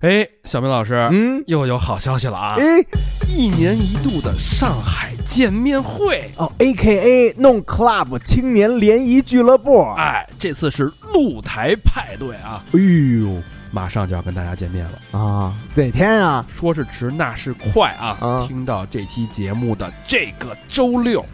哎，小明老师，嗯，又有好消息了啊！哎一年一度的上海见面会，哦，A K A 弄 Club 青年联谊俱乐部，哎哎，这次是露台派对啊，呦马上就要跟大家见面了。啊，哪天啊？说是迟，那是快啊！啊听到这期节目的这个周六，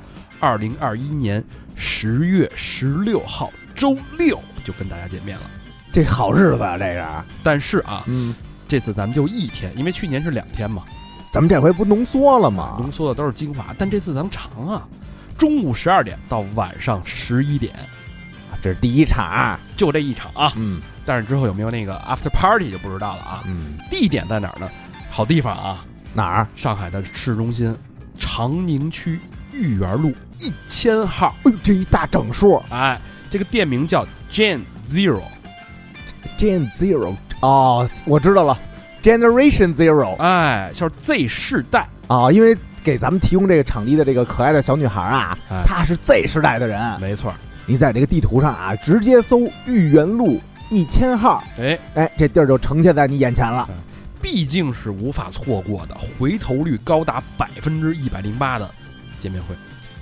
二零二一年十月十六号周六就跟大家见面了。这好日子啊，这个，但是啊，嗯，这次咱们就一天，因为去年是两天嘛，咱们这回不浓缩了吗？浓缩的都是精华。但这次咱们长啊，中午十二点到晚上十一点，这是第一场，就这一场啊。嗯但是之后有没有那个 after party 就不知道了啊。嗯，地点在哪儿呢？好地方啊，哪儿？上海的市中心，长宁区豫园路一千号。哎呦，这一大整数哎，这个店名叫 Jane Zero， ，Gen Zero，哦，我知道了，Generation Zero，哎，叫 Z 世代，啊，因为给咱们提供这个场地的这个可爱的小女孩啊，哎她是 Z 时代的人，没错儿。你在这个地图上啊，直接搜豫园路一千号，哎，哎，这地儿就呈现在你眼前了。毕竟是无法错过的，回头率高达百分之一百零八的见面会。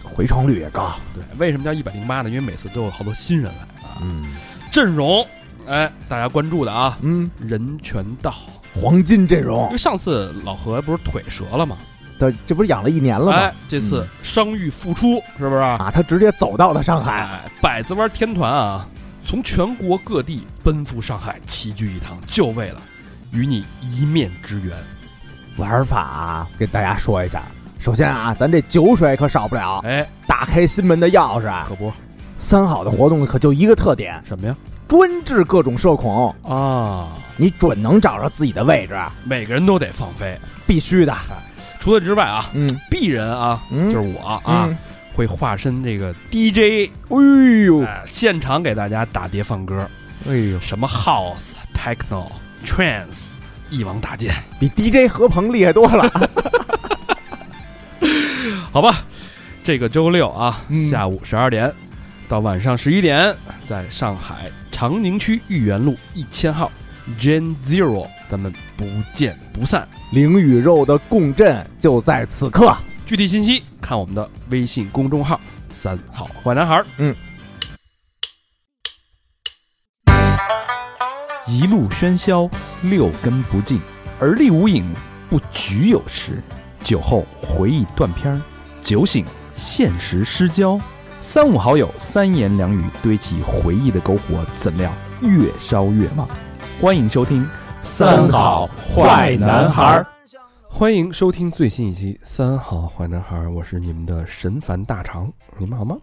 回床率也高，对，为什么叫一百零八呢？因为每次都有好多新人来啊。嗯阵容，哎，大家关注的啊，嗯，人权道。黄金阵因容为，上次老何不是腿折了吗？这这不是养了一年了吗嗯哎？，这次伤愈复出，是不是？啊，他直接走到了上海，哎，百子湾天团啊，从全国各地奔赴上海，齐聚一堂，就为了与你一面之缘。玩法啊，给大家说一下。首先啊，咱这酒水可少不了，哎，打开心门的钥匙啊。可不，三好的活动可就一个特点，什么呀？专治各种社恐，啊，你准能找着自己的位置，啊每个人都得放飞。必须的。除此之外啊，嗯鄙人啊，嗯，就是我啊，嗯会化身这个 DJ，哎呦哎，现场给大家打碟放歌，哎呦，什么 House、Techno、Trance，一网打尽。比 DJ 何鹏厉害多 了。好吧，这个周六啊，嗯下午十二点到晚上十一点，在上海长宁区豫园路一千号 Gen Zero，咱们不见不散。灵与肉的共振就在此刻。具体信息看我们的微信公众号“三好坏男孩”。嗯，一路喧嚣，六根不净，而立无影，不局有时。酒后回忆断片儿，酒醒现实失焦。三五好友，三言两语堆起回忆的篝火，怎料越烧越旺。欢迎收听《三好坏男孩儿欢迎收听最新一期《三好坏男孩》，我是你们的神烦大肠，你们好 吗？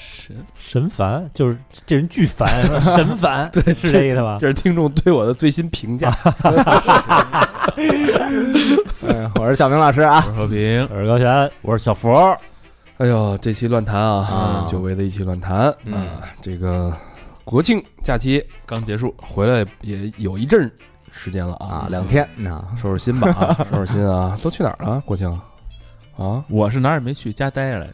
神神烦，就是这人巨烦，神烦，对，是这意思吧？这是听众对我的最新评价。嗯，我是小明老师啊，我是和平，我是高璇，我是小佛，哎呦，这期乱谈啊，啊久违的一期乱谈、嗯啊，这个国庆假期刚结束，回来也有一阵时间了啊，啊，两天啊，收拾心吧 啊，收拾心啊，都去哪儿了？国庆啊，我是哪儿也没去，家待着来着。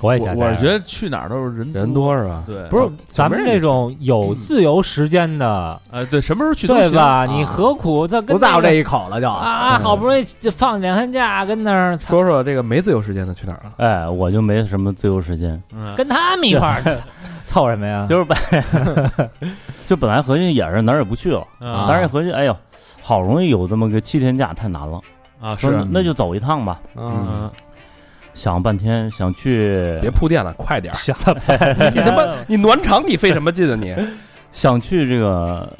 我也我想，我是觉得去哪儿都是人嗯人多是吧？对，不是小咱们妹儿这种有自由时间的，呃，对，什么时候去都对行吧？啊你何苦再跟不在乎那这个一口了就。啊？好不容易就放两天假，跟那 儿操，说说这个没自由时间的去哪儿了？哎，我就没什么自由时间，嗯跟他们一块儿去凑什么呀？就是本就本来合计也是哪儿也不去了，啊当时合计，哎呦，好容易有这么个七天假，太难了，啊是说那那就走一趟吧。嗯，嗯想半天，想去别铺垫了，快点儿！想了半 你他妈天，你暖场你费什么劲啊你？想去这个，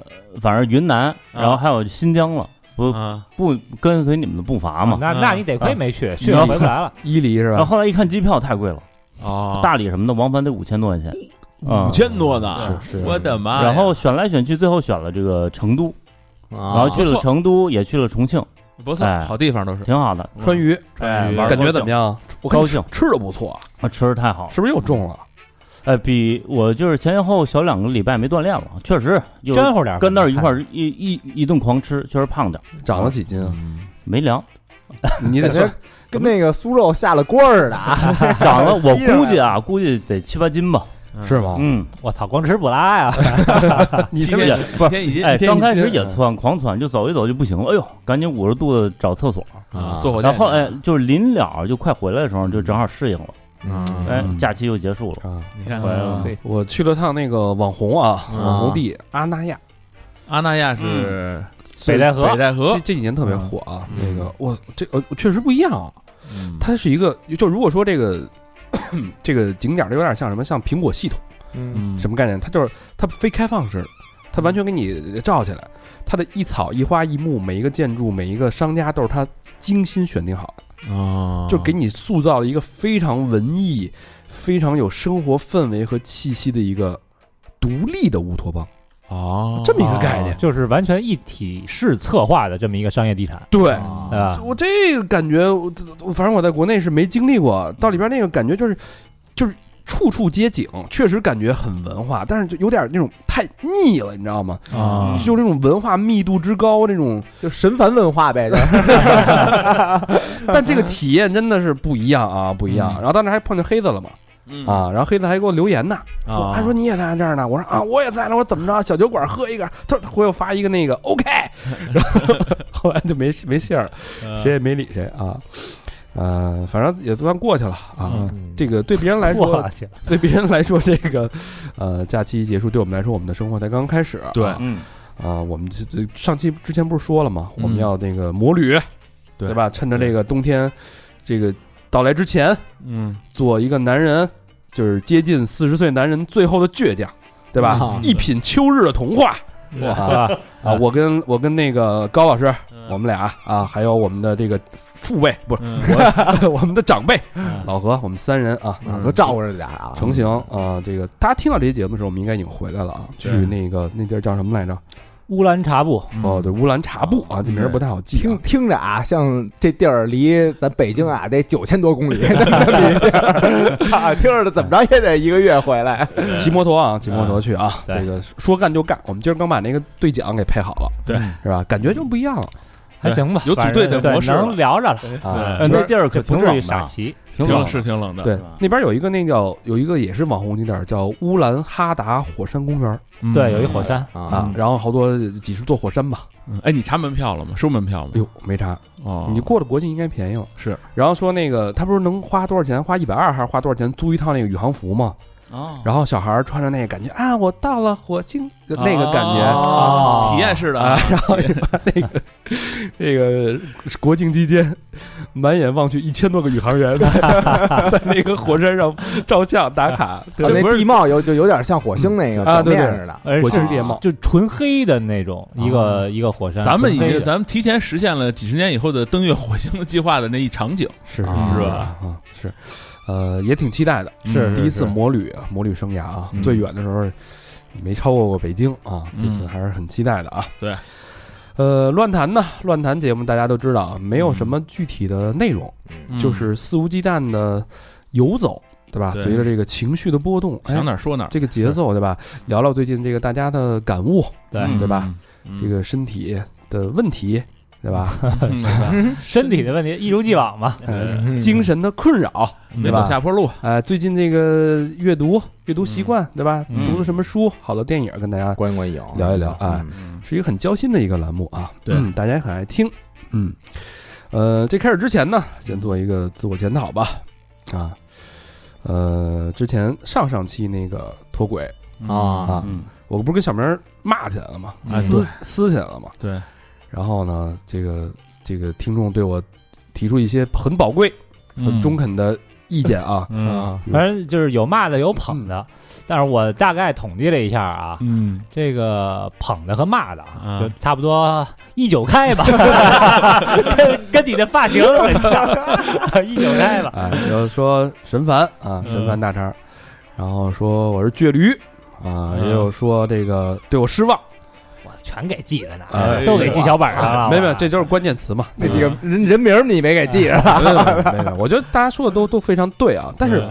反正云南，然后还有新疆了，不啊不跟随你们的步伐嘛。那嗯那你得亏嗯没去，去嗯了回不来了。伊犁是然后吧？后来一看机票太贵了，哦，大理什么的往返得五千多块钱，五嗯，千多呢，是是我的妈哎呀！然后选来选去，最后选了这个成都，然然后去不了错成都，也去了重庆，不错，哎好地方都是挺好的，川渝哎川渝玩感觉怎么样？我看高兴吃的不错，啊，吃的太好了。是不是又重了？呃，比我就是前前后后小两个礼拜没锻炼了，确实有暄乎点儿，跟那儿一块儿一一一顿狂吃，确实胖点儿，长了几斤 啊？嗯没量，你得感算觉跟那个酥肉下了锅似的啊。长了我吸上来估计啊，估计得七八斤吧，是吗？嗯，我操，光吃不拉呀！一你这天么一天一斤哎，天刚一开始斤也嗯窜，狂窜，就走一走就不行了，哎呦，赶紧捂着肚子找厕所。啊坐火箭然后哎，就是临了就快回来的时候，就正好适应了，嗯哎嗯，假期又结束了，啊，你看回来了。嘿我去了趟那个网红啊，嗯网红地阿那亚，阿那亚是北戴河北戴这河，这几年特别火啊。嗯那个我这呃确实不一样啊，嗯它是一个就如果说这个 这个景点儿有点像什么，像苹果系统。嗯嗯什么概念？它就是它非开放式的，它完全给你罩起来。它的一草一花一木，每一个建筑、每一个商家都是它精心选定好的，哦，就给你塑造了一个非常文艺、非常有生活氛围和气息的一个独立的乌托邦，哦这么一个概念。啊就是完全一体式策划的这么一个商业地产，对，对啊吧？我这个感觉，我我反正我在国内是没经历过，到里边那个感觉就是就是。处处皆景，确实感觉很文化，但是就有点那种太腻了，你知道吗？啊就那种文化密度之高，那种就神烦问话呗，这但这个体验真的是不一样啊，不一样。然后当时还碰见黑子了嘛，嗯啊，然后黑子还给我留言呢，说啊还说你也在这儿呢，我说啊我也在呢，我说怎么着，小酒馆喝一个，他他回我发一个那个 OK，然后后来就没没信儿了，嗯谁也没理谁啊，呃，反正也算过去了嗯啊。这个对别人 来说我，去，对别人来说，这个呃假期结束，对我们来说，我们的生活才刚刚开始。对啊，嗯，啊我们这这上期之前不是说了吗？嗯我们要那个摩旅，对对吧？趁着这个冬天，这个到来之前，嗯，做一个男人，就是接近四十岁男人最后的倔强，对吧？嗯一品秋日的童话哇，啊！嗯我跟我跟那个高老师，嗯我们俩啊，还有我们的这个父辈，不是 我们的长辈老何，我们三人啊， 都照顾着点儿啊。成型啊。这个大家听到这期节目的时候，我们应该已经回来了啊，去对那个那地儿叫什么来着？乌兰察布，哦，对，乌兰察布啊，这名儿不太好记啊听。听着啊，像这地儿离咱北京啊得九千多 公里，这么一地儿啊，听着怎么着也得一个月回 来。骑摩托啊，骑摩托去啊，对这个说干就干。我们今儿刚把那个对讲给配好了，对，是吧？感觉就不一样了还行吧，有组队的模式反正对能聊着了，啊。嗯呃那地儿可就挺不冷至于的傻啊，奇。挺挺冷冷的是挺冷的，对是吧，那边有一个那叫有一个也是网红景点儿叫乌兰哈达火山公园嗯对，有一火山，啊，然后好多几十座火山吧。嗯哎，你查门票了吗？收门票吗哎？呦，没查，哦，你过了国庆应该便宜了。是，然后说那个他不是能花多少钱？花一百二还是花多少钱租一套那个宇航服吗？哦，然后小孩儿穿着那个感觉啊，我到了火星就那个感觉。哦体验式的啊啊，然后就把那个那个国庆期间，满眼望去一千多个宇航员在 在那个火山上照相打卡，对啊吧不那是地貌有就有点像火星那个啊表对对面似的，而国且庆猎帽。就纯黑的那种一个一个火山，咱们已纯黑经，的咱们提前实现了几十年以后的登月火星的计划的那一场景，是啊是吧啊，是，呃，也挺期待的。是第一次摩旅，摩旅生涯啊，嗯最远的时候没超过过北京啊，嗯这次还是很期待的啊。对，呃，乱谈呢，乱谈节目大家都知道啊，没有什么具体的内容，嗯就是肆无忌惮的游走，对吧？对随着这个情绪的波动，哎想哪儿说哪儿，这个节奏，对吧？聊聊最近这个大家的感悟，对对吧？嗯？这个身体的问题，对吧？嗯身体的问题，一如既往嘛。呃，嗯精神的困扰，没对吧走下坡路，啊，最近这个阅读阅读习惯，对吧？嗯读了什么书？好的电影跟大家观观影聊一聊啊嗯是一个很交心的一个栏目啊，对嗯大家也很爱听。嗯，呃，这开始之前呢，先做一个自我检讨吧。啊，呃，之前上上期那个脱轨，啊啊嗯，我不是跟小明骂起来了吗？啊撕撕起来了吗？对，然后呢，这个这个听众对我提出一些很宝贵、很中肯的意见 啊。嗯，嗯反正就是有骂的，有捧的，但是我大概统计了一下啊，嗯这个捧的和骂的啊，啊就差不多一九开吧，跟跟你的发型很像，一九开吧。啊，有说神烦啊，神烦大肠儿，然后说我是倔驴啊，嗯也有说这个对我失望，我全给记在那哎儿，呦都给记小板上了。没有我没有，这就是关键词嘛。那几个人人名儿你没给记着，没有没有没有，我觉得大家说的都都非常对啊，但是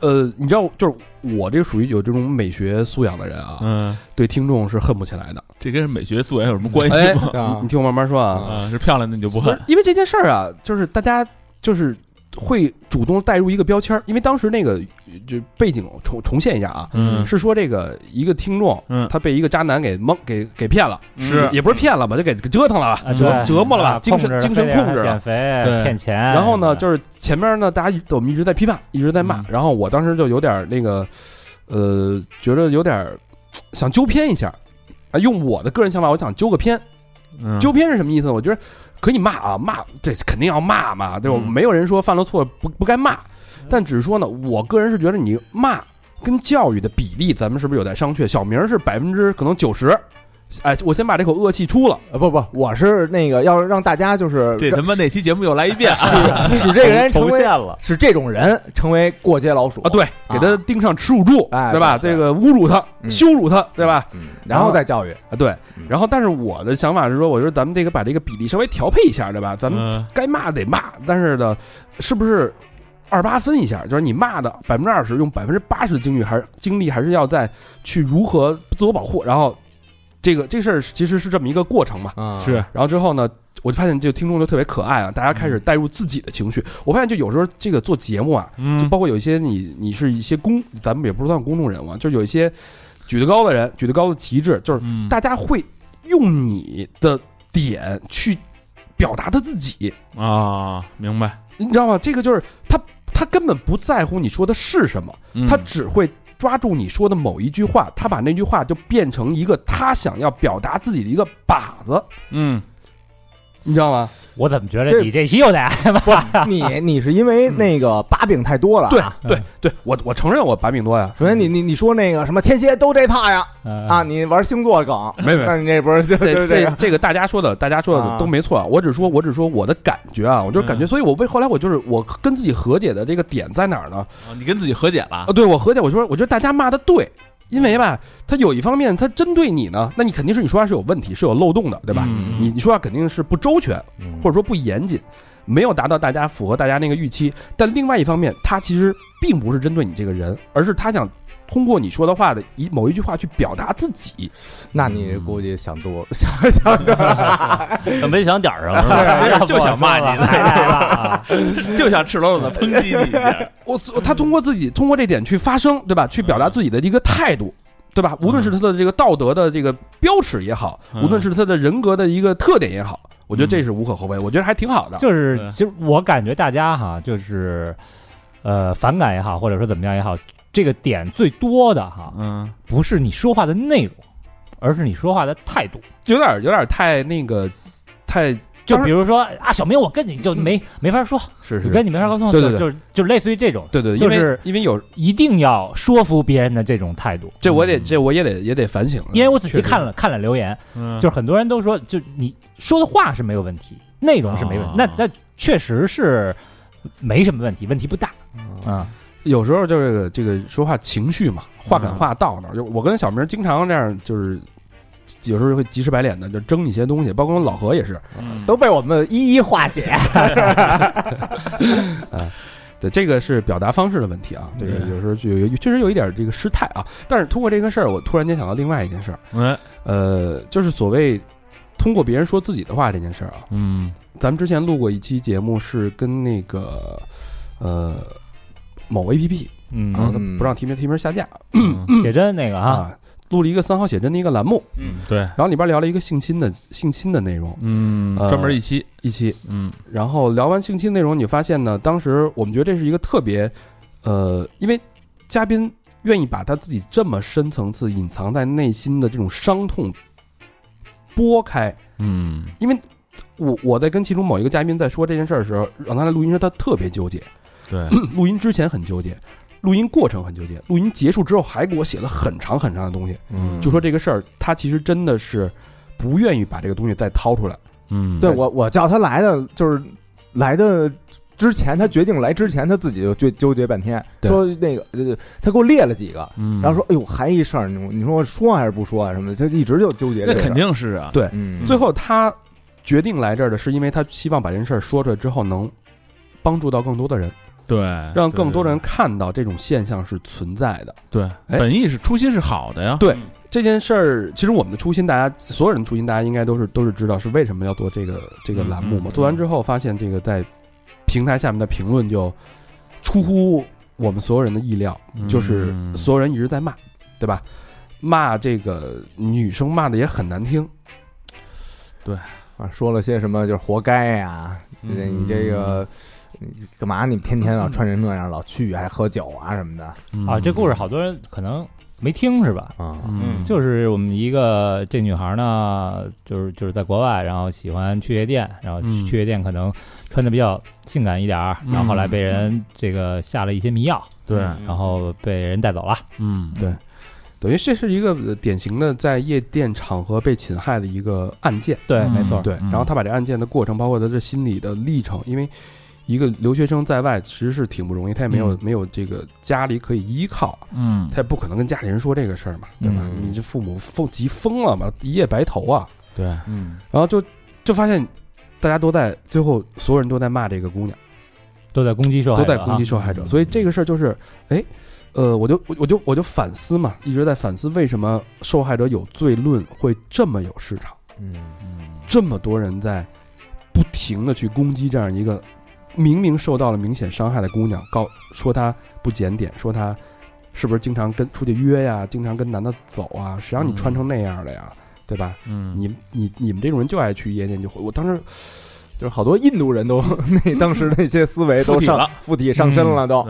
呃，你知道，就是我这个属于有这种美学素养的人啊，嗯，对听众是恨不起来的。这跟美学素养有什么关哎系吗？啊你听我慢慢说啊，啊，是漂亮的你就不不恨是因为这件事儿啊，就是大家就是会主动带入一个标签儿，因为当时那个呃就背景重重现一下啊，嗯是说这个一个听众，嗯他被一个渣男给蒙给给骗了，是也不是骗了吧，就给给折腾了吧，啊，嗯对折磨了吧啊精神控制精神非得让控制了他减肥对骗钱。啊然后呢，就是前面呢，大家一我们一直在批判，一直在骂，哎嗯然后我当时就有点儿那个，呃，觉得有点儿嘖想纠偏一下，啊，用我的个人想法，我想纠个偏，嗯纠偏是什么意思呢？我觉得可以骂啊，骂这肯定要骂嘛，对吧？嗯没有人说犯了错不不该骂，嗯但只是说呢，我个人是觉得你骂跟教育的比例，咱们是不是有待商榷？小明是百分之可能九十，哎，我先把这口恶气出了，呃，不不，我是那个要让大家就是这他妈哪期节目又来一遍啊！使使这个人成重为现了，使这种人成为过街老鼠啊，，对，给他钉上耻辱柱，哦哎对吧？对这个侮辱他，嗯羞辱他，对吧？嗯然后再教育，啊，对嗯。然后，但是我的想法是说，我觉得咱们这个把这个比例稍微调配一下，对吧？咱们嗯该骂得骂，但是呢，是不是二八分一下？就是你骂的百分之二十，用百分之八十的精力还是精力，还是要在去如何自我保护，然后。这个这事儿其实是这么一个过程嘛，嗯，是然后之后呢，我就发现这个听众就特别可爱啊，大家开始带入自己的情绪。我发现就有时候这个做节目啊，就嗯包括有一些你你是一些公，咱们也不算公众人物，啊，就是有一些举得高的人，举得高的旗帜，就是嗯大家会用你的点去表达他自己，啊，明白。你知道吗？这个就是他他根本不在乎你说的是什么，嗯他只会。抓住你说的某一句话，他把那句话就变成一个他想要表达自己的一个靶子，嗯你知道吗？我怎么觉得这你这期又得你你是因为那个把柄太多了，嗯啊对。对对，我我承认我把柄多呀，首先，你你你说那个什么天蝎都这套呀啊， 啊？你玩星座梗，嗯没没那你这不是就这就嗯这嗯这这个大家说的，大家说的啊都没错啊。我只说，我只说我的感觉啊，我就是感觉，嗯所以我为后来我就是我跟自己和解的这个点在哪儿呢？哦你跟自己和解了啊，，对我和解，我说我觉得大家骂的对，因为吧，他有一方面他针对你呢，那你肯定是你说话是有问题，是有漏洞的，对吧？嗯你你说话肯定是不周全，或者说不严谨。没有达到大家符合大家那个预期，但另外一方面，他其实并不是针对你这个人，而是他想通过你说的话的一某一句话去表达自己。那你估计想多 想想多了，没想点儿上了，没事就想骂你太 太了啊！就想赤裸裸的抨击你一下。我他通过自己通过这点去发声，对吧？去表达自己的一个态度，对吧？无论是他的这个道德的这个标尺也好，嗯无论是他的人格的一个特点也好，我觉得这是无可厚非，我觉得还挺好的。就是对其实我感觉大家哈，就是呃反感也好，或者说怎么样也好，这个点最多的哈，嗯不是你说话的内容，而是你说话的态度。有点有点太那个，太就当然比如说啊，小明，我跟你就没没法说，是我是，跟你没法沟通，对对对就就就类似于这种，对对，就因是为因为有一定要说服别人的这种态度。这我得这我也得也得反省，因为我仔细看了，了看了留言，嗯，就是很多人都说，就你说的话是没有问题，内容是没问题啊，那那确实是没什么问题，问题不大嗯啊。有时候就这个这个说话情绪嘛，话赶话到那儿。就我跟小明经常这样，就是有时候会急赤白脸的就争一些东西，包括老何也是，嗯都被我们一一化解。对，这个是表达方式的问题啊，这个有时候就有有确实有一点这个失态啊。但是通过这个事儿，我突然间想到另外一件事儿，哎呃，就是所谓通过别人说自己的话这件事儿啊。嗯咱们之前录过一期节目，是跟那个呃某 A P P 嗯啊，嗯它不让提名提名下架嗯写真那个啊，啊，录了一个三好写真的一个栏目，嗯，对，然后里边聊了一个性侵的性侵的内容嗯，呃专门一期，一期，嗯然后聊完性侵内容，你发现呢，当时我们觉得这是一个特别，呃，因为嘉宾愿意把他自己这么深层次隐藏在内心的这种伤痛拨开，嗯因为我我在跟其中某一个嘉宾在说这件事儿的时候，让他来录音时，他特别纠结，对，录音之前很纠结。录音过程很纠结，录音结束之后还给我写了很长很长的东西，嗯就说这个事儿，他其实真的是不愿意把这个东西再掏出来。嗯对我我叫他来的就是来的之前，他决定来之前，他自己就纠纠结半天，对说那个呃，他给我列了几个，嗯，然后说哎呦还一事儿，你你说我说还是不说啊什么的，就一直就纠结这那个事儿。肯定是啊，对嗯，最后他决定来这儿的是因为他希望把这件事儿说出来之后，能帮助到更多的人，对，让更多对人看到这种现象是存在的。对哎本意是初心是好的呀，对这件事儿，其实我们的初心，大家所有人的初心，大家应该都是都是知道是为什么要做这个这个栏目嘛。嗯嗯做完之后发现，这个在平台下面的评论就出乎我们所有人的意料，就是嗯所有人一直在骂，对吧？骂这个女生骂的也很难听，啊，说了些什么就是活该呀、就是你这个。你干嘛？你天天老穿成那样，老去还喝酒啊什么的嗯嗯啊，这故事好多人可能没听是吧？啊？嗯，就是我们一个这女孩呢，就是就是在国外，然后喜欢去夜店，然后去,、嗯去夜店可能穿的比较性感一点儿，嗯然后后来被人这个下了一些迷药，嗯对然后被人带走了。嗯对等于这是一个呃典型的在夜店场合被侵害的一个案件。对，嗯没错，对，嗯然后他把这案件的过程，包括他这心理的历程，因为一个留学生在外其实是挺不容易，他也没有、嗯没有这个家里可以依靠，嗯他也不可能跟家里人说这个事儿嘛，对吧？嗯你这父母疯急疯了嘛，一夜白头啊，对，嗯，然后就就发现大家都在最后所有人都在骂这个姑娘。都在攻击受害都者在啊攻击受害者，所以这个事儿就是，哎，呃，我就我我就我就反思嘛，一直在反思为什么受害者有罪论会这么有市场，嗯，这么多人在不停的去攻击这样一个明明受到了明显伤害的姑娘，告说她不检点，说她是不是经常跟出去约呀，经常跟男的走啊，谁让你嗯穿成那样的呀，对吧？嗯你你你们这种人就爱去夜店就会，我当时就是好多印度人都 那当时那些思维附都体上了附体嗯上身了都，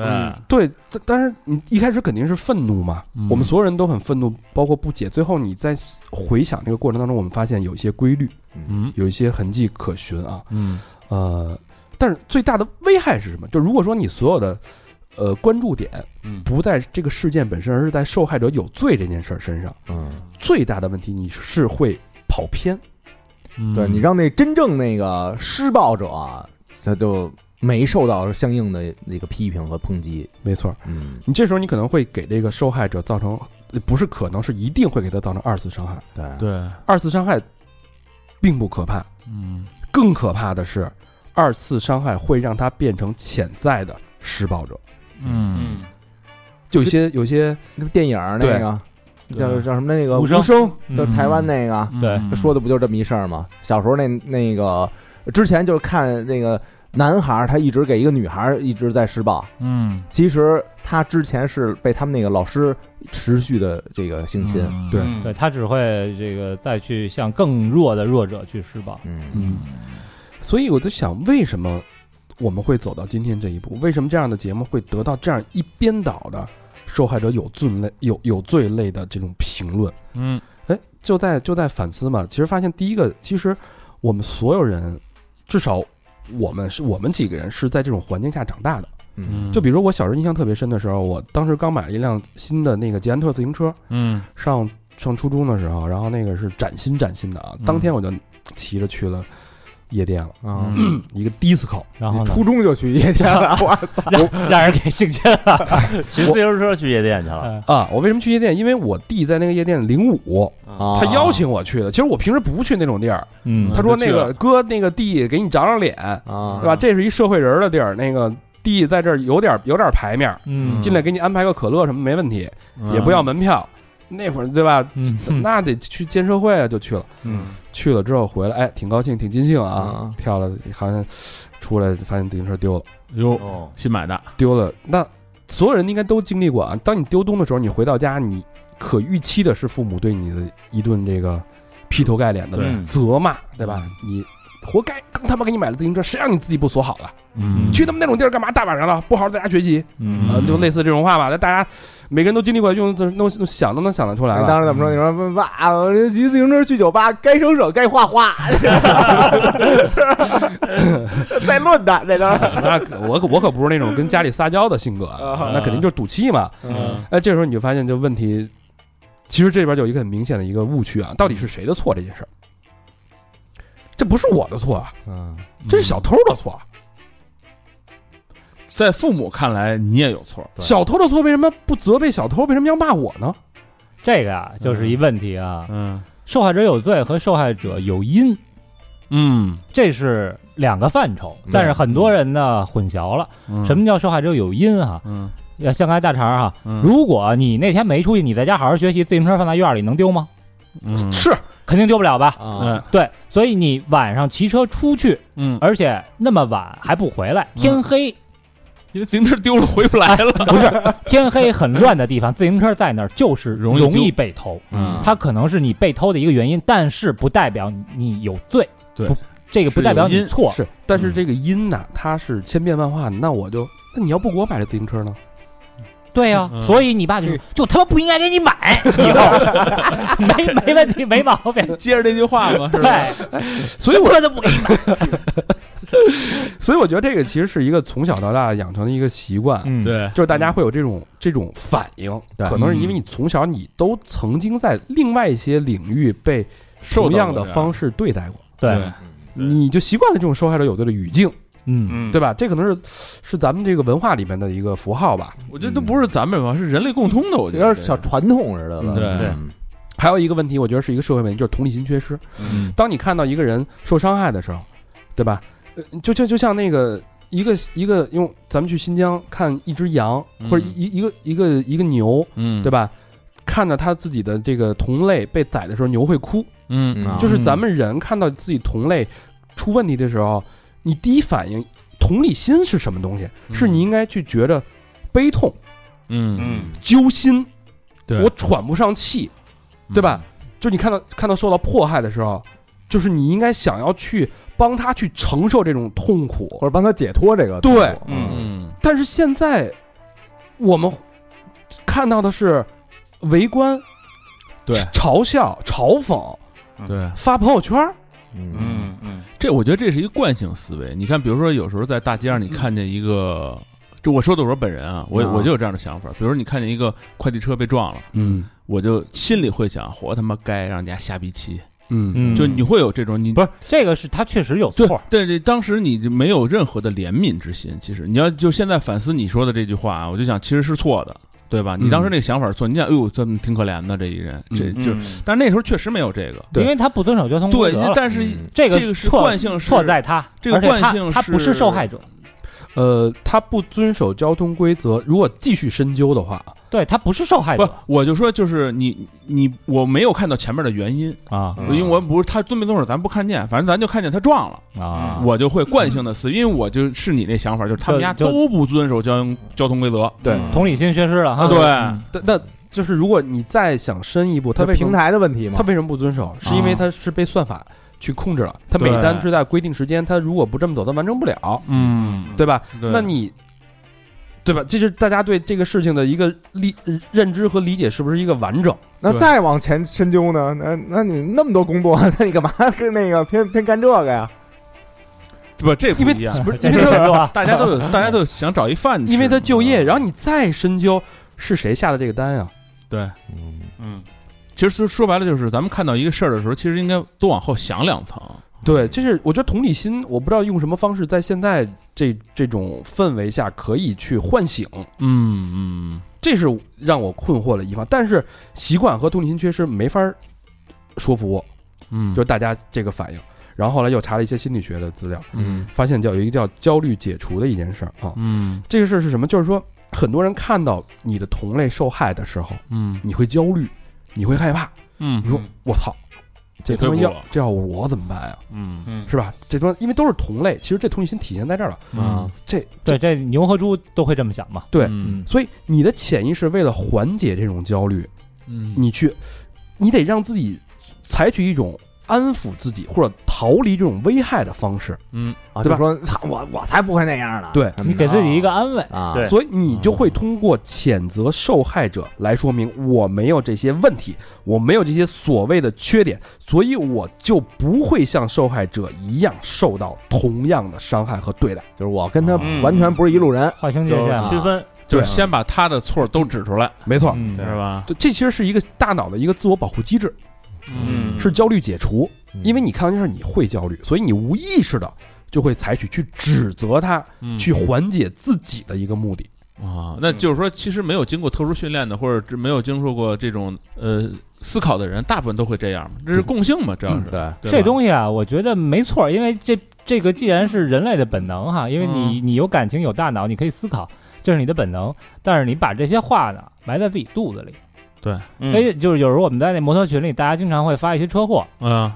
对，对，但但是你一开始肯定是愤怒嘛，嗯我们所有人都很愤怒，包括不解。最后你在回想这个过程当中，我们发现有一些规律，嗯有一些痕迹可循啊。嗯呃，但是最大的危害是什么？就如果说你所有的呃关注点嗯不在这个事件本身，而是在受害者有罪这件事儿身上，嗯，最大的问题你是会跑偏。嗯对你让那真正那个施暴者啊，他就没受到相应的那个批评和抨击，没错儿，嗯，你这时候你可能会给这个受害者造成，呃不是可能是一定会给他造成二次伤害。对，对，二次伤害并不可怕，嗯更可怕的是，二次伤害会让他变成潜在的施暴者。嗯嗯就有些有些那电影儿那个叫叫什么那个无声就台湾那个，嗯对说的不就这么一事儿吗？小时候那那个之前就是看那个男孩儿，他一直给一个女孩儿一直在施暴，嗯其实他之前是被他们那个老师持续的这个性侵，对嗯对他只会这个再去向更弱的弱者去施暴。嗯嗯，所以我就想，为什么我们会走到今天这一步？为什么这样的节目会得到这样一边倒的受害者有罪类有有罪类的这种评论？嗯哎，就在就在反思嘛。其实发现第一个，其实我们所有人，至少我们是我们几个人是在这种环境下长大的。嗯就比如我小时候印象特别深的时候，我当时刚买了一辆新的那个捷安特自行车，嗯上上初中的时候，然后那个是崭新崭新的啊，当嗯天我就骑着去了夜店了，啊，嗯一个 disco，然后呢，初中就去夜店了，我操！让让人给性侵了。骑自行车去夜店去了，嗯啊！我为什么去夜店？因为我弟在那个夜店零五，啊他邀请我去的。其实我平时不去那种地儿，嗯啊嗯他说那就去个了嗯哥，那个弟给你长长脸，啊，对吧？这是一社会人的地儿，那个弟在这儿有点有点排面，嗯进来给你安排个可乐什么没问题，嗯也不要门票。那会儿对吧？嗯那得去见社会啊，就去了。嗯去了之后回来，哎，挺高兴，挺尽兴嗯啊，啊跳了，好像出来发现自行车丢了，嗯哟哦，新买的，丢了。那所有人应该都经历过啊。当你丢东的时候，你回到家，你可预期的是父母对你的一顿这个劈头盖脸的对责骂，对嗯吧？你活该，刚他妈给你买了自行车，谁让你自己不锁好了？嗯你去他妈那种地儿干嘛？大晚上了，不好好在家学习，嗯呃，就类似这种话吧。那大家每个人都经历过，就能能想都能想得出来那了。哎当时怎么说？你说哇，我这骑自行车去酒吧，该省省，该花花， 再论的这都是那可我可我可不是那种跟家里撒娇的性格啊，那肯定就是赌气嘛。嗯哎，这时候你就发现这问题，其实这边就有一个很明显的一个误区啊，到底是谁的错这件事儿？这不是我的错啊，嗯这是小偷的错啊。嗯在父母看来你也有错，对小偷的错为什么不责备小偷？为什么要骂我呢？这个呀，就是一问题啊。嗯受害者有罪和受害者有因，嗯，这是两个范畴嗯。但是很多人呢混淆了，什么叫受害者有因啊？嗯要像刚才大肠哈，嗯如果你那天没出去，你在家好好学习，自行车放在院里能丢吗？嗯是肯定丢不了吧？啊，嗯对，所以你晚上骑车出去，嗯，啊而且那么晚还不回来，天黑因为自行车丢了回不来了， 不是天黑很乱的地方，自行车在那儿就是容易容丢易被偷。嗯它可能是你被偷的一个原因，但是不代表你有罪。对不，这个不是代有表你因错。是，但是这个因呐，它是千变万化的。那我就，那你要不给我买这自行车呢？对呀、嗯所以你爸就说，就他妈不应该给你买，以后 没没问题，没毛病。接着这句话嘛，是吧？对，所以我他妈都不给你买。 所以我觉得这个其实是一个从小到大养成的一个习惯，嗯，对，就是大家会有这种这种反应，对可能是因为你从小你都曾经在另外一些领域被受到同过样的这样方式对待过，对，对你就习惯了这种受害者有罪的语境，嗯，嗯对吧？这可能是是咱们这个文化里面的一个符号吧。我觉得都不是咱们吧，是人类共通的，我觉有得点小传统似的了，对对嗯还有一个问题，我觉得是一个社会问题，就是同理心缺失。嗯当你看到一个人受伤害的时候，对吧？呃，就就就像那个一个一个用咱们去新疆看一只羊，嗯或者一一个一个一个牛，嗯，对吧？吧？看到他自己的这个同类被宰的时候，牛会哭，嗯啊就是咱们人看到自己同类出问题的时候，你第一反应同理心是什么东西？嗯是你应该去觉得悲痛、嗯，嗯揪心，对我喘不上气，对吧？就你看到看到受到迫害的时候，就是你应该想要去帮他去承受这种痛苦。或者帮他解脱这个对痛苦，嗯嗯？但是现在我们看到的是围观、对嘲笑、嘲讽、嗯，对，发朋友圈儿，嗯嗯嗯这我觉得这是一个惯性思维。你看，比如说有时候在大街上你看见一个，就我说的我本人啊，我啊我就有这样的想法。比如说你看见一个快递车被撞了，嗯我就心里会想，活他妈该让人家瞎逼气。嗯嗯就你会有这种你不是这个是他确实有对错。对对，当时你就没有任何的怜悯之心。其实你要就现在反思你说的这句话啊，我就想其实是错的，对吧？你当时那个想法是错，你想，哎呦，这么挺可怜的这一人，这嗯就，嗯但是那时候确实没有这个。对因为他不遵守交通规对则了，，但是嗯这个这个是错惯性是错在他，这个而且他惯性他不是是受害者，呃，他不遵守交通规则，如果继续深究的话，对他不是受害不者，我就说就是你你我没有看到前面的原因，啊嗯因为我不是他遵没遵守，咱不看见，反正咱就看见他撞了，啊我就会惯性的思，因为我就是你那想法，就是他们家就就都不遵守交通交通规则，对嗯同理心缺失了哈。啊对嗯但那就是如果你再想深一步，他它为什平么台的问题嘛，他为什么不遵守？是因为他是被算法去控制了，他每对单是在规定时间，他如果不这么走，他完成不了，嗯，对吧？对那你，对吧？这就是大家对这个事情的一个理认知和理解是不是一个完整？那对再往前深究呢？那那你那么多工作，那你干嘛跟那个偏偏干这个呀？不这不因为一样，不是这因为是他是吧？大家都有，大家都有想找一饭吃，因为他就业，然后你再深究是谁下的这个单啊？对，嗯其实说白了就是，咱们看到一个事儿的时候，其实应该多往后想两层。对，就是我觉得同理心，我不知道用什么方式在现在这这种氛围下可以去唤醒。嗯这是让我困惑的一方。但是习惯和同理心缺失没法儿说服我，嗯嗯，就是大家这个反应。然后后来又查了一些心理学的资料，嗯发现叫有一个叫焦虑解除的一件事儿啊。嗯这个事儿是什么？就是说，很多人看到你的同类受害的时候，嗯你会焦虑，你会害怕。嗯你说我操，这他妈这对要不我这要我怎么办啊呀？嗯嗯是吧？这帮因为都是同类，其实这同理心体现在这儿了。嗯，这对，这牛和猪都会这么想嘛。对嗯所以你的潜意识为了缓解这种焦虑，嗯你去，你得让自己采取一种安抚自己或者逃离这种危害的方式，嗯啊，对就吧说操我我才不会那样呢。对嗯你给自己一个安慰，啊，对嗯所以你就会通过谴责受害者来说明我没有这些问题，我没有这些所谓的缺点，所以我就不会像受害者一样受到同样的伤害和对待。就是我跟他嗯完全不是一路人。划清界限啊嘛。区分就是先把他的错都指出来，没错，嗯是吧？对这其实是一个大脑的一个自我保护机制，嗯是焦虑解除。嗯因为你看完这事儿你会焦虑，所以你无意识的就会采取去指责他，嗯去缓解自己的一个目的。啊，那就是说，其实没有经过特殊训练的，或者是没有经受过这种呃思考的人，大部分都会这样嘛，这是共性嘛，主嗯要是嗯对，对吧这东西啊，我觉得没错，因为这这个既然是人类的本能哈，因为你你有感情有大脑，你可以思考，这是你的本能。但是你把这些话呢埋在自己肚子里，对，嗯而且就是有时候我们在那摩托群里，大家经常会发一些车祸，嗯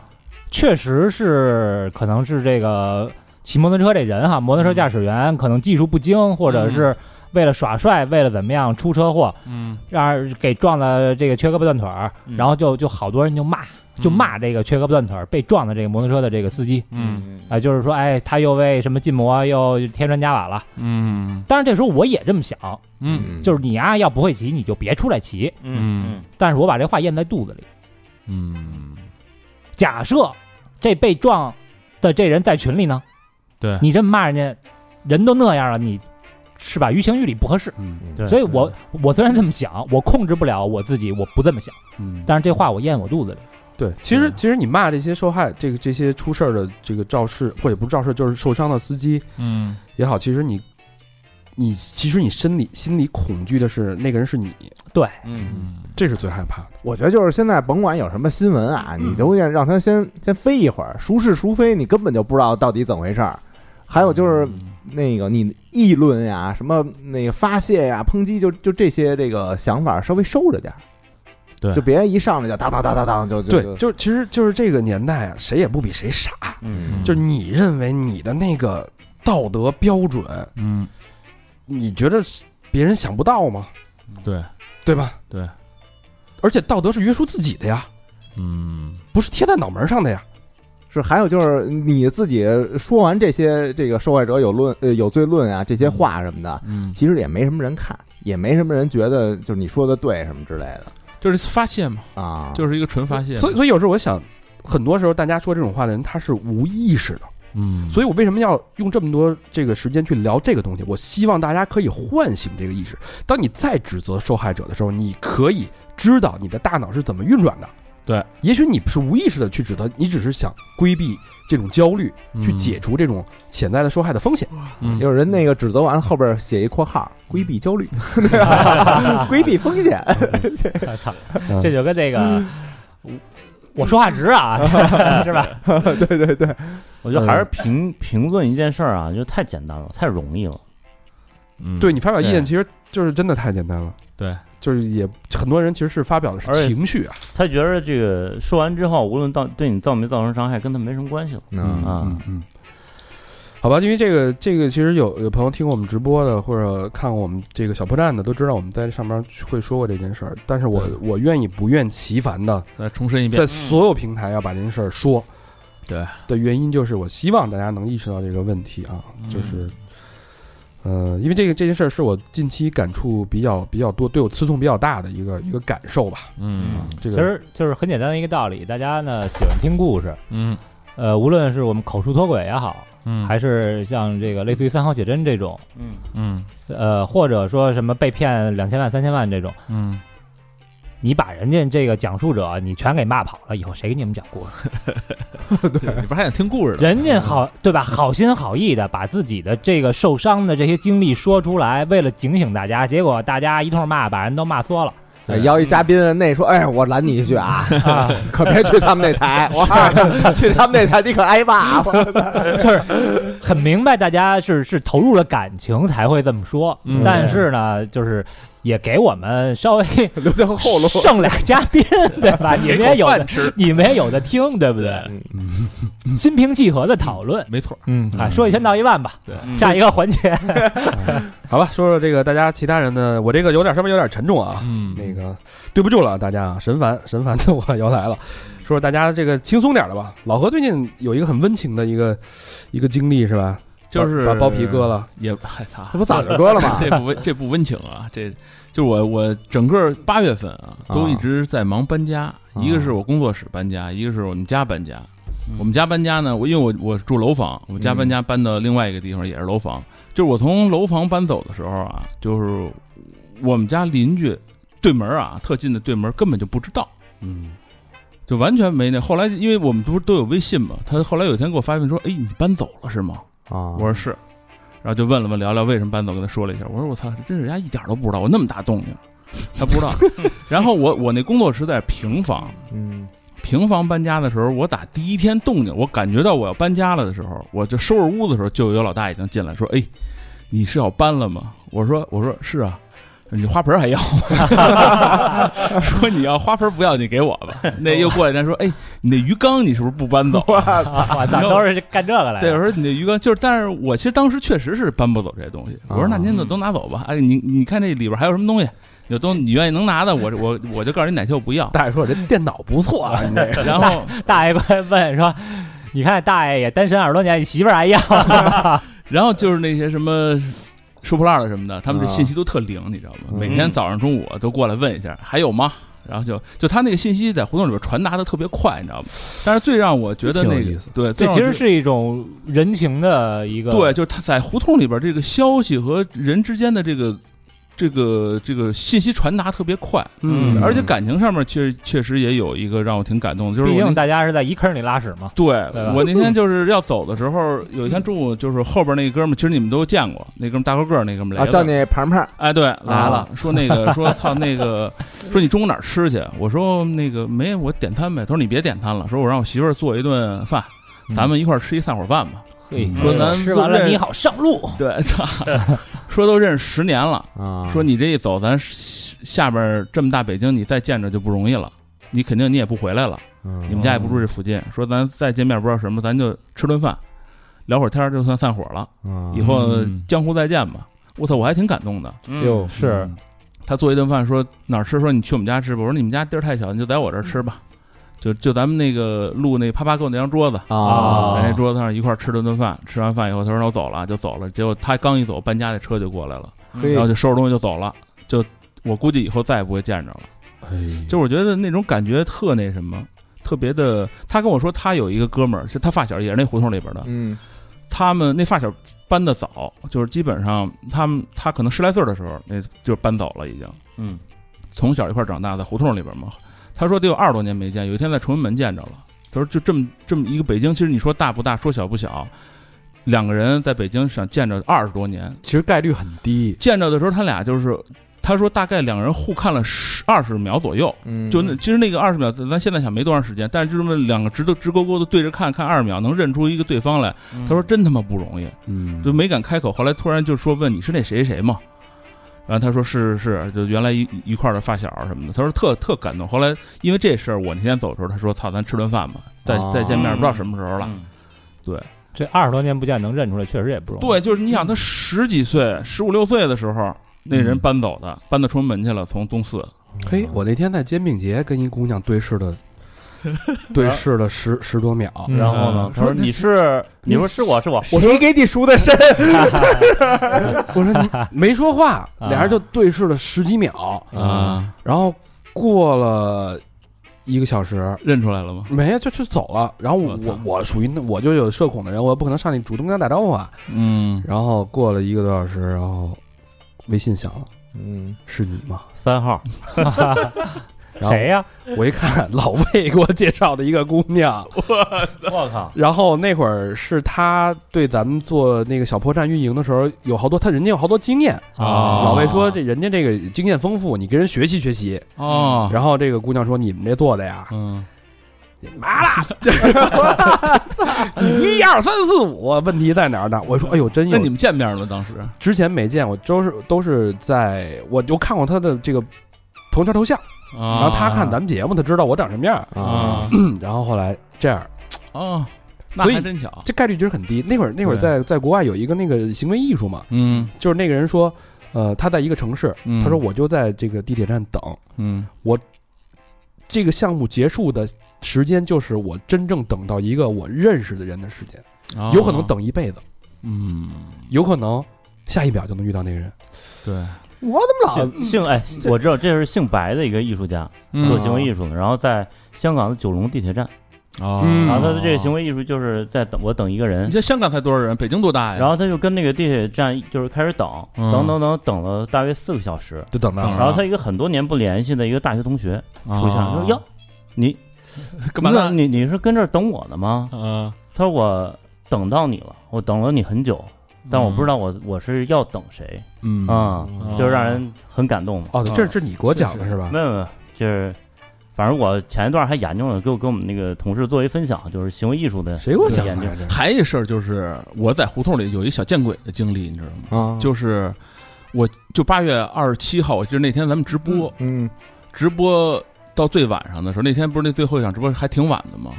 确实是可能是这个骑摩托车这人哈，摩托车驾驶员可能技术不精，或者是为了耍帅，为了怎么样出车祸，嗯，让给撞了这个缺胳膊断腿儿，嗯然后就就好多人就骂，就骂这个缺胳膊断腿儿被撞的这个摩托车的这个司机嗯，啊、就是说，哎，他又为什么禁摩又添砖加瓦了。嗯当然这时候我也这么想，嗯就是你啊要不会骑你就别出来骑，嗯但是我把这话咽在肚子里。嗯，假设这被撞的这人在群里呢，对，你这么骂人家，人都那样了，你是吧？于情于理不合适。嗯对所以我我虽然这么想，我控制不了我自己，我不这么想，嗯，但是这话我咽我肚子里。对，其实对其实你骂这些受害这个这些出事儿的这个肇事或者不是肇事，就是受伤的司机嗯也好，其实你你其实你心里心里恐惧的是那个人是你，嗯嗯这是最害怕的。我觉得就是现在，甭管有什么新闻啊，嗯你都先让他先先飞一会儿，孰是孰非，你根本就不知道到底怎么回事儿。还有就是嗯那个你议论呀、什么那个发泄呀、抨击就，就这些这个想法稍微收着点儿，对就别一上来就当当当当当就就对，就是其实就是这个年代啊，谁也不比谁傻，嗯就是你认为你的那个道德标准，嗯，你觉得是别人想不到吗？对，对吧？对，而且道德是约束自己的呀，嗯不是贴在脑门上的呀。是还有就是你自己说完这些这个受害者有论呃有罪论啊这些话什么的，嗯，其实也没什么人看，也没什么人觉得就是你说的对什么之类的就是发泄嘛，啊，就是一个纯发泄，所以，所以有时候我想，很多时候大家说这种话的人，他是无意识的。嗯，所以我为什么要用这么多这个时间去聊这个东西？我希望大家可以唤醒这个意识。当你再指责受害者的时候，你可以知道你的大脑是怎么运转的。对，也许你是无意识的去指责，你只是想规避这种焦虑，以去解，除这种潜在的受害的风险。嗯有人那个指责完后边写一括号，规避焦 虑，对吧规避风险。我操，这就跟那个我我说话直啊，是吧？我觉得还是评评论一件事儿啊，就太简单了，太容易了。嗯对你发表意见，对其实就是真的太简单了。对，就是也很多人其实是发表的是而且情绪啊。他觉得这个说完之后，无论到对你造没造成伤害，跟他没什么关系了。嗯啊，嗯，好吧，因为这个这个其实有有朋友听过我们直播的，或者看过我们这个小破站的，都知道我们在上面会说过这件事儿。但是我对我愿意不厌其烦的来重申一遍在，所有平台要把这件事儿说。对的原因就是我希望大家能意识到这个问题啊，嗯就是。呃，因为这个这件事儿是我近期感触比较比较多，对我刺痛比较大的一个一个感受吧。嗯这其个实就是很简单的一个道理，大家呢喜欢听故事，嗯呃，无论是我们口述脱轨也好，嗯，还是像这个类似于三好写真这种，嗯嗯呃，或者说什么被骗两千万、三千万这种，嗯你把人家这个讲述者啊你全给骂跑了，以后谁给你们讲故事？对，你不是还想听故事的？人家好对吧？好心好意的把自己的这个受伤的这些经历说出来，为了警醒大家，结果大家一通骂，把人都骂缩了。哎邀一嘉宾，那说，哎，我拦你一句 啊，啊，可别去他们那 台，我啊去他们那台你可挨骂。 就是很明白，大家是是投入了感情才会这么说，嗯但是呢，就是也给我们稍 微 留条后路。剩俩嘉宾，对吧？你们也有的，你们也有的听，对不对？心平气和的讨论没错，嗯啊，说一千道一万吧。嗯下一个环节，好吧，说说这个大家其他人的，我这个有点稍微有点沉重啊，嗯，那个对不住了啊大家啊，神烦神烦的我又来了，说说大家这个轻松点的吧。老何最近有一个很温情的一个一个经历是吧？就是把把包皮割了，也还擦这，不早就割了吗？这不温这不温情啊，这就是我我整个八月份啊，啊都一直在忙搬家，一个是我工作室搬家，一个是我们家搬家。嗯我们家搬家呢，我因为我我住楼房，我家搬家搬到另外一个地方也是楼房。就是我从楼房搬走的时候啊，就是我们家邻居对门啊，特近的对门根本就不知道，嗯，就完全没那。后来因为我们不是都有微信嘛，他后来有一天给我发信说：“哎，你搬走了是吗？”啊我说是，然后就问了问聊聊为什么搬走，跟他说了一下。我说我操，真是人家一点都不知道我那么大动静，他不知道。然后我我那工作室在平房，嗯平房搬家的时候，我打第一天动静，我感觉到我要搬家了的时候，我就收拾屋子的时候，就有老大已经进来说：“哎，你是要搬了吗？”我说：“我说是啊。”你花盆还要吗？ 说你要花盆不要，你给我吧。那又过两天说，哎，你那鱼缸你是不是不搬走？啊我 操，都是干这个来嗯对，我的。说你的鱼缸就是，但是我其实当时确实是搬不走这些东西。我说那您就都拿走吧，哎，你你看这里边还有什么东西，你就都你愿意能拿的，我我我就告诉你哪些我不要。大爷说：“我这电脑不错 啊，你这然后大爷过来问说：“你看，大爷也单身二十多年，你媳妇儿还要。然后就是那些什么。收破烂的什么的，他们这啊信息都特灵，你知道吗？嗯每天早上、中午都过来问一下，还有吗？然后就就他那个信息在胡同里边传达的特别快，你知道吗？但是最让我觉得挺有那个意思对，”最这让其我实觉是一种人情的一个得对，就是他在胡同里边这个消息和人之间的这个这个这个信息传达特别快，嗯而且感情上面确确实也有一个让我挺感动的，就是毕我竟那大家是在一坑里拉屎嘛。对对吧我那天就是要走的时候，有一天中午就是后边那哥们儿，其实你们都见过，那哥们儿大高个儿那哥们儿啊，来了叫你盘盘，哎对来了，说那个说操那个说你中午哪儿吃去？我说那个没我点餐呗。他说你别点餐了，说我让我媳妇儿做一顿饭，咱们一块儿吃一散伙饭吧。嘿嗯说咱吃完都了认你好上路，对，操，说都认识十年了，啊，说你这一走，咱下下边儿这么大北京，你再见着就不容易了。你肯定你也不回来了，你你们家也不住这附近。说咱再见面不知道什么，咱就吃顿饭，聊会儿天儿就算散伙了。哦以后嗯江湖再见吧。我操，我还挺感动的。哟，是他做一顿饭，说哪儿吃？说你去我们家吃吧。我说你们家地儿太小，你就在我这儿吃吧。就就咱们那个录那啪啪够那张桌子，啊在那桌子上一块儿吃了顿饭。吃完饭以后，他说那我走了，就走了。结果他刚一走，搬家那车就过来了。嘿然后就收拾东西就走了。就我估计以后再也不会见着了。哎就是我觉得那种感觉特那什么，特别的。他跟我说，他有一个哥们儿是他发小，也是那胡同里边的。嗯他们那发小搬的早，就是基本上他们他可能十来岁的时候，那就搬走了已经。嗯，从小一块儿长大，在胡同里边嘛。他说得有二十多年没见，有一天在崇文门见着了。他说就这么这么一个北京，其实你说大不大，说小不小，两个人在北京想见着二十多年，其实概率很低。见着的时候，他俩就是，他说大概两个人互看了十二十秒左右，嗯，就那其实那个二十秒，咱咱现在想没多长时间，但是就这么两个直的直勾勾的对着看看二十秒，能认出一个对方来，他说真他妈不容易，嗯就没敢开口。后来突然就说问你是那谁谁吗？然后他说是是是，就原来一一块儿的发小什么的。他说特特感动。后来因为这事儿，我那天走的时候，他说操，咱吃顿饭吧，再哦再见面不知道什么时候了。这二十多年不见能认出来，确实也不容易。对，就是你想，他十几岁、十五六岁的时候，那人搬走的，搬到崇文门去了，从东四。嘿，我那天在煎饼节跟一姑娘对视 了，对视了十十多秒，嗯然后呢嗯？他说你是你说是我是我，谁给你赎的身？我说你没说 话，俩人就对视了十几秒，啊，然后过了一个小时。认出来了吗？没，就就走了。然后我我操我我属于那我就有社恐的人，我不可能上去主动跟他打招呼啊。嗯，然后过了一个多小时，然后微信响了，嗯，是你吗？三号，然后谁呀？我一看，老魏给我介绍的一个姑娘，我靠，然后那会儿是他对咱们做那个小破站运营的时候，有好多他人家有好多经验。啊老魏说这人家这个经验丰富，你跟人学习学习。哦，然后这个姑娘说你们这做的呀，嗯，麻了， 一二三四五，问题在哪儿呢？我说哎呦， 真有那你们见面了当时？啊之前没见过，都是都是在我就看过他的这个朋友圈头像，然后然他看咱们节目，他知道我长什么样儿。嗯啊然后后来这样，哦，那所以还真巧，这概率其实很低。那会儿那会儿在在国外有一个那个行为艺术嘛，嗯，就是那个人说，呃，他在一个城市，嗯他说我就在这个地铁站等，嗯这个项目结束的时间就是我真正等到一个我认识的人的时间，有可能，哦等一辈子，嗯，有可能下一秒就能遇到那个人。对，我怎么姓姓哎，我知道这是姓白的一个艺术家，嗯嗯做行为艺术的，然后在香港的九龙地铁站，啊，嗯然后他的这个行为艺术就是在等我等一个人你，这香港才多少人？北京多大呀？然后他就跟那个地铁站就是开始等，嗯等等等等了大约四个小时，就等等着着然后他一个很多年不联系的一个大学同学嗯出现，了，说哟，你哦 干嘛那呢？你你是跟这儿等我的吗？嗯，他说我等到你了，我等了你很久，但我不知道我我是要等谁嗯啊，嗯，就是让人很感动嘛。哦，这是你给我讲的是是吧？没有没有，就是反正我前一段还研究了，给我跟我们那个同事做一分享，就是行为艺术的谁给我讲研的究呀？这还一事儿就是我在胡同里有一小见鬼的经历，你知道吗？老啊？就是我就八月二十七号，我记得那天咱们直播，嗯，直播到最晚上的时候，那天不是那最后一场直播还挺晚的吗？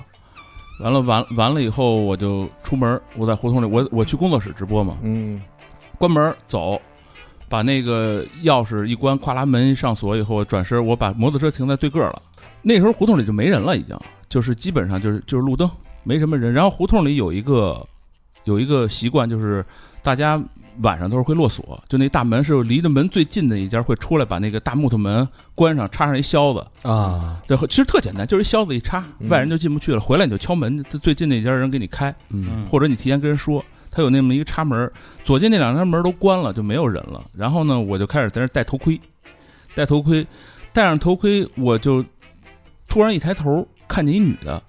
完了完完了以后，我就出门，我在胡同里，我我去工作室直播嘛，嗯关门走，把那个钥匙一关，跨拉门一上锁以后，我转身我把摩托车停在对个儿了。那时候胡同里就没人了，已经就是基本上就是就是路灯，没什么人。然后胡同里有一个有一个习惯，就是大家晚上都是会落锁，就那大门是离着门最近的一家会出来把那个大木头门关上，插上一销子，啊，对，其实特简单，就是一销子一插，嗯外人就进不去了。回来你就敲门，最最近那家人给你开，嗯或者你提前跟人说，他有那么一个插门儿，左近那两扇门都关了，就没有人了。然后呢，我就开始在那儿戴头盔，戴头盔，戴上头盔，我就突然一抬头看见一女的，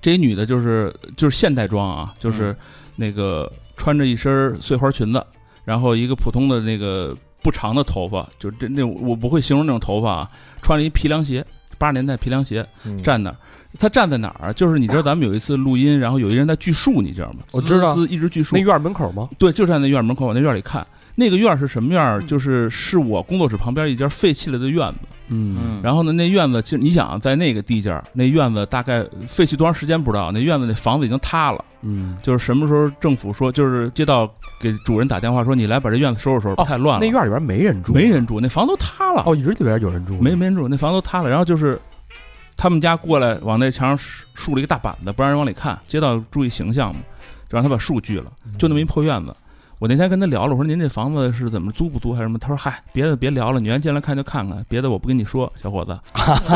这一女的就是就是现代装啊，就是那个穿着一身碎花裙子，然后一个普通的那个不长的头发，就是这那种我不会形容那种头发啊，穿了一皮凉鞋，八十年代皮凉鞋，嗯站那儿。他站在哪儿啊？就是你知道咱们有一次录音，然后有一人在锯树，你知道吗？我知道滋滋一直锯树那。院门口吗？对，就站在院门口，往那院里看。那个院儿是什么院儿？就是是我工作室旁边一家废弃了的院子。嗯，然后呢，那院子其实你想，啊在那个地界儿，那院子大概废弃多长时间不知道，那院子那房子已经塌了。嗯，就是什么时候政府说，就是街道给主人打电话说，你来把这院子收拾收拾，哦太乱了。那院里边没人住，没人住，那房都塌了。哦，一直里边有人住，没没人住，那房都塌了。然后就是他们家过来往那墙上竖竖了一个大板子，不让人往里看，街道注意形象嘛，就让他把树锯了，就那么一破院子。我那天跟他聊了，我说您这房子是怎么租不租还是什么？他说嗨，别的别聊了，你愿意进来看就看看，别的我不跟你说，小伙子，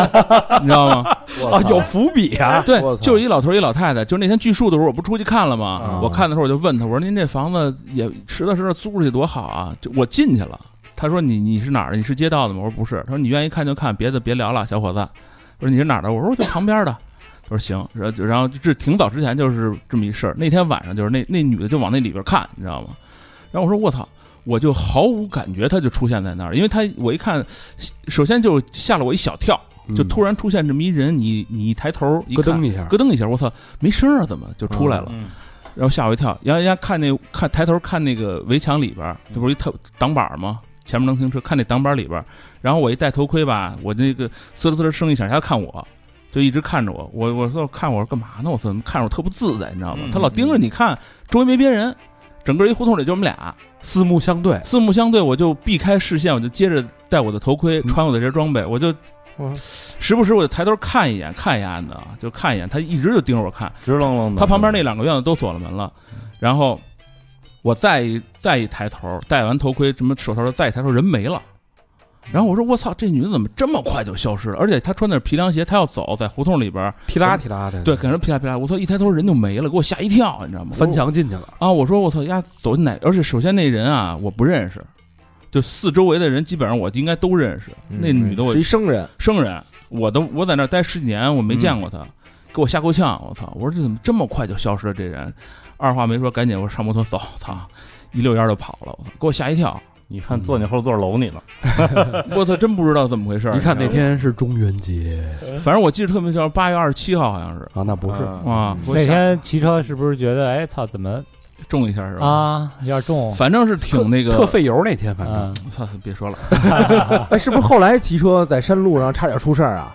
你知道吗？啊，有伏笔啊，对我，操就是一老头儿一老太太。就是那天锯树的时候，我不出去看了吗？啊我看的时候我就问他，我说您这房子也实打实的租出去多好啊！就我进去了，他说你你是哪儿的？你是街道的吗？我说不是。他说你愿意看就看，别的别聊了，小伙子。我说你是哪儿的？我说我就旁边的。他说行，然后然后这挺早之前就是这么一事儿。那天晚上就是那那女的就往那里边看，你知道吗？然后我说我操，我就毫无感觉，她就出现在那儿，因为她我一看，首先就吓了我一小跳，就突然咯噔出现这么一人，你你一抬头一嗯咯看噔，一下，咯噔一下，我操，没声儿啊，怎么就出来了？嗯然后吓我一跳，然后人家看那看抬头看那个围墙里边儿，这不是一特挡板儿吗？前面能停车，看那挡板儿里边儿。然后我一戴头盔吧，我那个滋溜滋溜声一响，他看我，就一直看着我。我我说看我干嘛呢？我怎么看着我特不自在，你知道吗？嗯他老盯着你看，周围没别人，整个一胡同里就我们俩，四目相对，四目相对，我就避开视线，我就接着戴我的头盔，穿我的这身装备，我就嗯。时不时我就抬头看一眼，看一眼的，就看一眼，他一直就盯着我看，直愣愣的。他旁边那两个院子都锁了门了，嗯然后我再一再一抬头，戴完头盔什么手套，再一抬头人没了。然后我说我操，这女的怎么这么快就消失了？而且她穿的是皮凉鞋，她要走，在胡同里边，提拉提拉的，对，感觉噼啦噼啦。我操，一抬头人就没了，给我吓一跳，你知道吗？翻墙进去了，啊！我说我操，丫走进哪？而且首先那人啊，我不认识，就四周围的人基本上我应该都认识。嗯那女的我是一生人，生人，我都我在那儿待十几年，我没嗯见过他，给我吓够呛。我操！我说这怎么这么快就消失了？这人，二话没说，赶紧我上摩托走，操，一溜烟儿就跑了，我操，给我吓一跳。你看坐你后座搂你了，我操，真不知道怎么回事 儿。一看那你知道天是中元节吗，反正我记得特别清楚，八月二十七号好像是啊，那不是，啊，给我那吓天骑车是不是觉得哎操怎么中一下是吧？，啊有点重？反正是挺那个啊特费油那天，反正嗯，操，别说了，哎，是不是后来骑车在山路上差点出事儿啊？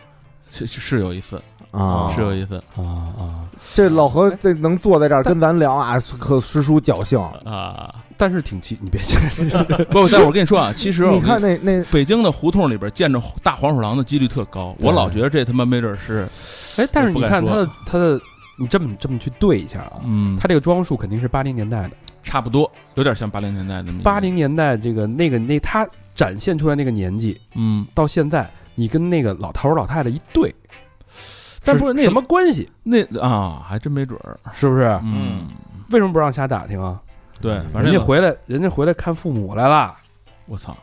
是是是有一次，啊是有一次啊啊，这老何这能坐在这儿跟咱聊啊，可实属侥幸。啊。但是挺气，你别 介，不，但我跟你说啊，其实我你看那那北京的胡同里边见着大黄鼠狼的几率特高，对我老觉得这他妈没准是，哎，但是我不你敢看他说的他的，你这么这么去对一下啊，嗯，他这个装束肯定是八零年代的，差不多，有点像八零年代的民谣八，零年代这个那个那他展现出来那个年纪嗯，到现在，你跟那个老头儿老太太一对，但不是那什么关系，那啊，还真没准儿，是不是？嗯，为什么不让瞎打听啊？对，反人正家那，回来，人家回来看父母来了，我操，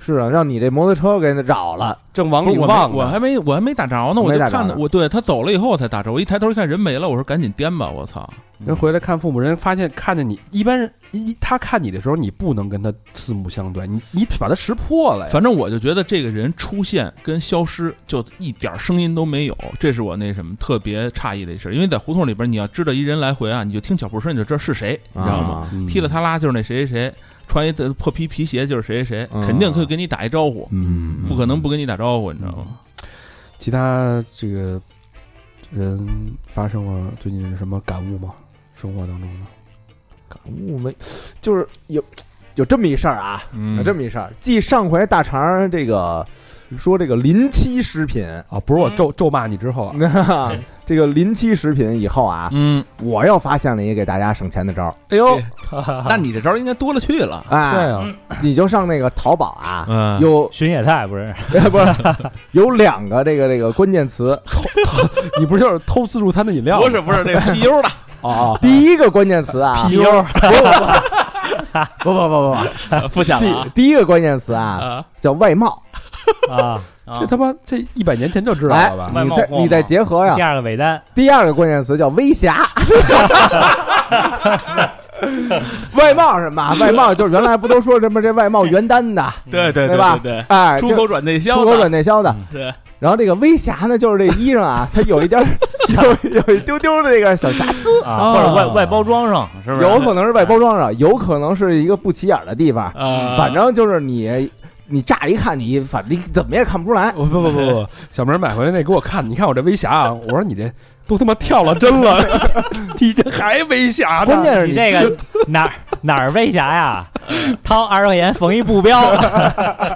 是啊，让你这摩托车给扰了。正往不里是我望没呢我还没我还没打着呢，我没就打着看呢到我对他走了以后我才打着，我一抬头一看人没了，我说赶紧颠吧，我操，人回来看父母，人发现看见你，一般人一他看你的时候，你不能跟他四目相对，你你把他识破了呀。反正我就觉得这个人出现跟消失就一点声音都没有，这是我那什么特别诧异的一事儿，因为在胡同里边你要知道一人来回啊，你就听脚步声你就知道是谁，你知道啊？吗？踢了他拉就是那谁谁谁，穿一破皮皮鞋就是谁谁谁，嗯肯定可以跟你打一招呼，嗯不可能不跟你打招呼，你知道吗？其他这个人发生了最近有什么感悟吗？生活当中的我没，就是有有这么一事儿啊，有嗯这么一事儿。继上回大肠儿这个说这个临期食品，啊，不是我咒咒骂你之后啊，那这个临期食品以后啊，嗯，我又发现了一个给大家省钱的招儿哎呦，那你这招应该多了去了，对嗯啊，啊，你就上那个淘宝啊，嗯，有 寻野菜不是？不是有两个这个这个关键词，你不是就是偷自助餐的饮料吗？不是不是这个 PU 的，啊，啊第一个关键词啊， 皮优不不不不付钱了不，啊第第一个关键词啊啊，叫外贸，啊，这他妈这一百年前就知道哎了吧？外你贸再货嘛你再结合哎呀第，二个尾单，第二个关键词叫微瑕。外贸是什么啊？外贸就是原来不都说什么这外贸原单的，对对对吧对，哎，出就口转内销的，出口转内销的。对，然后这个微瑕呢，就是这衣裳啊，它有一点儿有有一丢丢的这个小瑕疵，哦啊，或者外外包装上是不是？有可能是外包装上，有可能是一个不起眼儿的地方，啊，嗯反正就是你你乍一看你反正你怎么也看不出 来。我哦不不不不，小明买回来那给我看，你看我这微瑕啊，我说你这都他妈跳了针了， 你这还微瑕呢？关键是你这个哪儿哪儿微瑕呀？掏二十块钱缝一布标，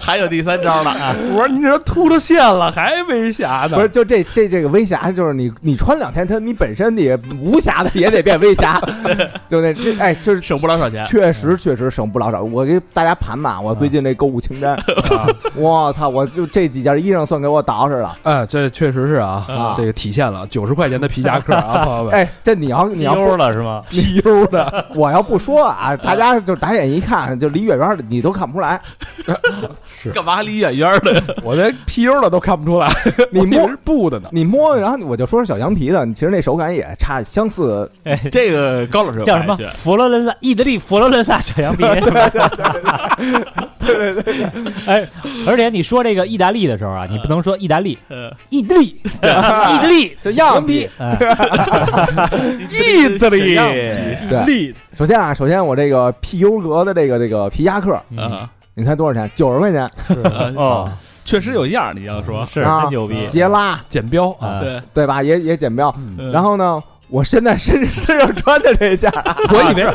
还有第三招呢，我说你这秃了线了，还微瑕呢？不是，就这这这个微瑕，就是你你穿两天，它你本身你无瑕的也得变微瑕，就那这哎，就是省不了少啊钱，确实确实省不了少。我给大家盘盘我最近这购物清单，我操，我就这几件衣裳算给我捯饬了。哎，这确实是啊，啊这个体现了九十块钱的皮夹克 啊，朋友们，哎，这你要你要优不了是吗？皮优的，我要不说啊，大家就打眼一看，就离远远的你都看不出来。干嘛离远远的？ 我连皮优的都看不出 来，你我以为摸是布的呢。你摸，然后我就说是小羊皮的，其实那手感也差相似。哎，这个高老师有叫什么感觉？佛罗伦萨，意大利佛罗伦萨小羊皮。 对对对哎，而且你说这个意大利的时候啊，你不能说意大利，意大 利，意大利，这样皮，哎意大利对力首先啊，首先我这个 PU 格的这个这个皮夹克，啊，呃你猜多少钱？九十块钱。哦，确实有样儿，你要说，是啊真牛逼斜拉，剪标啊，啊！对，对吧？也也减标。嗯然后呢，我现在身身上穿的这件啊，我以为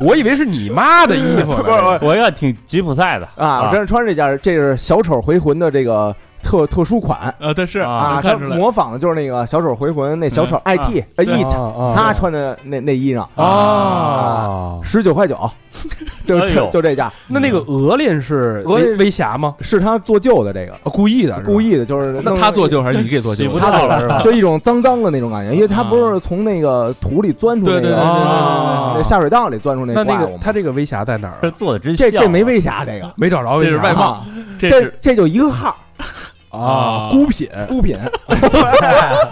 我以为是你妈的衣服呢， 不是我我要挺吉普赛的啊，我身上穿这件，这是小丑回魂的这个特特殊款啊，但是啊，能它看出来，模仿的就是那个小丑回魂那小丑 IT 呃 IT，啊他穿的那那衣裳啊，十九块九，就哎呦就就这件，那那个鹅链是鹅链微微瑕吗？是他做旧的这个，啊故意的，故意意的，就是那弄他做旧还是你给做旧洗不的？到了是吧？就一种脏脏的那种感觉，因为他不是从那个土里钻出那对对对对对个啊对那下水道里钻出啊那怪那物个嘛，他这个微瑕在哪儿啊？ 这哎做的真这像这没微瑕这个。没找着微瑕，这是外贸啊对这这是这就一个号啊啊，孤品。孤品，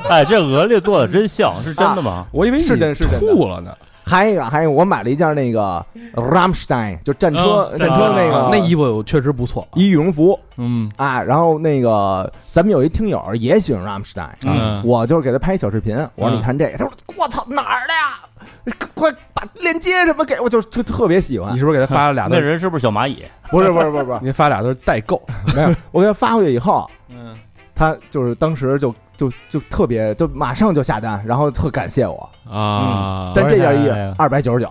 哎，这鹅这做的真像，是真的吗？我以为你是真是真吐了呢，还有一个，还有我买了一件那个 Ramstein，就战车、嗯战车那个、啊那衣服确实不错，啊一羽绒服嗯啊。然后那个咱们有一听友也喜欢 Ramstein，、嗯我就是给他拍小视频，我说嗯你看这个，他说我操哪儿的呀？快把链接什么给我，就是特特别喜欢你。是不是给他发 了俩字那儿？人是不是小蚂蚁？不是不是不是不是，你发俩字儿代购， 没有，我给他发过去以后，嗯，他就是当时就就就特别就马上就下单，然后特感谢我。啊，但这件衣多少钱啊裳二百九十九，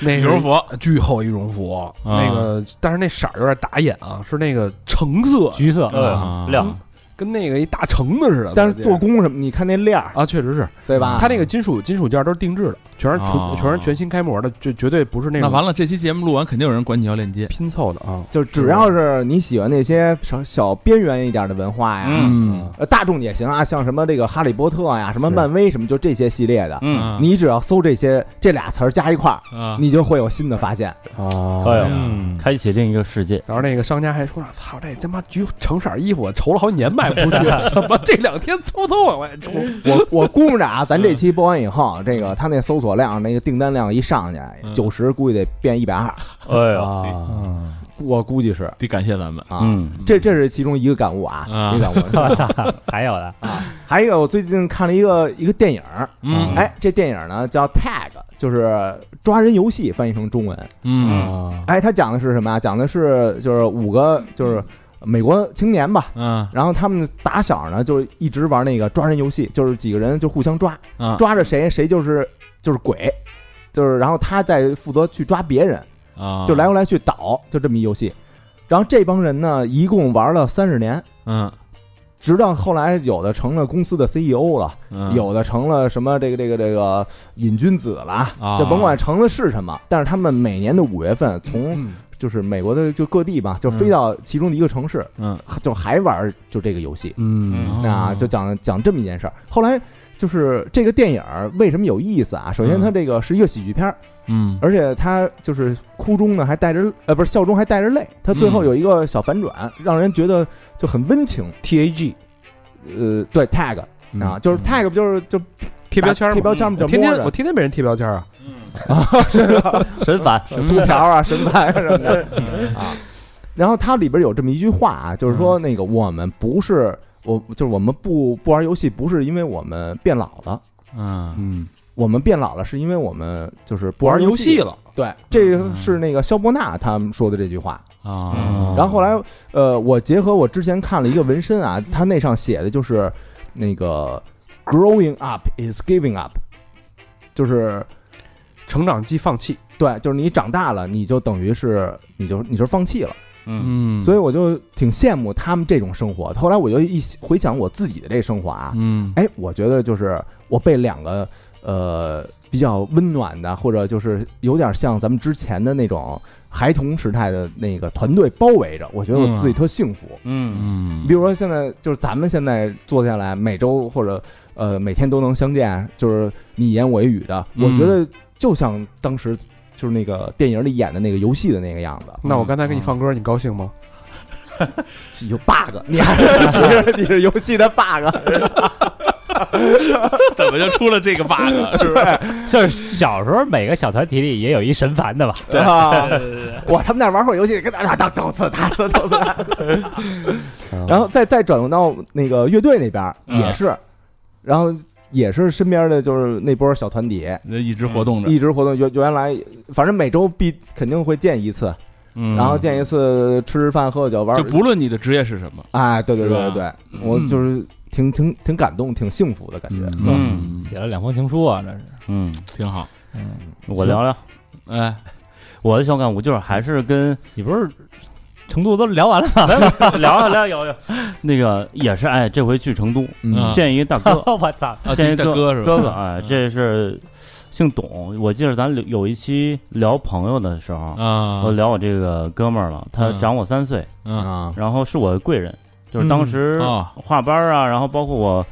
那羽是绒服啊巨厚羽绒服，那个但是那色儿有点打眼啊，是那个橙色，橘色，啊亮跟那个一大橙子似的。但是做工什么，你看那链儿，啊，确实是，对吧？它嗯那个金属金属件都是定制的，全是纯哦全是全新开模的，就绝对不是那那种完了，这期节目录完，肯定有人管你要链接。拼凑的啊。就只要是你喜欢那些小小边缘一点的文化呀，嗯呃，大众也行啊，像什么这个哈利波特呀，什么是漫威什么，就这些系列的，嗯，你只要搜这些这俩词儿加一块儿，啊，嗯你就会有新的发现。哦哎呀嗯开启另一个世界。然后那个商家还说呢：“操，这他妈橘橙色衣服，我愁了好几年卖不出去，怎么这两天偷偷往外出？我我估摸着啊，咱这期播完以后，这个他那搜索量、那个订单量一上去，嗯九十估计得变一百二，哎呀，啊，我估计是得感谢咱们啊。嗯，这这是其中一个感悟啊，啊一个 感悟。我操，还有的还有，我最近看了一个一个电影儿，哎嗯哎，这电影呢叫《Tag》，就是抓人游戏翻译成中文。嗯啊，哎，他讲的是什么啊？讲的是就是五个就是美国青年吧，嗯然后他们打小呢就一直玩那个抓人游戏，就是几个人就互相抓，啊抓着谁谁就是就是鬼，就是然后他再负责去抓别人，啊，就来回来去倒，就这么一游戏。然后这帮人呢，一共玩了三十年，嗯直到后来有的成了公司的 CEO 了，嗯有的成了什么这个这个这个瘾君子了，啊就甭管成了是什么，但是他们每年的五月份从嗯就是美国的就各地吧，就飞到其中的一个城市，嗯就还玩就这个游戏。嗯嗯啊，就讲讲这么一件事儿。后来就是这个电影儿为什么有意思啊？首嗯先，它这个是一个喜剧片儿，嗯而且它就是哭中呢还带着呃不是笑中还带着泪，它最后嗯有一个小反转，让人觉得就很温情。 ，T A G 嗯呃，对 tag 啊，就是 tag 不就是就贴标签儿嘛贴标签儿嘛，我就天摸天我着天天被人贴标签儿啊， 神烦，嗯秃瓢啊、神牌啊什么的啊。然后它里边有这么一句话啊，就嗯是说那个我们不是我就是我们不不玩游戏，不是因为我们变老了。嗯嗯，我们变老了，是因为我们就是不不玩玩游戏戏。了，嗯对，这个是那个肖伯纳他们说的这句话。哦啊，嗯然后后来，呃，我结合我之前看了一个纹身啊，他那上写的就是那个 “growing up is giving up”，就是成长即放弃，对，就是你长大了，你就等于是你就你就放弃了。嗯，嗯，所以以我就挺羡慕他们这种生活。后来我就一回想我自己的这生活啊，嗯哎，我觉得就是我被两个呃比较温暖的，或者就是有点像咱们之前的那种孩童时代的那个团队包围着，我觉得我自己特幸福。嗯，嗯，比如说现在就是咱们现在坐下来，每周或者呃每天都能相见，就是你一言我一语的，我觉得就像当时就是那个电影里演的那个游戏的那个样子，那我刚才给你放歌，你高兴吗？有 bug，你还你 是你是游戏的 bug，怎么就出了这个 bug 是吧？就是小时候每个小团体里也有一神烦的吧？对吧？哇，啊他们那玩会儿游戏，跟那那打斗刺打刺斗刺，然后再再转动到那个乐队那边儿嗯也是，然后也是身边的就是那波小团体那一直活动着，一直活动，原原来反正每周必肯定会见一次，嗯然后见一次吃吃饭喝喝酒玩就儿，不论你的职业是什么，哎，对对对对是嗯对，我就是挺挺挺感动，挺幸福的感觉。嗯写了两封情书啊，这是。嗯，挺好。我聊聊哎，我的小感悟，就是还是 跟你不是成都都聊完了吗？聊聊聊 有有，那个也是哎，这回去成都嗯见 一大哥， 我操！啊，见这一大哥哥是吧？嗯哥哥哎，这是姓董，我记得咱有一期聊朋友的时候，啊我，聊我这个哥们儿了，他嗯长我三岁，嗯啊，然后是我的贵人，就是当时啊，画班儿啊，然后包括我，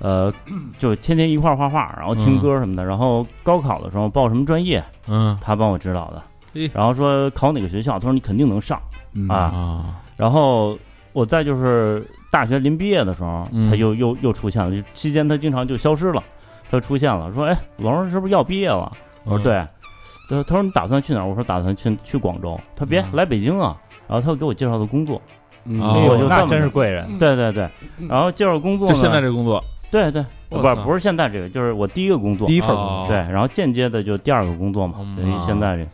呃，就天天一块儿画画，然后听歌什么的。然后高考的时候报什么专业，嗯他帮我指导的嘿。然后说考哪个学校，他说你肯定能上嗯啊。啊，然后我再就是大学临毕业的时候，嗯他又又又出现了，就期间他经常就消失了，他就出现了，说哎，老师是不是要毕业了？我说嗯哦对。他他说你打算去哪儿？我说打算去去广州。他别嗯来北京啊。然后他又给我介绍的工作，嗯啊哎我呦就这那么真是贵人。对对对。然后介绍工嗯作就呢，现在这工作，对对，我不是操不是现在这个，就是我第一个工作，第一份哦工对，然后间接的就第二个工作嘛，嗯等于现在这，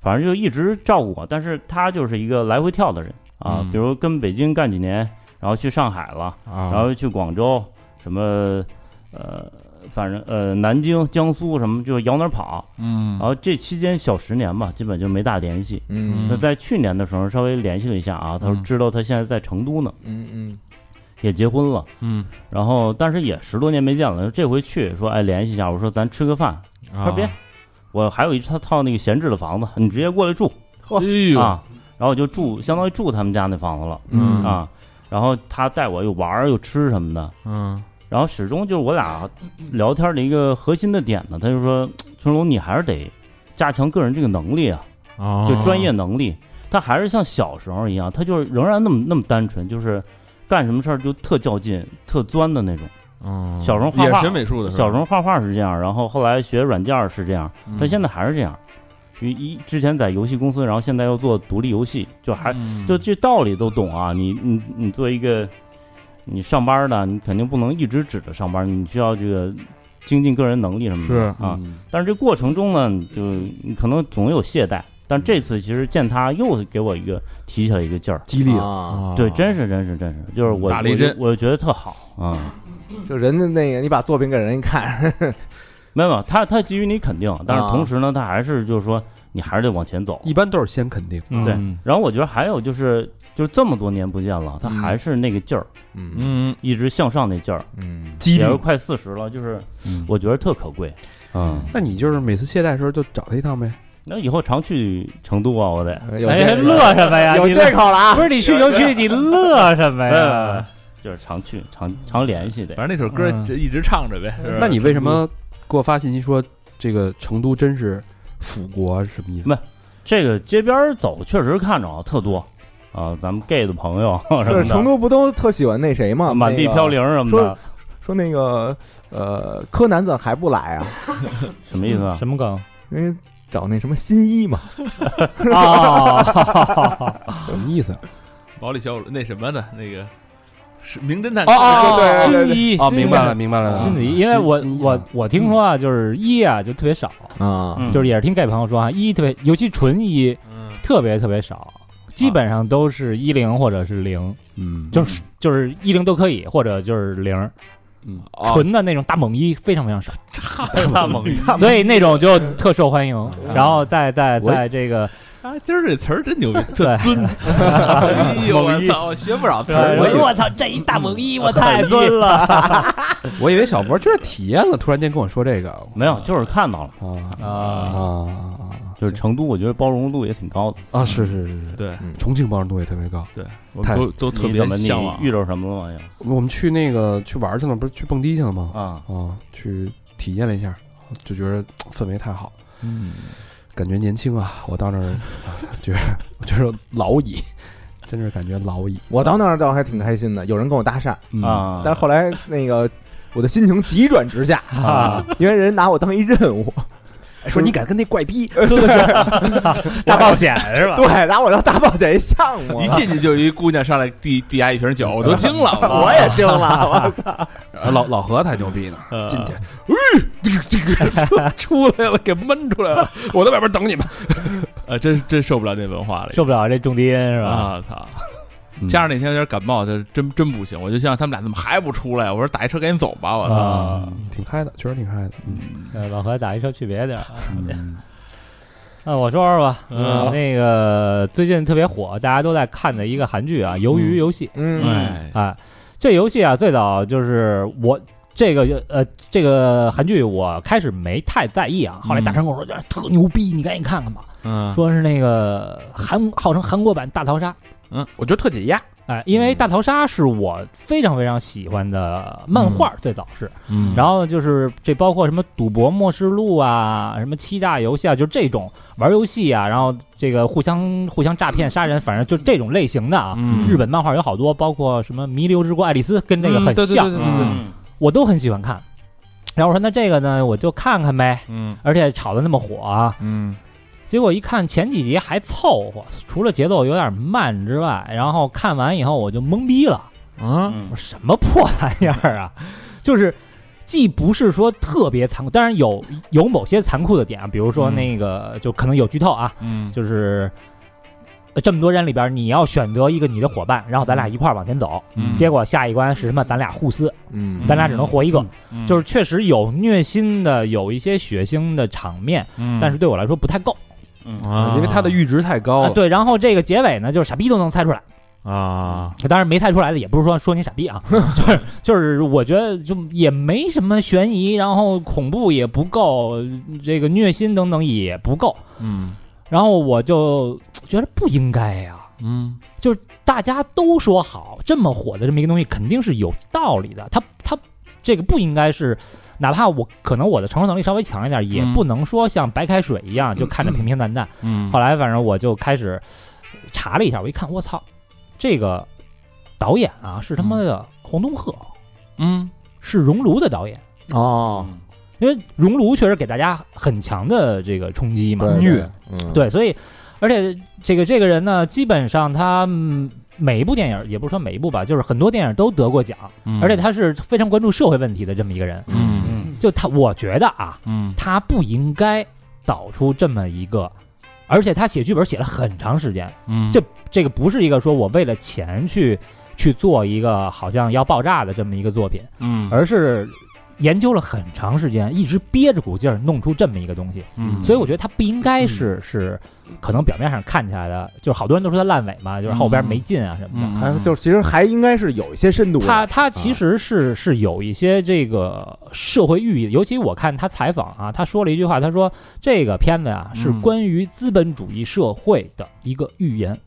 反正就一直照顾我，但是他就是一个来回跳的人啊，嗯比如跟北京干几年，然后去上海了，啊然后又去广州，什么呃，反正呃南京、江苏什么就摇哪儿跑，嗯然后这期间小十年吧，基本就没大联系。嗯那在去年的时候稍微联系了一下啊，他说嗯知道他现在在成都呢，嗯嗯也结婚了。嗯，然后但是也十多年没见了，这回去说哎联系一下，我说咱吃个饭，他他说别，我还有一套套那个闲置的房子，你直接过来住哎呦，啊，然后我就住相当于住他们家那房子了嗯啊，然后他带我又玩儿又吃什么的，嗯然后始终就是我俩聊天的一个核心的点呢，他就说春龙你还是得加强个人这个能力啊，啊，就专业能力，他还是像小时候一样，他就是仍然那么那么单纯，就是干什么事儿就特较劲、特钻的那种。嗯，小时候画也画是学美术的，小时候画画是这样，然后后来学软件儿是这样，嗯，但现在还是这样。一一之前在游戏公司，然后现在又做独立游戏，就还嗯就这道理都懂啊。你你你作为一个你上班的，你肯定不能一直指着上班，你需要这个精进个人能力什么的是嗯嗯啊。但是这过程中呢，就你可能总有懈怠。但嗯这次其实见他又给我一个提起来一个劲儿，激哎励了，啊，对，真是真是真是，就是我打了一我针嗯就我就觉得特好啊。就人家那个，你把作品给人家看，没有，没有他他给予你肯定，但是啊同时呢，他还是就是说你还是得往前走。一般都是先肯定，对嗯然后我觉得还有就是，就是这么多年不见了，他还是那个劲儿，嗯嗯，一直向上那劲儿，嗯，激也是快四十了，就是我觉得特可贵。嗯，那你就是每次懈怠的时候就找他一趟呗。那以后常去成都啊，我得。有哎，这个乐什么呀？有你借口了啊 不！是你去游区，你乐什么呃呀？，就是常去，常常联系的。反正那首歌嗯就一直唱着呗。是吧那你为什么给我发信息说这个成都真是腐国啊是什么意思？这个街边儿走确实看着啊特多啊，咱们 gay 的朋友什是么成的，都啊不都特喜欢那谁吗？满地那个飘零什么的，说那个呃，柯南怎么还不来啊？什么意思啊？什么梗？因为找那什么新一嘛，哦，什么意思？啊毛利小五那什么的那个是名侦探哦哦对对对新一哦，明白了，明白了。新子一，因为我新一我我听说啊，就是一啊就特别少，啊，嗯就是也是听 gay 朋友说啊，一特别，尤其纯一嗯特别特别少，基本上都是一零或者是零，嗯，就是就是一零都可以，或者就是零，嗯，纯的那种大猛一非常非常少，大猛所以那种就特受欢迎。然后在在我在这个啊，今儿这词儿真牛逼，特对，尊。哎呦，我操，我学不少词儿。我我操，这一大猛 一我太尊了我以为小博就是体验了，突然间跟我说这个啊没有，就是看到了，啊啊！啊就是成都，我觉得包容度也挺高的。啊！是是是，对重庆包容度也特别高。对，我太们都都特你别怎么你向往啊遇。着什么了吗？又我们去那个去玩去了，不是去蹦迪去了吗？啊，啊，去体验了一下，就觉得氛围太好，嗯，感觉年轻啊！我到那儿觉得我就是老矣，真是感觉老矣。我到那儿倒还挺开心的，有人跟我搭讪，嗯啊，但是后来那个我的心情急转直下，啊，因为人拿我当一任务，说你敢跟那怪逼？大冒险是吧？对，拿我当大冒险一项目一，进去就一姑娘上来递递俺一瓶酒，我都惊了。 我我也惊了，我操啊老老何才牛逼呢，哎嗯进去，呃，出来了，给闷出来了，我在外边等你们。呃，真真受不了那文化了。 受不了这重低音是吧？啊操！嗯加上那天有点感冒，就真真不行。我就想他们俩怎么还不出来？我说打一车赶紧走吧。我操！啊，挺嗨的，确实挺嗨的。呃老何打一车去别地儿。啊 那我说说吧，嗯，那个最近特别火，大家都在看的一个韩剧啊，《鱿鱼游戏》嗯，哎，啊，这游戏啊，最早就是我这个呃这个韩剧，我开始没太在意啊，后来大成跟我说、特牛逼，你赶紧看看吧，嗯说是那个韩号称韩国版大逃杀。嗯，我觉得特解压，哎，因为《大逃杀》是我非常非常喜欢的漫画，最早是，嗯然后就是这包括什么《赌博末世录》啊，什么欺诈游戏啊，就这种玩游戏啊，然后这个互相互相诈骗、杀人，反正就这种类型的啊。嗯日本漫画有好多，包括什么《弥留之国爱丽丝》，跟这个很像，对嗯我都很喜欢看。然后我说那这个呢，我就看看呗，嗯而且炒的那么火啊，嗯结果一看前几集还凑合，除了节奏有点慢之外，然后看完以后我就懵逼了，啊我说嗯什么破玩意儿啊！ 就是既不是说特别残酷，当然有有某些残酷的点啊，比如说嗯那个、就可能有剧透啊，嗯就是呃这么多人里边，你要选择一个你的伙伴，然后咱俩一块儿往前走，嗯结果下一关是什么？咱俩互撕，嗯咱俩只能活一个，嗯就是确实有虐心的，有一些血腥的场面，嗯但是对我来说不太够嗯啊，因为它的阈值太高啊。了。对，然后这个结尾呢，就是傻逼都能猜出来。啊，当然没猜出来的，也不是说说你傻逼啊，就是就是我觉得就也没什么悬疑，然后恐怖也不够，这个虐心等等也不够，嗯然后我就觉得不应该呀、嗯大家都说好，这么火的这么一个东西肯定是有道理的，它它这个不应该是。哪怕我可能我的承受能力稍微强一点，也嗯不能说像白开水一样就看着平平淡淡。嗯后来反正我就开始查了一下，我一看，我操，这个导演啊是他妈的黄东赫，嗯是《熔炉》的导演，哦，因为《熔炉》确实给大家很强的这个冲击嘛，对虐，嗯，对，所以而且这个这个人呢，基本上他。嗯每一部电影，也不是说每一部吧，就是很多电影都得过奖，嗯而且他是非常关注社会问题的这么一个人。嗯嗯就他，我觉得啊，嗯他不应该导出这么一个，而且他写剧本写了很长时间，嗯，这这个不是一个说我为了钱去去做一个好像要爆炸的这么一个作品，嗯而是研究了很长时间，一直憋着股劲儿弄出这么一个东西。嗯，所以我觉得他不应该是是，可能表面上看起来的，就是好多人都说他烂尾嘛，就是后边没劲啊什么的。嗯还就是其实还应该是有一些深度的。他他其实是是有一些这个社会寓意，尤其我看他采访啊，他说了一句话，他说这个片子啊是嗯关于资本主义社会的一个预言，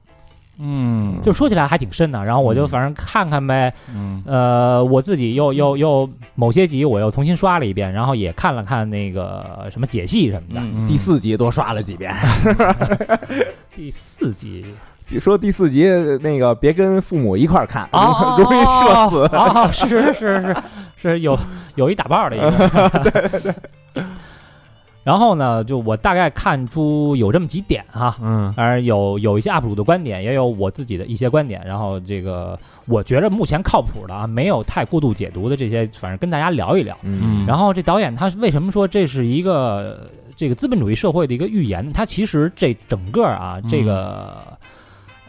嗯就说起来还挺深的。然后我就嗯反正看看呗，嗯呃，我自己又又又某些集我又重新刷了一遍，然后也看了看那个什么解析什么的。嗯嗯第四集多刷了几遍， 第四集说第四集那个别跟父母一块儿看，啊， 容易社死。 啊！是是是是是有有一打爆的一个，对对对。然后呢，就我大概看出有这么几点哈，嗯当然有有一些 UP 主的观点，也有我自己的一些观点。然后这个我觉着目前靠谱的啊，没有太过度解读的这些，反正跟大家聊一聊。嗯，然后这导演他为什么说这是一个呃这个资本主义社会的一个预言？他其实这整个啊，嗯这个、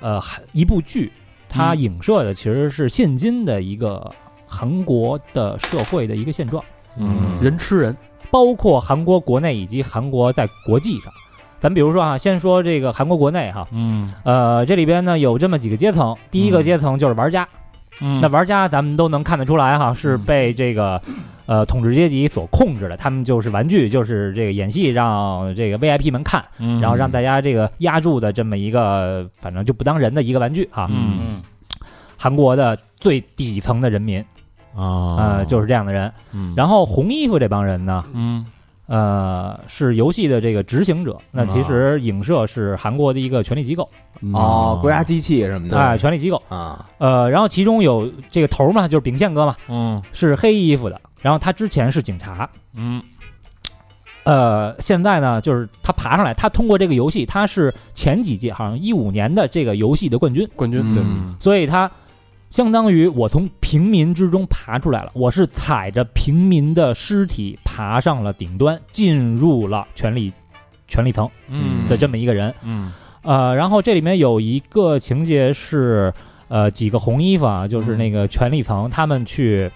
呃还一部剧，它嗯影射的其实是现今的一个韩国的社会的一个现状，嗯人吃人，包括韩国国内以及韩国在国际上。咱比如说哈、啊先说这个韩国国内哈、嗯呃，这里边呢有这么几个阶层，第一个嗯阶层就是玩家，嗯，那玩家咱们都能看得出来哈，是嗯被这个呃统治阶级所控制的，他们就是玩具，就是这个演戏让这个 VIP 们看，嗯然后让大家这个压住的这么一个，反正就不当人的一个玩具啊。嗯嗯韩国的最底层的人民，啊呃，就是这样的人。嗯然后红衣服这帮人呢，嗯呃，是游戏的这个执行者。哦那其实影射是韩国的一个权力机构，嗯哦，国家机器什么的哎，权力机构。啊，呃，然后其中有这个头儿嘛，就是秉宪哥嘛，嗯是黑衣服的。然后他之前是警察，嗯呃，现在呢，就是他爬上来，他通过这个游戏，他是前几届好像一五年的这个游戏的冠军，冠军对，嗯所以他相当于我从平民之中爬出来了，我是踩着平民的尸体爬上了顶端，进入了权力权力层嗯的这么一个人。嗯呃，然后这里面有一个情节是，呃，几个红衣服啊，就是那个权力层，他们去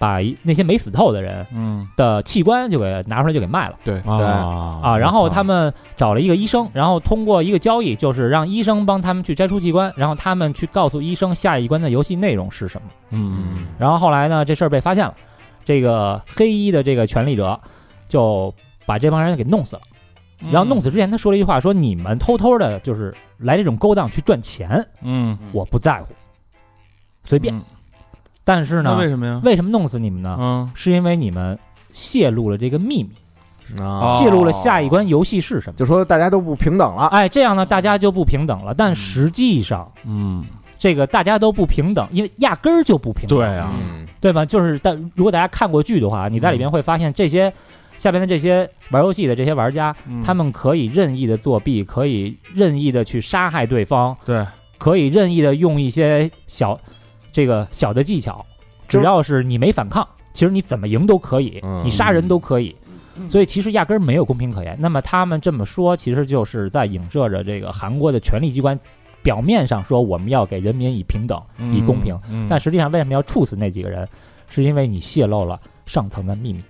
把一那些没死透的人嗯的器官就给拿出来就给卖了。啊，啊然后他们找了一个医生，然后通过一个交易，就是让医生帮他们去摘出器官，然后他们去告诉医生下一关的游戏内容是什么。嗯然后后来呢，这事儿被发现了，这个黑衣的这个权力者就把这帮人给弄死了。嗯然后弄死之前，他说了一句话，说你们偷偷的，就是来这种勾当去赚钱，嗯我不在乎，随便。但是呢那，为什么呀？为什么弄死你们呢？嗯是因为你们泄露了这个秘密，哦啊泄露了下一关游戏是什么。就说大家都不平等啊了。哎，这样呢，大家就不平等了。但实际上，嗯这个大家都不平等，因为压根儿就不平等，对啊嗯嗯，对吧？就是但如果大家看过剧的话，你在里面会发现这些下边的这些玩游戏的这些玩家，嗯他们可以任意的作弊，可以任意的去杀害对方，对，可以任意的用一些小这个小的技巧，就只要是你没反抗，其实你怎么赢都可以，嗯你杀人都可以。所以其实压根儿没有公平可言。那么他们这么说，其实就是在影射着这个韩国的权力机关，表面上说我们要给人民以平等、以公平，嗯但实际上为什么要处死那几个人？是因为你泄露了上层的秘密，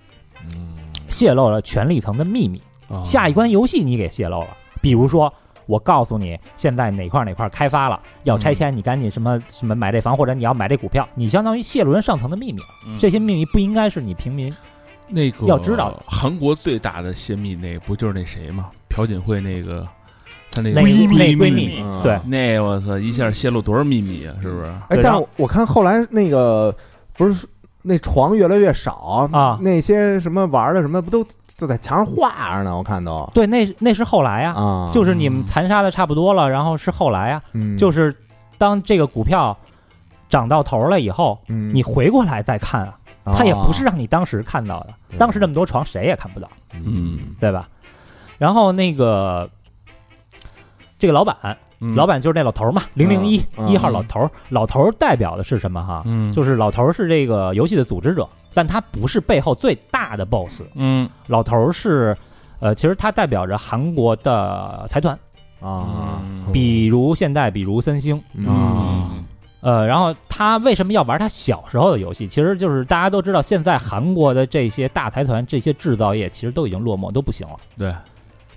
泄露了权力层的秘密。哦啊下一关游戏你给泄露了，比如说。我告诉你，现在哪块儿哪块儿开发了，要拆迁，你赶紧什么什么买这房，或者你要买这股票，你相当于泄露人上层的秘密了。嗯这些秘密不应该是你平民那个要知道的韩国最大的泄密那不就是那谁吗？朴槿惠那个，她那那个那闺蜜嗯对那我操，一下泄露多少秘密啊？是不是？哎，对但然是我看后来那个不是说那床越来越少啊那些什么玩的什么不都都在墙上画着呢？我看都对，那那是后来呀、啊，啊就是你们残杀的差不多了，然后是后来啊，嗯就是当这个股票涨到头了以后，嗯你回过来再看啊，它也不是啊让你当时看到的，当时那么多床谁也看不到，嗯，对吧？然后那个这个老板，老板就是那老头儿嘛，零零一嗯一号老头儿，老头儿代表的是什么哈？嗯，就是老头儿是这个游戏的组织者，但他不是背后最大的 boss。嗯老头儿是，呃，其实他代表着韩国的财团，啊，嗯比如现在，比如三星，啊，呃，然后他为什么要玩他小时候的游戏？其实就是大家都知道，现在韩国的这些大财团、这些制造业其实都已经落寞，都不行了。对，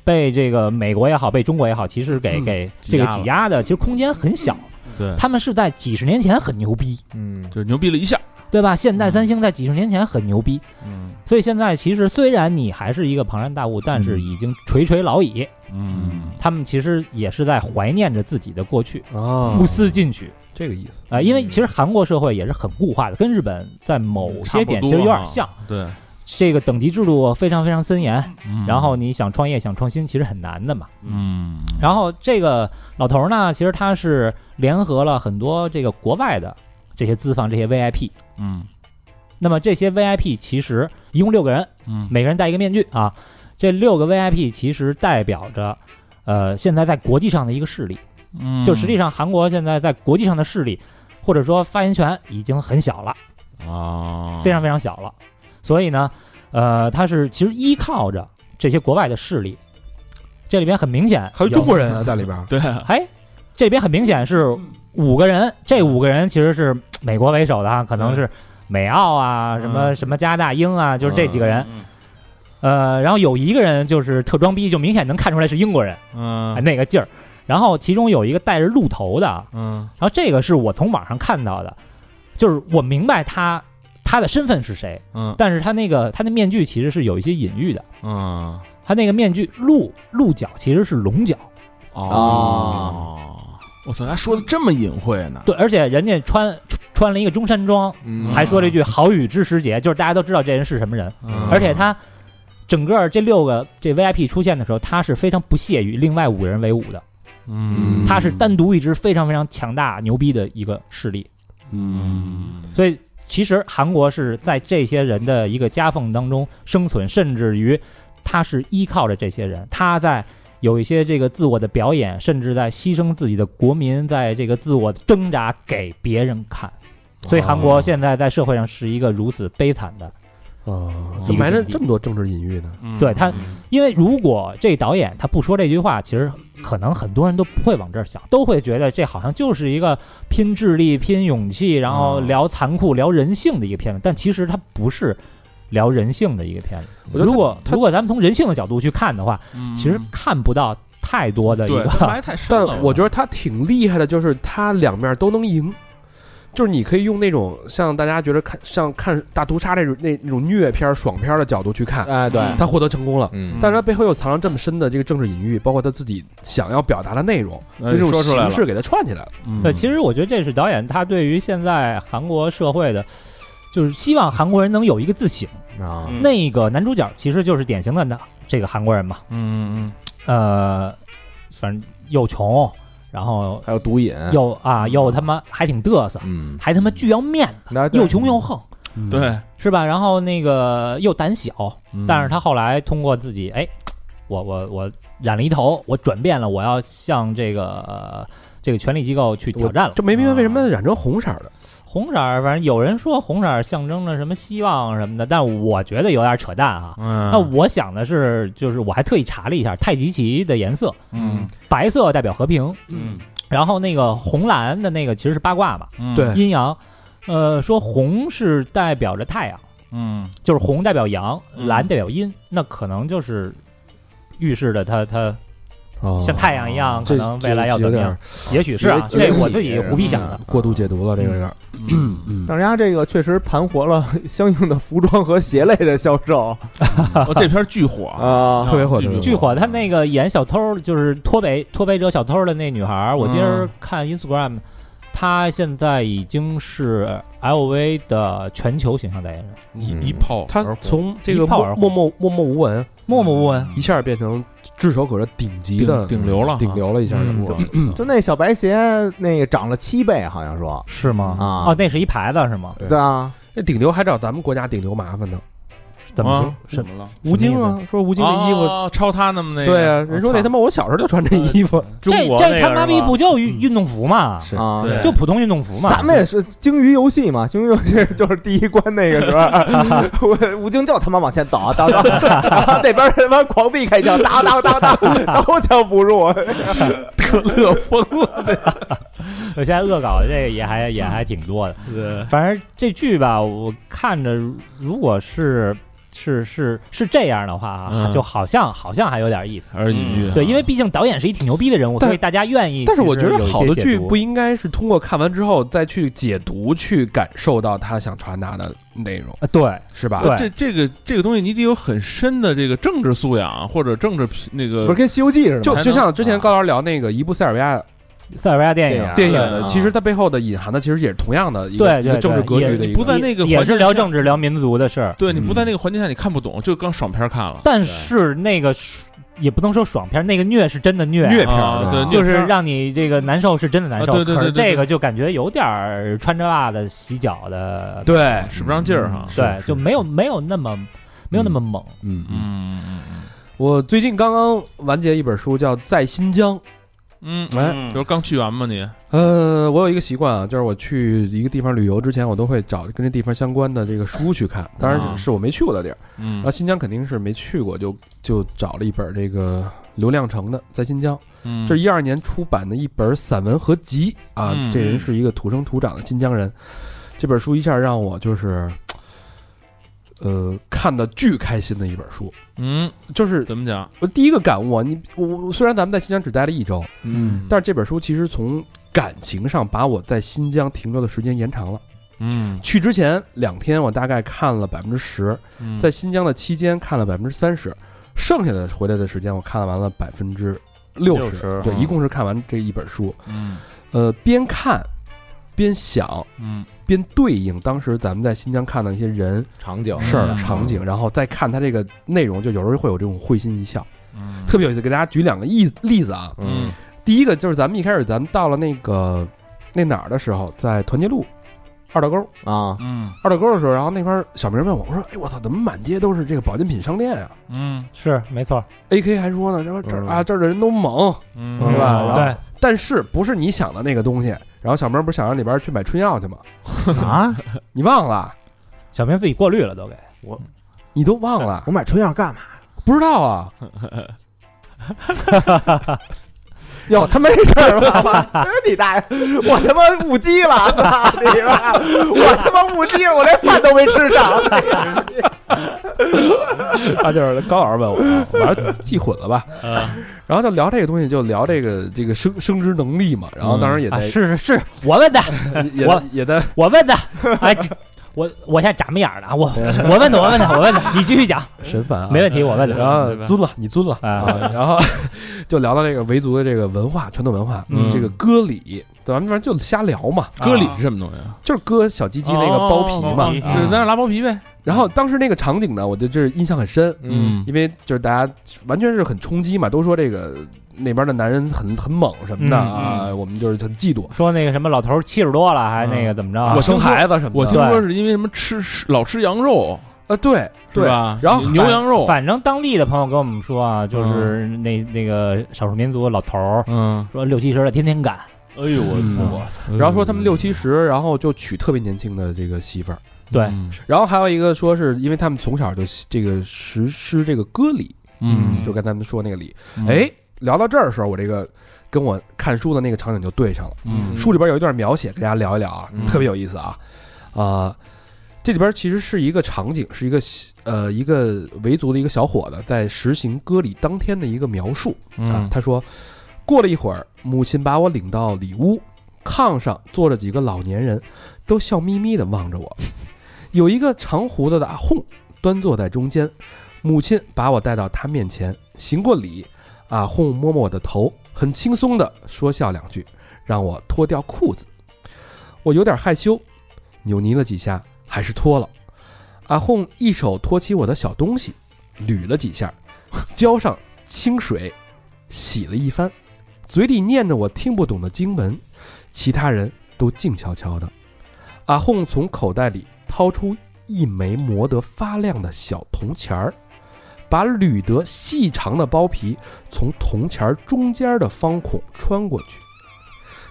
被这个美国也好，被中国也好，其实给给这个嗯挤挤压了嗯压的，其实空间很小。对，他们是在几十年前很牛逼，嗯，就是牛逼了一下，对吧？现在三星在几十年前很牛逼，嗯所以现在其实虽然你还是一个庞然大物，但是已经垂垂老矣。嗯他们其实也是在怀念着自己的过去，嗯啊不思进取。这个意思，啊、因为其实韩国社会也是很固化的，跟日本在某些点嗯其差不多啊哦实有点像。对，这个等级制度非常非常森严，嗯然后你想创业、想创新，其实很难的嘛。嗯，然后这个老头儿呢，其实他是联合了很多这个国外的这些资方、这些 VIP。嗯那么这些 VIP 其实一共六个人，嗯每个人戴一个面具啊。这六个 VIP 其实代表着，呃，现在在国际上的一个势力。嗯，就实际上韩国现在在国际上的势力，或者说发言权已经很小了，啊，非常非常小了。所以呢，呃，它是其实依靠着这些国外的势力，这里边很明显还有中国人啊在里边儿， 对，哎，这边很明显是五个人，嗯这五个人其实是美国为首的啊，可能是美澳啊，什嗯么什么加拿大英啊，就是这几个人。嗯呃，然后有一个人就是特装逼，就明显能看出来是英国人，哎嗯那个劲儿。然后其中有一个带着鹿头的，嗯然后这个是我从网上看到的，就是我明白他他的身份是谁，嗯但是他那个他那面具其实是有一些隐喻的，嗯他那个面具鹿鹿角其实是龙角，啊哦，我操，他说的这么隐晦呢？对，而且人家穿穿了一个中山装，嗯还说了一句“好雨知时节”，就是大家都知道这人是什么人，嗯而且他整个这六个这 VIP 出现的时候，他是非常不屑于另外五个人为伍的，嗯，他是单独一支非常非常强大牛逼的一个势力，嗯所以其实韩国是在这些人的一个夹缝当中生存，甚至于他是依靠着这些人，他在有一些这个自我的表演，甚至在牺牲自己的国民，在这个自我挣扎给别人看。所以韩哦国现在在社会上是一个如此悲惨的，哦，一怎么个埋着境地这么多政治隐喻呢？嗯对他因为如果这导演他不说这句话，其实可能很多人都不会往这儿想，都会觉得这好像就是一个拼智力、拼勇气，然后聊残酷、聊人性的一个片子。但其实它不是聊人性的一个片子。我觉得如果他如果咱们从人性的角度去看的话，嗯其实看不到太多的一对个他埋得太深但了，我觉得他挺厉害的，就是他两面都能赢，就是你可以用那种像大家觉得看像看大屠杀这种那那种虐片儿爽片儿的角度去看，哎，对，他获得成功了。嗯但是哎他背后又藏着这么深的这个政治隐喻，包括他自己想要表达的内容，哎那种说出形来了式给他串起来了。嗯 对，其实我觉得这是导演他对于现在韩国社会的，就是希望韩国人能有一个自省。啊，嗯那个男主角其实就是典型的那这个韩国人嘛，嗯嗯呃，反正又穷，然嗯后还有毒瘾，又啊又他妈还挺嘚瑟，嗯，还他妈巨要啊面子，那又穷又横，嗯，对，是吧？然后那个又胆小，嗯但是他后来通过自己，哎，我我我染了一头，我转变了，我要向这个。呃这个权力机构去挑战了就没明白为什么染成红色儿的，红色儿，反正有人说红色儿象征着什么希望什么的，但我觉得有点扯淡啊。嗯那我想的是，就是我还特意查了一下太极旗的颜色，嗯白色代表和平，嗯然后那个红蓝的那个其实是八卦嘛，嗯对阴阳，呃，说红是代表着太阳，嗯就是红代表阳，嗯蓝代表阴，那可能就是预示着他他哦像太阳一样，可这能未来要怎么样？也许是啊，觉得这觉得我自己胡逼想的这。嗯过度解读了，这个有点。 嗯嗯，但是人家这个确实盘活了 相应的服装和鞋类的销售哦，这片巨火啊，啊，特别火巨特别巨火，他那个演小偷就是脱北脱北者小偷的那女孩嗯儿，我今儿看 Instagram，她现在已经是 LV 的全球形象代言嗯人，一一炮他而火从这个一炮而默默红默默默无闻，默默无闻。一下变成炙手可热顶级的顶顶流了，啊顶流了一下就嗯哇就那小白鞋那个涨了七倍，好像说，是吗？啊哦，那是一牌子是吗？对对啊，那顶流还找咱们国家顶流麻烦呢，怎么啊说什么了？吴京啊，说吴京的衣服，哦超他那么那个，对啊，人说那他妈我小时候就穿这衣 服，中这国那这个他妈是逼吧不就运运动服嘛，对啊，对就普通运动服嘛。咱们也是鲸鱼游戏嘛，鲸鱼游 戏就是第一关那个时候，我吴京就他妈往前倒倒倒，然后那边他妈狂臂开枪，当当当当，刀枪不入，啊 可乐疯了。我现在恶搞的这个也还也还挺多的。对反正这剧吧，我看着如果是是是是这样的话啊，嗯就好像好像还有点意思。还是隐喻啊。嗯对，因为毕竟导演是一挺牛逼的人物，嗯但所以大家愿意。但是我觉其实得有一些好的解剧读不应该是通过看完之后再去解读、去感受到他想传达的内容，啊，对是吧？对这这个这个东西，你得有很深的这个政治素养或者政治批那不个是跟《西游记》似的吗？就还能就像之前高老师聊那个一部塞尔维亚塞尔维亚电电影影，电影对的，啊其实它背后的隐含的其实也是同样的一个对一个对政治对格局的也一不个。在那个也环境是下聊政治、聊民族的事儿。对你不在那个环境下，你看不懂，就刚爽片看了。但是那个是也不能说爽片，那个虐是真的虐，虐片啊，儿对，啊就是虐片儿让你这个难受是真的难受。啊对对对可对是对这个就感觉有点儿穿着袜子洗脚的，对，使不上劲儿哈。对，就没有没有那么没有那么猛。嗯嗯，嗯嗯嗯我最近刚刚完结一本书，叫《在新疆》。嗯嗯，哎，就是刚去完嘛你？呃，我有一个习惯啊，就是我去一个地方旅游之前，我都会找跟这地方相关的这个书去看，当然啊是是我没去过的地儿。嗯那新疆肯定是没去过，就就找了一本这个刘亮程的《在新疆》，嗯，这是一二年出版的一本散文合集啊。嗯这人是一个土生土长的新疆人，这本书一下让我就是，呃，看的巨开心的一本书。嗯就是怎么讲？我第一个感悟啊，你我我虽然咱们在新疆只待了一周，嗯但是这本书其实从感情上把我在新疆停留的时间延长了。嗯去之前两天，我大概看了百分之十，嗯在新疆的期间看了百分之三十，剩下的回来的时间我看完了百分之六十60，对，嗯一共是看完这一本书。嗯呃，边看边想，嗯边对应当时咱们在新疆看的那些人、长久事儿、嗯场景，然后再看它这个内容，就有时候会有这种会心一笑，嗯，特别有意思。给大家举两个例例子啊，嗯第一个就是咱们一开始咱们到了那个那哪儿的时候，在团结路二道沟，啊，嗯二道沟的时候，然后那边小明问我，我说：“哎，我操，怎么满街都是这个保健品商店啊嗯是没错， ？”A K 还说呢，这这嗯啊这儿的人都猛，嗯，是吧然后对，但是不是你想的那个东西。然后小明不是想让里边去买春药去吗？啊！ 你忘了？小明自己过滤了都给。你都忘了我？买春药干嘛？不知道 啊？有他妈这事儿吗？去你大爷！我他妈误机了，操你妈！我他妈误机了，我连饭都没吃上。他就是高老师问我，啊我 说记混了吧？ 然后就聊这个东西，就聊这个这个生生殖能力嘛。然后当然也啊，在是是是，我问 的，也我也在我问的，哎，这我我现在眨巴眼儿了啊，我我问的，我问的，我问的，你继续讲，神烦啊没问题，我问然的，后尊了，你尊了啊啊，然后就聊到这个维族的这个文化，传统文化，嗯这个割礼，咱们反正就瞎聊嘛，割礼是什么东西啊？就是割小鸡鸡那个包皮嘛。啊哦就是咱俩拉包皮呗。然后当时那个场景呢，我就就是印象很深，嗯因为就是大家完全是很冲击嘛，都说这个那边的男人很很猛什么的嗯啊，我们就是很嫉妒，说那个什么老头儿七十多了，还那个怎么着啊？我生孩子什么我听的，说是因为什么吃吃老吃羊肉啊对是对，吧？然后牛羊哦肉，反正当地的朋友跟我们说啊，就是那那个少数民族老头儿嗯，说六七十的天天干，哎呦我嗯操！然后说他们六七十，然后就娶特别年轻的这个媳妇儿。对嗯然后还有一个说是因为他们从小就这个实施这个割礼，嗯，就跟咱们说那个礼。嗯哎，聊到这儿的时候，我这个跟我看书的那个场景就对上了。嗯书里边有一段描写，给大家聊一聊啊，嗯特别有意思啊。啊，这里边其实是一个场景，是一个呃一个维族的一个小伙子在实行割礼当天的一个描述啊。嗯他说，过了一会儿，母亲把我领到里屋，炕上坐着几个老年人，都笑眯眯地望着我。有一个长胡子的阿訇端坐在中间，母亲把我带到他面前，行过礼。阿訇摸摸我的头，很轻松地说笑两句，让我脱掉裤子。我有点害羞，扭捏了几下，还是脱了。阿訇一手托起我的小东西，捋了几下， 浇上清水，洗了一番，嘴里念着我听不懂的经文。其他人都静悄悄的。阿訇从口袋里掏出一枚磨得发亮的小铜钱儿，把捋得细长的包皮从铜钱儿中间的方孔穿过去，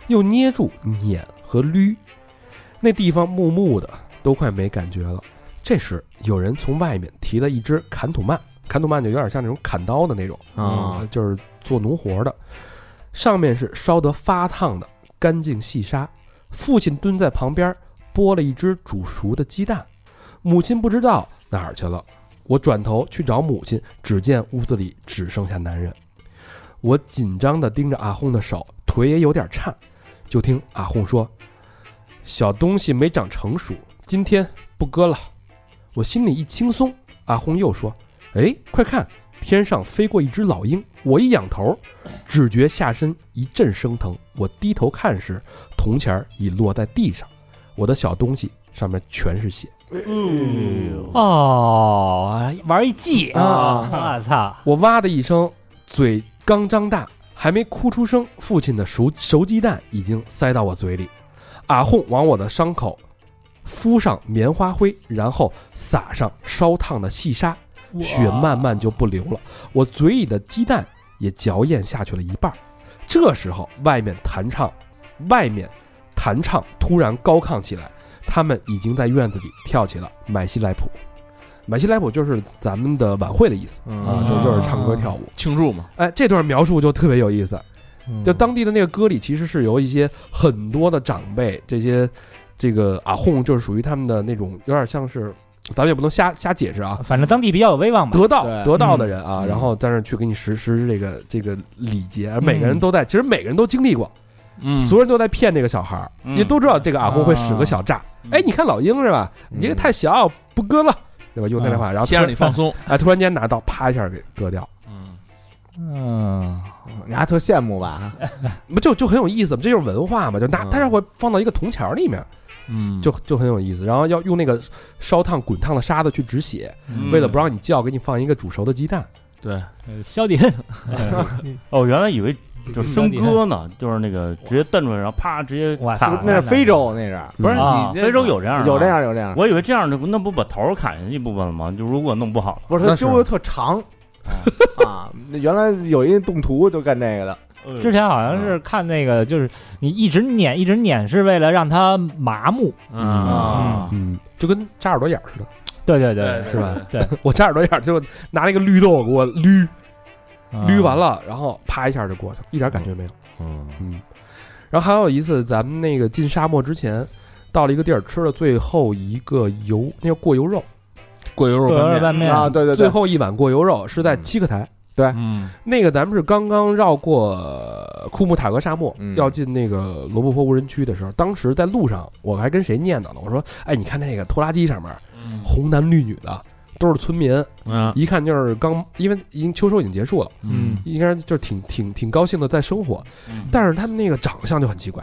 又捏住捻和捋，那地方木木的，都快没感觉了。这时有人从外面提了一只砍土曼，砍土曼就有点像那种砍刀的那种呃啊，就是做农活的，上面是烧得发烫的干净细沙。父亲蹲在旁边剥了一只煮熟的鸡蛋，母亲不知道哪儿去了。我转头去找母亲，只见屋子里只剩下男人。我紧张地盯着阿轰的手，腿也有点颤。就听阿轰说：“小东西没长成熟，今天不割了。”我心里一轻松。阿轰又说：“哎，快看，天上飞过一只老鹰。”我一仰头，只觉下身一阵生疼。我低头看时，铜钱儿已落在地上，我的小东西上面全是血。嗯哦，玩一计啊我操！我哇的一声，嘴刚张大，还没哭出声，父亲的熟熟鸡蛋已经塞到我嘴里。阿訇往我的伤口敷上棉花灰，然后撒上烧烫的细沙，血慢慢就不流了。我嘴里的鸡蛋也嚼咽下去了一半儿。这时候，外面弹唱，外面弹唱突然高亢起来，他们已经在院子里跳起了买西来谱。买西来谱就是咱们的晚会的意思啊，就就是唱歌跳舞。哦庆祝嘛，哎，这段描述就特别有意思。就当地的那个歌里，其实是由一些很多的长辈，这些这个阿訇，就是属于他们的那种，有点像是，咱们也不能瞎瞎解释啊，反正当地比较有威望嘛。得道对得道的人啊，然后在那儿去给你实施这个这个礼节，而每个人都在，其实每个人都经历过，嗯所有人都在骗这个小孩儿，嗯因为都知道这个阿訇会使个小诈。哎，你看老鹰是吧？你这个太小，不割了，对吧？用那句话，然后突先然让你放松，哎，突然间拿刀，啪一下给割掉。嗯，嗯，你还特羡慕吧？不就就很有意思嘛，这就是文化嘛，就拿嗯它是会放到一个铜钱儿里面，嗯，就就很有意思。然后要用那个烧烫滚烫的沙子去止血，嗯为了嗯不让你叫，给你放一个煮熟的鸡蛋。对，消点哦，原来以为就嗯生割呢，就是那个直接蹬出来，然后啪直接哇砍塞那是非洲那是，不是啊，你非洲有这样的，有这。样有这样，我以为这样的那不把头儿砍下去不完了吗？就如果弄不好，不是那它是揪的特长 啊。那原来有一动图就干这个的，之前好像是看那个，就是你一直撵，一直撿，是为了让它麻木。嗯，啊，嗯，就跟扎耳朵眼儿似的，对对对对，是吧？对， 我扎耳朵眼儿就拿那个绿豆给我捋捋完了，了，然后啪一下就过去了，一点感觉没有。嗯嗯，然后还有一次，咱们那个进沙漠之前，到了一个地儿，吃了最后一个油，那叫过油肉，过油肉对，干面，拌面啊，对对最对，后一碗过油肉是在七克台。嗯那个咱们是刚刚绕过呃库木塔格沙漠，嗯要进那个罗布泊无人区的时候，当时在路上我还跟谁念叨呢？我说：“哎，你看那个拖拉机上面嗯红男绿女的，都是村民，啊，一看就是刚，因为已经秋收已经结束了，嗯，应该就是挺挺挺高兴的在生活嗯，但是他们那个长相就很奇怪。”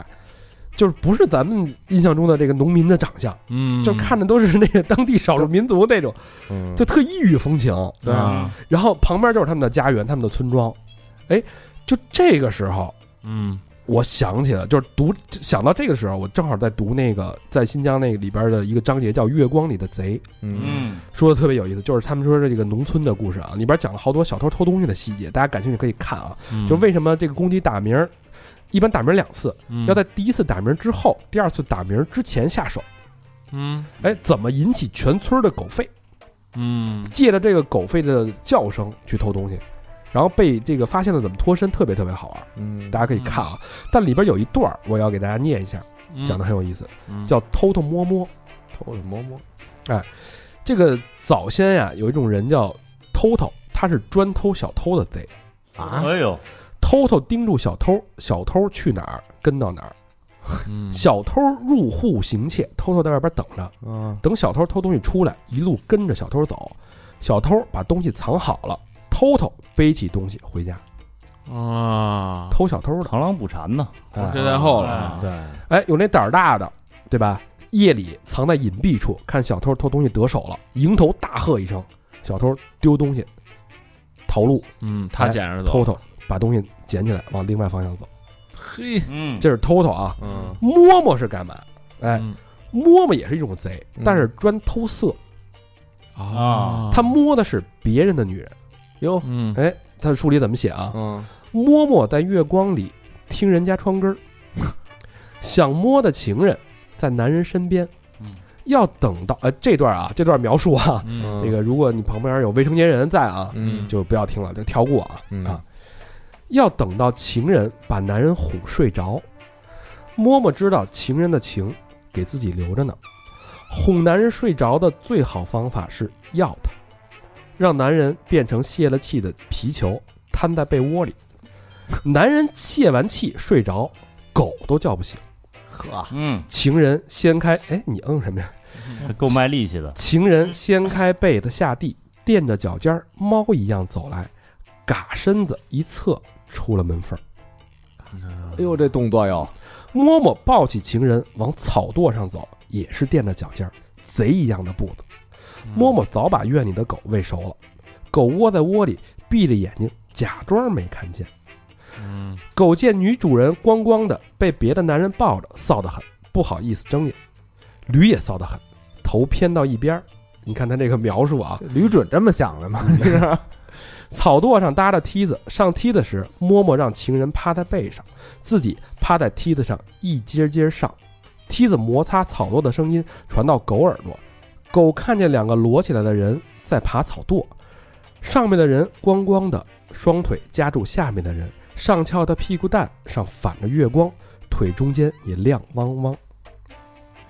就是不是咱们印象中的这个农民的长相，嗯，就看着都是那个当地少数民族那种，嗯就特异域风情。对嗯啊，然后旁边就是他们的家园，他们的村庄。哎，就这个时候，嗯我想起了，就是读想到这个时候，我正好在读那个在新疆那里边的一个章节叫《月光里的贼》，嗯嗯，说的特别有意思，就是他们说这个农村的故事啊，里边讲了好多小偷偷东西的细节，大家感兴趣可以看啊。嗯，就为什么这个公鸡打鸣儿，一般打鸣儿两次，嗯要在第一次打鸣儿之后，第二次打鸣儿之前下手。嗯哎，怎么引起全村的狗吠？嗯借着这个狗吠的叫声去偷东西，然后被这个发现了怎么脱身，特别特别好玩，啊嗯大家可以看啊。但里边有一段儿我要给大家念一下，嗯讲的很有意思，嗯叫偷偷摸摸。哎偷着摸摸，这个早先呀、有一种人叫偷偷，他是专偷小偷的贼，嗯啊，哎呦，偷偷盯住小偷，小偷去哪儿跟到哪儿。嗯小偷入户行窃，偷偷在外边等着，嗯等小偷偷东西出来，一路跟着小偷走。小偷把东西藏好了，偷偷背起东西回家，啊，偷小偷的。螳螂捕蝉呢，哎这在后了，啊嗯对，哎，有那胆儿大的，对吧？夜里藏在隐蔽处，看小偷偷东西得手了，迎头大喝一声，小偷丢东西，逃路，嗯，他捡着走，哎偷偷把东西捡起来，往另外方向走，嘿，嗯，这是偷偷啊。嗯摸摸是干嘛？哎，嗯摸摸也是一种贼，但是专偷色，啊他摸的是别人的女人。哟，嗯哎，他的书里怎么写啊？嗯，摸摸在月光里听人家穿根儿，想摸的情人在男人身边嗯，要等到呃这段啊，这段描述啊，嗯这个如果你旁边有未成年人在啊，嗯就不要听了，就跳过啊、嗯啊。要等到情人把男人哄睡着，摸摸知道情人的情给自己留着呢。哄男人睡着的最好方法是要他，让男人变成泄了气的皮球，瘫在被窝里。男人泄完气睡着，狗都叫不醒。呵，嗯，情人掀开，哎，你嗯什么呀？还够卖力气的，情人掀开被子下地，垫着脚尖儿，猫一样走来，嘎身子一侧出了门缝儿。哎呦，这动作哟，嬷嬷抱起情人往草垛上走，也是垫着脚尖儿，贼一样的步子。嗯嬷嬷早把院里的狗喂熟了，狗窝在窝里，闭着眼睛假装没看见。嗯狗见女主人光光的被别的男人抱着，臊得很，不好意思睁眼。驴也臊得很，头偏到一边儿。你看他这个描述啊，吕准这么想的吗？草垛上搭着梯子，上梯子时，嬷嬷让情人趴在背上，自己趴在梯子上一阶阶上。梯子摩擦草垛的声音传到狗耳朵，狗看见两个摞起来的人在爬草垛，上面的人光光的，双腿夹住下面的人，上翘的屁股蛋上反着月光，腿中间也亮汪汪。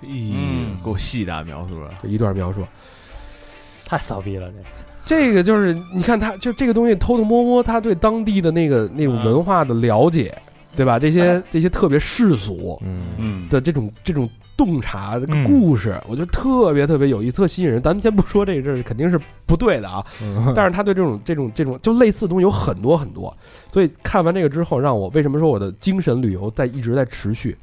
咦，够细的啊描述了，这一段描述，太骚逼了，这这个就是你看他就这个东西偷偷摸摸，他对当地的那个那种文化的了解，对吧？这些这些特别世俗嗯，嗯，的这种这种洞察嗯故事，我觉得特别特别有意思，特吸引人。咱们先不说这个，这肯定是不对的啊。但是他对这种这种这种就类似的东西有很多很多，所以看完这个之后，让我为什么说我的精神旅游在一直在持续，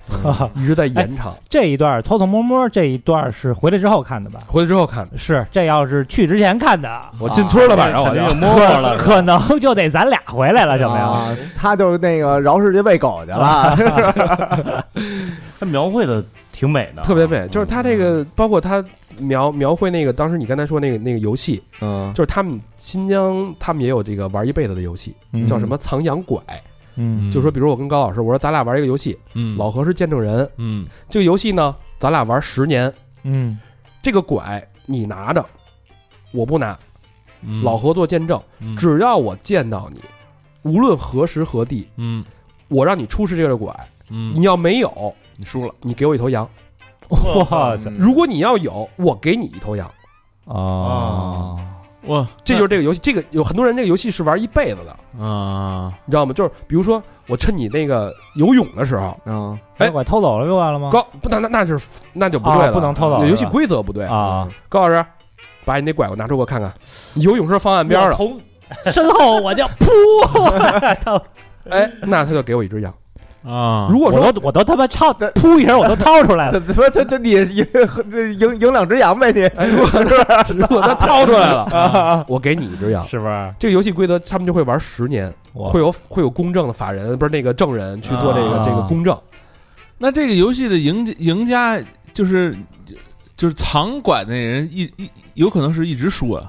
一直在延长？这一段偷偷摸摸这一段是回来之后看的吧？回来之后看，是，这要是去之前看的，我进村了吧，然后我就肯定摸摸了，可能就得咱俩回来了，怎么样？啊？他就那个饶世界喂狗去了，他描绘的挺美的，特别美，就是他这个，包括他描描绘那个，当时你刚才说那个那个游戏，嗯，就是他们新疆，他们也有这个玩一辈子的游戏，嗯叫什么藏羊拐。嗯，就说，比如我跟高老师，我说咱俩玩一个游戏，嗯老何是见证人，嗯这个游戏呢，咱俩玩十年，嗯这个拐你拿着，我不拿，嗯老何做见证，嗯只要我见到你，无论何时何地，嗯我让你出示这个拐，嗯你要没有，你输了，嗯你给我一头羊；哇嗯塞，如果你要有，我给你一头羊。啊哦，啊哇，这就是这个游戏，这个有很多人这个游戏是玩一辈子的，那啊，你知道吗？就是比如说我趁你那个游泳的时候，嗯，哎哎，我偷走了就完了吗？高不那那那就是那就不对了，啊不能偷走有了啊游戏规则不对。啊，高老师，把你那拐我拿出给我看看，你游泳是放岸边我了，从身后我就噗，到哎，那他就给我一只羊。啊，如果说我都我都他妈掏，噗一声我都掏出来了。怎么他这你赢这赢赢两只羊呗你？哎，如 果如果他掏出来啊了， 我给你一只羊。是不是？这个游戏规则他们就会玩十年，哇会有会有公正的法人，不是那个证人去做这个啊这个公证。那这个游戏的赢赢家就是就是藏管那人一一有可能是一直输啊，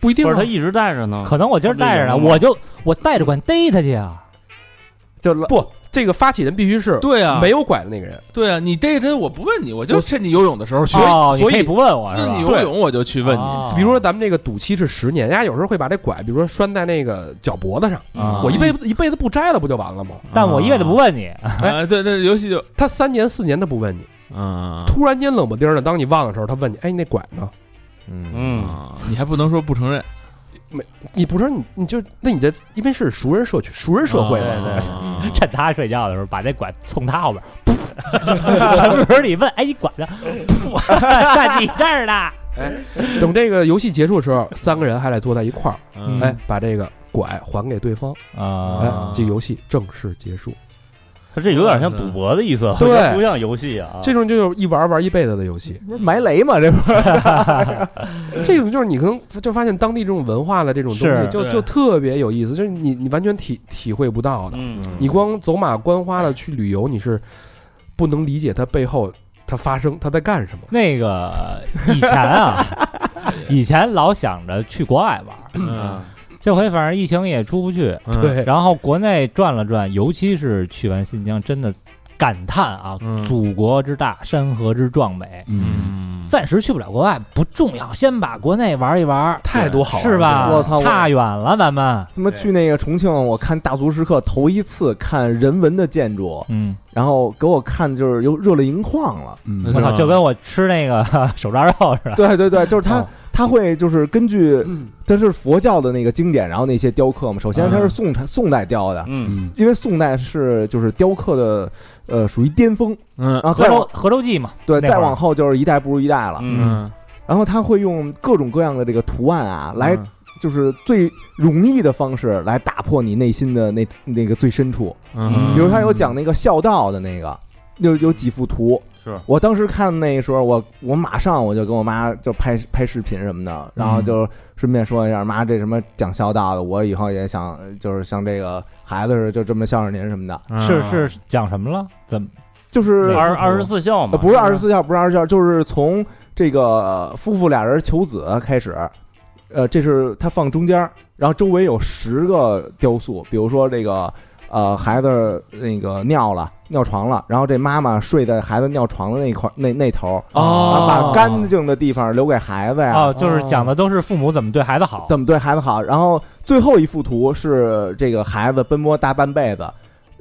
不一定不啊是他一直带着呢，可能我今儿带着呢，我就我带着管逮他去啊！就不，这个发起人必须是对啊，没有拐的那个人。对啊，你逮他我不问你，我就趁你游泳的时候去，哦，你所以可以不问我是趁吧你？游泳我就去问你，哦比如说咱们这个赌期是十年，人家有时候会把这拐，比如说拴在那个脚脖子上，啊我一辈子一辈子不摘了，不就完了吗？但我一辈子不问你，啊，对对，游戏就他三年四年他不问你，啊嗯突然间冷不丁儿的，当你忘的时候，他问你，哎，你那拐呢？嗯嗯，啊，你还不能说不承认，你不是你你就那你这因为是熟人社区、熟人社会嘛，对对啊 趁他睡觉的时候把那管冲他后边， 噗，什么时候你问？哎，你管他，噗，在你这 儿呢。等这个游戏结束的时候，三个人还得坐在一块儿，嗯哎，把这个拐还给对方，哎啊，这游戏正式结束。他这有点像赌博的意思，对这不像游戏啊，这种就是一玩玩一辈子的游戏，不是埋雷吗？这不是这种就是你可能就发现当地这种文化的这种东西，是就对就特别有意思，就是你你完全体体会不到的。嗯，你光走马观花的去旅游，你是不能理解它背后它发生它在干什么。那个以前啊，以前老想着去国外玩，嗯，这回反正疫情也出不去，嗯对，然后国内转了转，尤其是去完新疆，真的感叹啊，嗯祖国之大，山河之壮美。嗯，暂时去不了国外不重要，先把国内玩一玩，太多好玩是吧？我操我差远了咱们。他妈去那个重庆，我看大足石刻头一次看人文的建筑，嗯，然后给我看就是又热泪盈眶了。嗯那我是操，吧就跟我吃那个 手抓肉似的。对对对，就是他哦他会就是根据嗯它是佛教的那个经典，然后那些雕刻嘛。首先它是嗯宋朝宋代雕的，嗯，因为宋代是就是雕刻的呃属于巅峰，嗯然后河再州往河州记嘛，对那会儿再往后就是一代不如一代了。嗯嗯，然后他会用各种各样的这个图案啊，来嗯就是最容易的方式来打破你内心的那那个最深处。嗯，比如他有讲那个孝道的那个，有有几幅图。是我当时看那时候，我我马上我就跟我妈就拍拍视频什么的，然后就顺便说一下，妈这什么讲孝道的，我以后也想就是像这个孩子似的，就这么孝顺您什么的，嗯是是讲什么了？怎么？就是二二十四孝呃嘛，嗯不是二十四孝，不是二十四孝，就是从这个呃夫妇俩人求子开始，呃，这是他放中间儿，然后周围有十个雕塑，比如说这个呃孩子那个尿了尿床了，然后这妈妈睡在孩子尿床的那一块那那头儿，哦把干净的地方留给孩子哎呀，哦，就是讲的都是父母怎么对孩子好。怎么对孩子好。然后最后一幅图是这个孩子奔波大半辈子，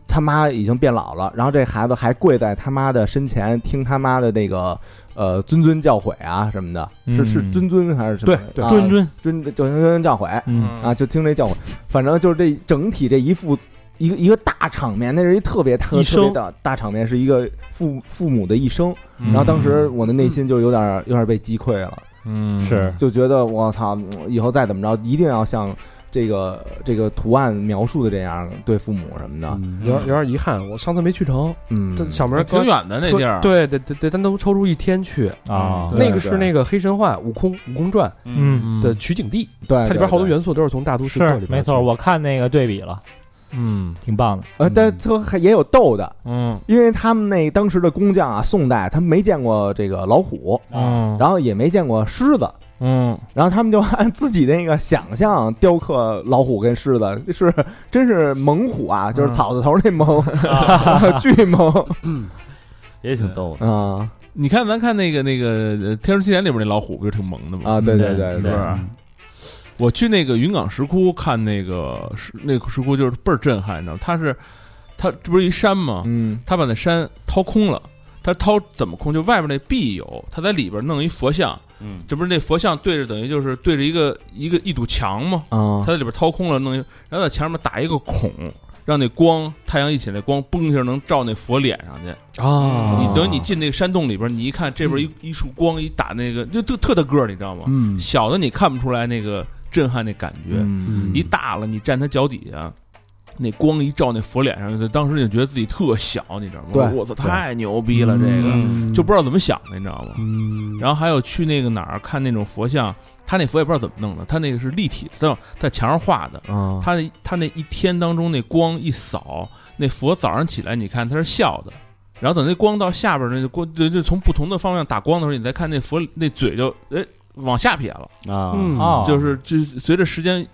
他妈已经变老了，然后这孩子还跪在他妈的身前听他妈的这个呃谆谆教诲啊什么的，是是谆谆还是什么？对啊谆谆谆，谆就谆谆教诲嗯啊，就听这教诲。反正就是这整体这一幅。一个一个大场面，那是一特别特一特别生大大场面，是一个父父母的一生。然然后当时我的内心就有点有点被击溃了，嗯是就觉得我操，嗯以后再怎么着，一定要像这个这个图案描述的这样对父母什么的。嗯有点有点遗憾，我上次没去成，嗯，嗯这小明儿嗯挺远的那地儿，对对对对，单独抽出一天去。啊？对那个是那个《黑神话》《悟空悟空传》嗯，的取景地，对，它哎对里边好多。对元素都是从大都市是刻里边没错，我看那个对比了，嗯挺棒的。呃，但他还也有逗的，嗯因为他们那当时的工匠啊，宋代他们没见过这个老虎，啊嗯然后也没见过狮子，嗯然后他们就按自己那个想象雕刻老虎跟狮子，是真是猛虎啊，就是嗯草字头 那猛， 巨猛也挺逗的，啊你看，咱看那个那个呃《天书奇缘》里边那老虎不就挺萌的吗？啊！对对对是不对是？嗯嗯我去那个云冈石窟看那个石，那个石窟就是倍儿震撼，你知道吗？它是它这不是一山吗？嗯，他把那山掏空了，他掏怎么空？就外边那壁有，他在里边弄一佛像，嗯这不是那佛像对着等于就是对着一个一个一堵墙吗？啊他，在里边掏空了，弄一，然后在墙上面打一个孔，让那光太阳一起，那光嘣一下能照那佛脸上去。啊，你等你进那个山洞里边，你一看这边一、一束光一打那个，就特特大个儿，你知道吗？嗯小的你看不出来那个震撼那感觉，嗯一大了你站他脚底下。那光一照那佛脸上，就当时就觉得自己特小，你知道吗？对我操，太牛逼了！这个、嗯就不知道怎么想的，你知道吗？嗯，然后还有去那个哪儿看那种佛像，他那佛也不知道怎么弄的，他那个是立体的，在墙上画的。啊，他那他那一天当中，那光一扫，那佛早上起来，你看他是笑的，然后等那光到下边儿那光就就从不同的方向打光的时候，你再看那佛那嘴就哎往下撇了，啊，嗯哦，就是就随着时间。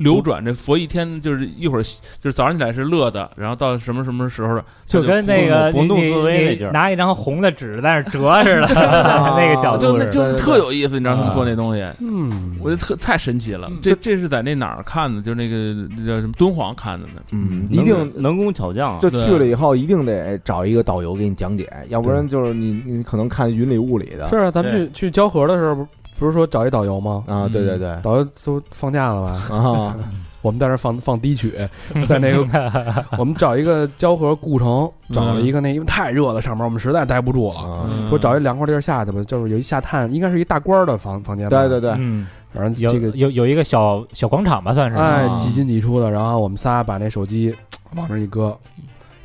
流转，这佛一天就是一会儿，就是早上起来是乐的，然后到什么什么时候了，就跟那个不你怒你自威那劲你儿拿一张红的纸在那折似的，那个角就度那是。就特有意思，你知道他们啊做那东西，嗯，我觉得特太神奇了。这这是在那哪儿看的？就是那个那叫什么敦煌看的呢？嗯，一能定能工巧匠啊，就对去了以后，一定得找一个导游给你讲解，要不然就是你你可能看云里雾里的是啊，咱们去去交河的时候，不不是说找一导游吗？啊，对对对哎导游都放假了吧？ 啊，我们在那儿放放低曲， 在那个我们找一个交河故城，嗯找了一个那因为太热了，上面我们实在待不住了，啊说找一凉快地儿下去吧，就是有一下探，应该是一大官儿的房房间吧，对对，对，嗯，反正有这个有有一个小小广场吧，算是。哎啊几进几出的，然后我们仨把那手机往那儿一搁，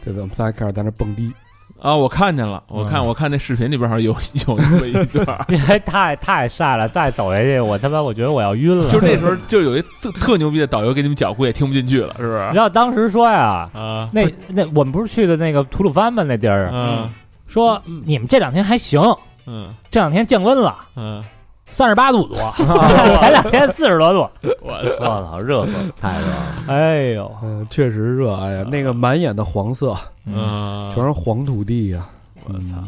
对对，我们仨开始在那儿蹦迪，啊，我看见了，我看我看那视频里边好像有 有那么一段儿， 太太晒了，再走下去，我他妈我觉得我要晕了。 就是那时候就有一特特牛逼的导游给你们讲，估计也听不进去了，是不你是？知道当时说呀，啊，那那我们不是去的那个吐鲁番吗？那地儿嗯说你们这两天还行，嗯这两天降温了，嗯三十八度多，哦 前两天四十多度，我操，热死啊了！太热了，哎呦，嗯，确实热，哎呀，那个满眼的黄色，嗯，全是黄土地呀、我操，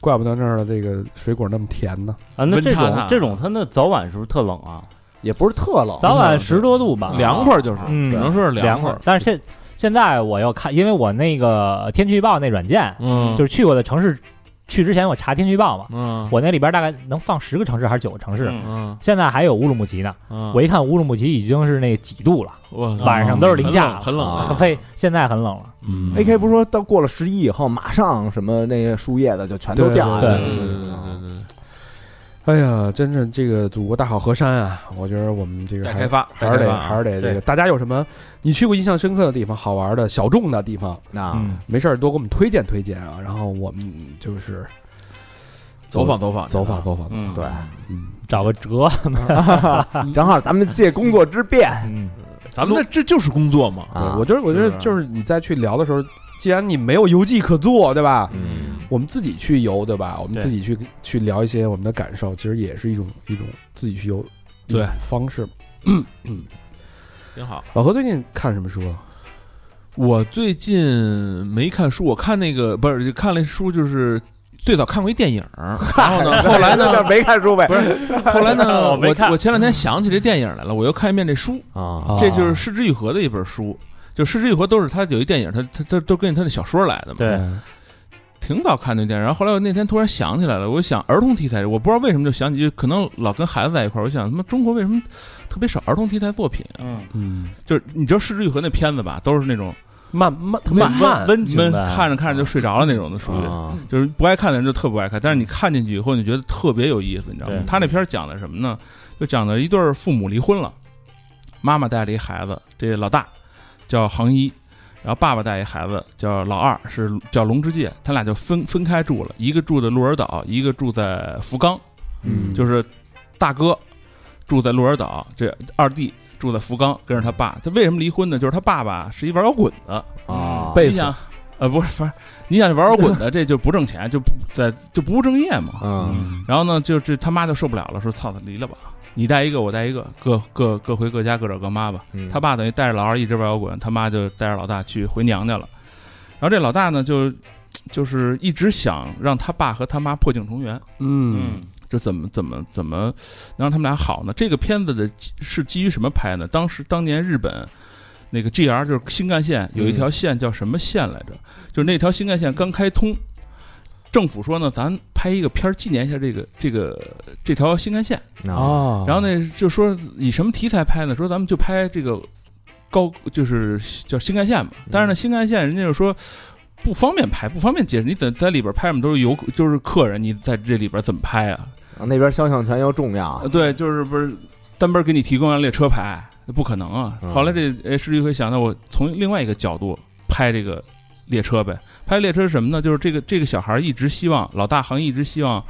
怪不得那儿的这个水果那么甜呢。啊，那这温差大种这种，它那早晚是不是特冷啊？也不是特冷，早晚十多度吧，凉快儿就是，嗯只能说是凉快快儿儿。。但是现现在我又看，因为我那个天气预报那软件，嗯，就是去我的城市，去之前我查天气预报嘛，嗯，我那里边大概能放十个城市还是九个城市。嗯嗯现在还有乌鲁木齐呢，嗯，我一看乌鲁木齐已经是那几度了，我晚上都是零下了很冷，很冷啊很费，现在很冷了。嗯 A K 不是说到过了十一以后，马上什么那个树叶子就全都掉下对来对对对了。对哎呀，真是这个祖国大好河山啊！我觉得我们这对，个待还开发，还是待开啊得发还是得这个，对大家有什么你去过印象深刻的地方、好玩的小众的地方，啊，嗯，没事儿多给我们推荐推荐啊。然后我们就是走访走访走访走访，嗯， 对，嗯，找个辙，正好咱们借工作之便嗯，咱们那这就是工作嘛，嗯对，啊我，觉得我觉得是就是你再去聊的时候，既然你没有游记可做，对吧？嗯，我们自己去游，对吧？我们对自己去去聊一些我们的感受，其实也是一种一种自己去游对一种方式。挺好。老何最近看什么书啊？我最近没看书，我看那个不是看了书，就是最早看过一电影儿， 然后 呢，后来呢，没看书呗不是，后来呢，我我哦没看哦我前两天想起这电影来了，我又看一遍这书，啊，这就是《失之愈合》的一本书。就《失之愈合》都是他有一电影，他他他都跟着他那小说来的嘛。对嗯挺早看那电影，然后后来我那天突然想起来了，我想儿童题材，我不知道为什么就想起，就可能老跟孩子在一块儿，我想他妈中国为什么特别少儿童题材作品啊？嗯，嗯，就是你知道《失之愈合》那片子吧，都是那种慢 慢特别慢嗯慢，温情闷的，啊看着看着就睡着了那种的，属于。啊就是不爱看的人就特不爱看，但是你看进去以后，你觉得特别有意思，你知道吗对？他那片儿讲的什么呢？就讲的一对儿父母离婚了，妈妈带了一孩子，这老大叫杭一，然后爸爸带一孩子叫老二，是叫龙之介，他俩就分分开住了，一个住在鹿儿岛，一个住在福冈，嗯就是大哥住在鹿儿岛，这二弟住在福冈，跟着他爸。他为什么离婚呢？就是他爸爸是一玩摇滚的，啊，被你死想，呃，不是，不是，你 想玩摇滚的，这就不挣钱，就不在就不务正业嘛。嗯然后呢，就这他妈就受不了了，说操他离了吧，你带一个，我带一个，各各各回各家，各找各妈吧。嗯他爸等于带着老二一直玩摇滚，他妈就带着老大去回娘家了。然后这老大呢，就就是一直想让他爸和他妈破镜重圆，嗯嗯，就怎么怎么怎么能让他们俩好呢？这个片子的基是基于什么拍呢？当时当年日本那个 GR 就是新干线有一条线叫什么线来着？就是那条新干线刚开通，政府说呢，咱拍一个片儿纪念一下这个这个这条新干线。啊，哦，然后呢，就说以什么题材拍呢？说咱们就拍这个高，就是叫新干线嘛。但是呢，新干线人家就说不方便拍，不方便解释。你在在里边拍，我们都是游客，就是客人，你在这里边怎么拍啊？那边肖像权又重要呃，对，就是不是单边给你提供辆列车牌，不可能啊。嗯后来这哎，石立辉想到我从另外一个角度拍这个列车呗。拍列车是什么呢？就是这个这个小孩一直希望老大行一直希望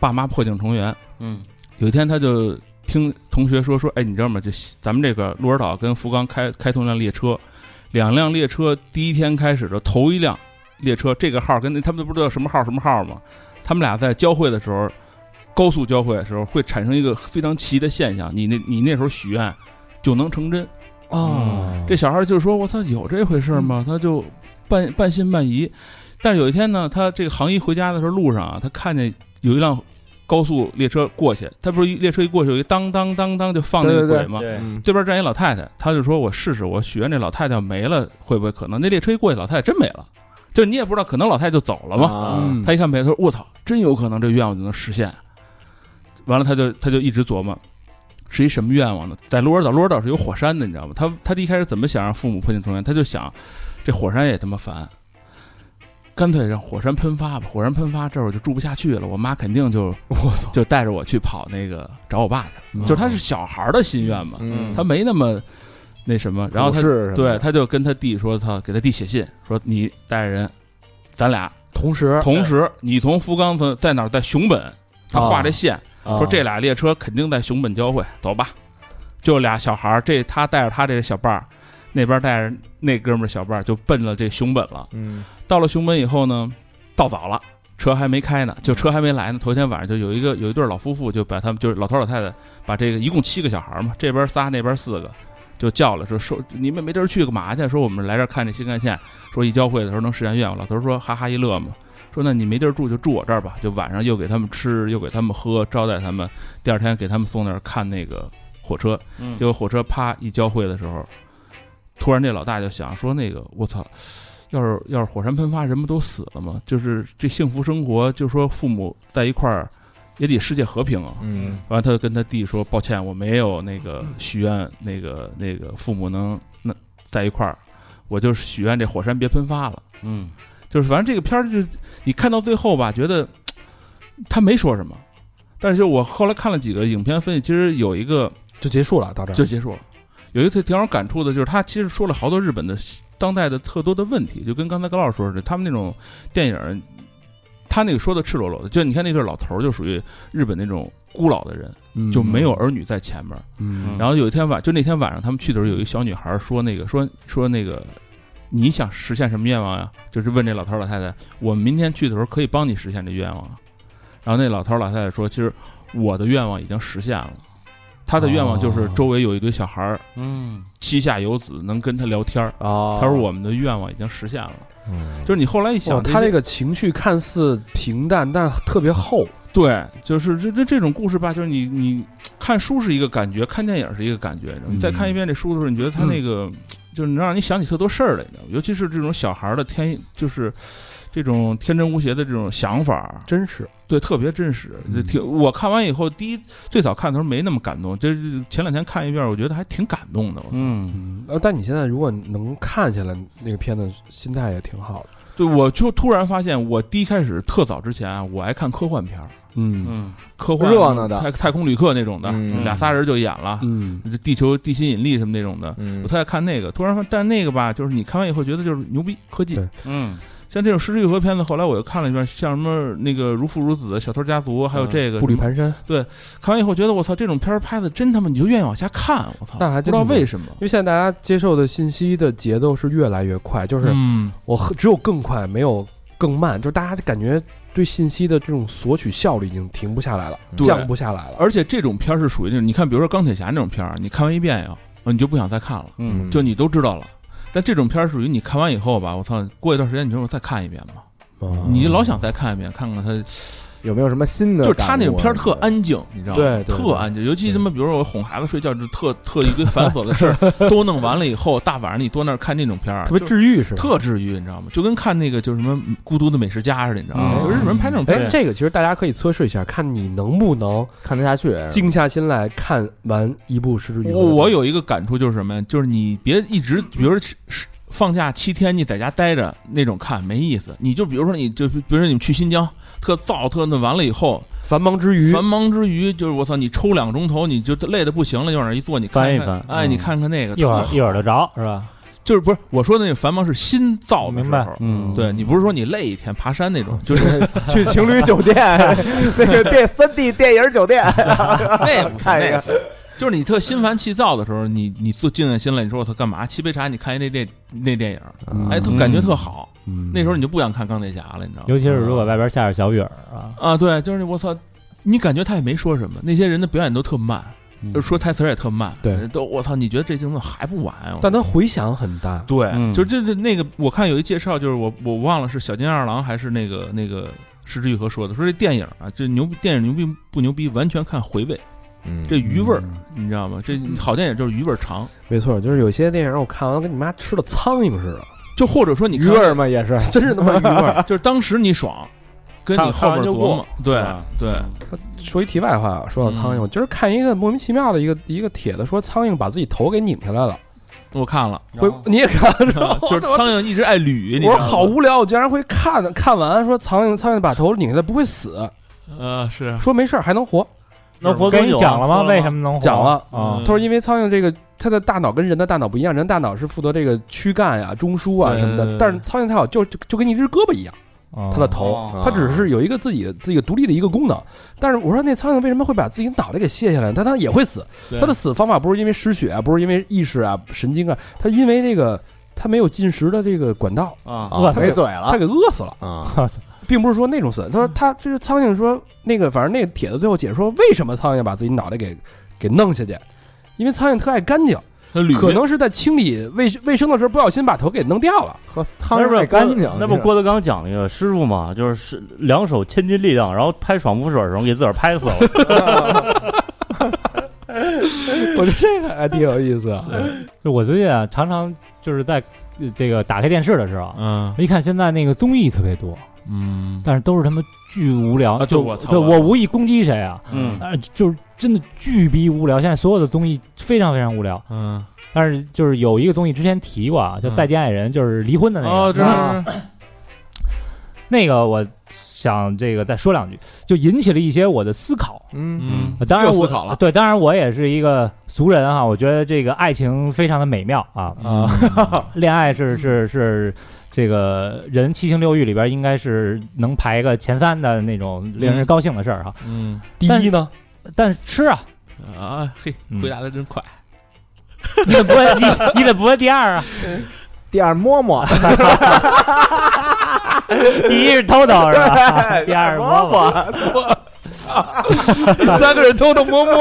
爸妈破镜重圆。嗯，有一天他就听同学说说，哎，你知道吗？就咱们这个鹿儿岛跟福冈开开通辆列车，两辆列车第一天开始的头一辆列车，这个号跟那他们都不知道什么号什么号吗？他们俩在交汇的时候，高速交汇的时候会产生一个非常奇的现象，你那你那时候许愿就能成真。哦，这小孩就说：“我操，有这回事吗？”他就半半信半疑。但是有一天呢，他这个行医回家的时候，路上啊，他看见有一辆高速列车过去，他不是一列车一过去，有一当当当当就放那个对对轨吗？对，嗯对边站一老太太，他就说：“我试试，我许愿这老太太要没了会不会可能？”那列车一过去，老太太真没了，就你也不知道，可能老太太就走了嘛。啊，嗯他一看没了，他说：“我操，真有可能这愿望就能实现。”完了，他就他就一直琢磨，是一什么愿望呢？在鹿儿岛，鹿儿岛是有火山的，你知道吗？他他一开始怎么想让父母破镜重圆？他就想，这火山也他妈烦，干脆让火山喷发吧。火山喷发，这会儿就住不下去了，我妈肯定就我操，嗯就带着我去跑那个找我爸去了。就是他是小孩儿的心愿嘛，嗯他没那么那什么。然后他是对他就跟他弟说，他给他弟写信说，你带着人，咱俩同时同时，你从福冈在在哪儿，在熊本，他画这线，啊说这俩列车肯定在熊本交汇，走吧。就俩小孩儿，这他带着他这个小伴儿，那边带着那哥们儿小伴儿，就奔了这熊本了。嗯到了熊本以后呢，到早了，车还没开呢，就车还没来呢。头天晚上就有一个有一对老夫妇，就把他们就是老头老太太，把这个一共七个小孩嘛，这边仨那边四个，就叫了说说你们没地儿去干嘛去？说我们来这儿看这新干线，说一交会的时候能实现愿望。老头说哈哈一乐嘛，说那你没地儿住就住我这儿吧，就晚上又给他们吃又给他们喝，招待他们，第二天给他们送那儿看那个火车。嗯结果火车啪一交汇的时候，突然这老大就想说：“那个我操，要是要是火山喷发，人不都死了吗？就是这幸福生活，就说父母在一块儿也得世界和平啊。”嗯，完了，他就跟他弟说：“抱歉，我没有那个许愿，那个那个父母能那在一块儿，我就许愿这火山别喷发了。”嗯，就是反正这个片儿，就是你看到最后吧，觉得他没说什么，但是就我后来看了几个影片分析，其实有一个就结束了，到这儿就结束了。有一个挺挺有感触的，就是他其实说了好多日本的当代的特多的问题，就跟刚才高老师说的，他们那种电影，他那个说的赤裸裸的，就你看那对老头儿就属于日本那种孤老的人，嗯就没有儿女在前面。嗯然后有一天晚，就那天晚上他们去的时候，有一小女孩说那个说说那个你想实现什么愿望呀？就是问这老头儿老太太，我们明天去的时候可以帮你实现这愿望啊。然后那老头儿老太太说，其实我的愿望已经实现了，他的愿望就是周围有一堆小孩哦儿，嗯，膝下有子，能跟他聊天儿。啊，他说我们的愿望已经实现了，嗯就是你后来一哇，想，他这这个情绪看似平淡，但特别厚。对，就是这这这种故事吧，就是你你看书是一个感觉，看电影是一个感觉，你知道吗嗯你再看一遍这书的时候，你觉得他那个、就是能让你想起特多事儿来，你知道吗？尤其是这种小孩儿的天，就是这种天真无邪的这种想法，真实，对，特别真实。就嗯挺我看完以后，第一最早看的时候没那么感动，就是前两天看一遍，我觉得还挺感动的。我操嗯，呃，但你现在如果能看下来那个片子，心态也挺好的。对，我就突然发现，我第一开始特早之前啊，我爱看科幻片儿，嗯嗯，科幻热闹的太太空旅客那种的，嗯俩仨人就演了，嗯，这地球地心引力什么那种的。嗯我特爱看那个，突然发，但那个吧，就是你看完以后觉得就是牛逼科技对，嗯，像这种失之愈合片子，后来我又看了一遍，像什么那个如父如子、小偷家族，还有这个步履什么蹒跚。看完以后觉得我操，这种片儿拍的真他妈，你就愿意往下看，我操，那还不知真道是为什么，因为现在大家接受的信息的节奏是越来越快，就是嗯，我和只有更快，没有更慢，就是大家感觉对信息的这种索取效率已经停不下来了，对降不下来了。而且这种片儿是属于那种，你看，比如说钢铁侠那种片儿，你看完一遍呀，啊你就不想再看了，嗯就你都知道了。但这种片儿属于你看完以后吧，我操，过一段时间你说我再看一遍吧，嗯你老想再看一遍，看看他，有没有什么新的就感悟啊？是他那种片儿特安静，你知道吗？对对特安静。尤其他妈，比如说我哄孩子睡觉，就特特一堆繁琐的事 儿都弄完了以后，大晚上你坐那儿看那种片儿，嗯特别就治愈是吧？特治愈，你知道吗？就跟看那个就是什么《孤独的美食家》似的，你知道吗？嗯就日本人拍那种片哎，儿，这个其实大家可以测试一下，看你能不能看得下去，静下心来看完一部《失之愈合》。我我有一个感触就是什么呀？就是你别一直，比如说是是放假七天你在家待着那种看没意思。你就比如说你就比如说你们去新疆，特燥特那完了以后，繁忙之余，繁忙之余就是我操，你抽两个钟头你就累得不行了，就往那儿一坐，你看翻一看，翻哎，嗯你看看那 个，一会儿特好一会儿就着是吧？就是不是我说的那个繁忙是新造的时明白候。嗯，对你不是说你累一天爬山那种，就是去情侣酒 店那个电三 D 电影酒店，那不行，看一那个不行就是你特心烦气躁的时候，你你坐静下心来，你说我操干嘛？沏杯茶，你看一那电那电影， 嗯哎，特感觉特好。那时候你就不想看钢铁侠了，你知道吗？ 尤其是如果外边下着小雨儿 啊，啊，对，就是我操，你感觉他也没说什么，那些人的表演都特慢，嗯说台词儿也特慢，对都我操，你觉得这镜头还不完啊？但它回响很大。对，嗯就这这那个，我看有一介绍，就是我我忘了是小金二郎还是那个那个石之愈合说的，说这电影啊，这牛逼电影牛逼不牛逼，完全看回味，嗯这余味儿，你知道吗？这好电影就是余味儿长。没错，就是有些电影我看完跟你妈吃了苍蝇似的，就或者说你余看啊味 儿嘛也是，真是他妈余味儿。就是当时你爽，跟看你后面看完就琢磨过，对啊对，说一题外话啊，说到苍蝇，嗯我今儿看一个莫名其妙的一个一个帖子，说苍蝇把自己头给拧下来了。我看了，嗯嗯回你也看 着，就是苍蝇一直爱捋，你知我道说吗好，无聊，我竟然会看看完说苍蝇苍蝇把头拧下来不会死，呃，是说没事儿还能活。那活跟总你有啊讲了吗？说为什么能活讲了嗯啊他？说因为苍蝇这个它的大脑跟人的大脑不一样，人大脑是负责这个躯干呀、中枢啊对什么对的，对但是苍蝇它好就就就跟你一只胳膊一样，他它的头，啊哦它只是有一个自己自己独立的一个功能。但是我说那苍蝇为什么会把自己脑袋给卸下来呢？它它也会死，它的死方法不是因为失血啊，不是因为意识啊、神经啊，它因为那个它没有进食的这个管道，啊，啊他没嘴了它给饿死了。啊，并不是说那种死。他说他就是苍蝇说那个，反正那个帖子最后解说为什么苍蝇把自己脑袋给给弄下去，因为苍蝇特爱干净，那捋可能是在清理卫卫生的时候不小心把头给弄掉了。和苍蝇也干净，那不郭德纲讲那个师傅嘛，就是是两手千斤力量，然后拍爽肤水的时候给自个儿拍死了。我觉得这个还挺有意思啊。 就我最近啊，常常就是在呃这个打开电视的时候，嗯一看现在那个综艺特别多，嗯，但是都是他妈巨无聊。啊对就我操对我无意攻击谁啊， 嗯但是就是真的巨逼无聊。现在所有的综艺非常非常无聊，嗯但是就是有一个综艺之前提过啊，叫《嗯再见爱人》，就是离婚的那个。哦，这啊是那个我想这个再说两句，就引起了一些我的思考。嗯嗯，呃当然又我思考了对，当然我也是一个俗人哈，我觉得这个爱情非常的美妙啊，嗯嗯恋爱是是是这个人七情六欲里边应该是能排个前三的那种令人高兴的事儿哈。嗯第一呢，但是吃啊，啊，嘿，回答的真快，你怎么不会你你怎么不会第二啊？第二摸 摸，第一是偷偷是吧？第二是摸摸摸。摸， 三个人偷偷摸摸，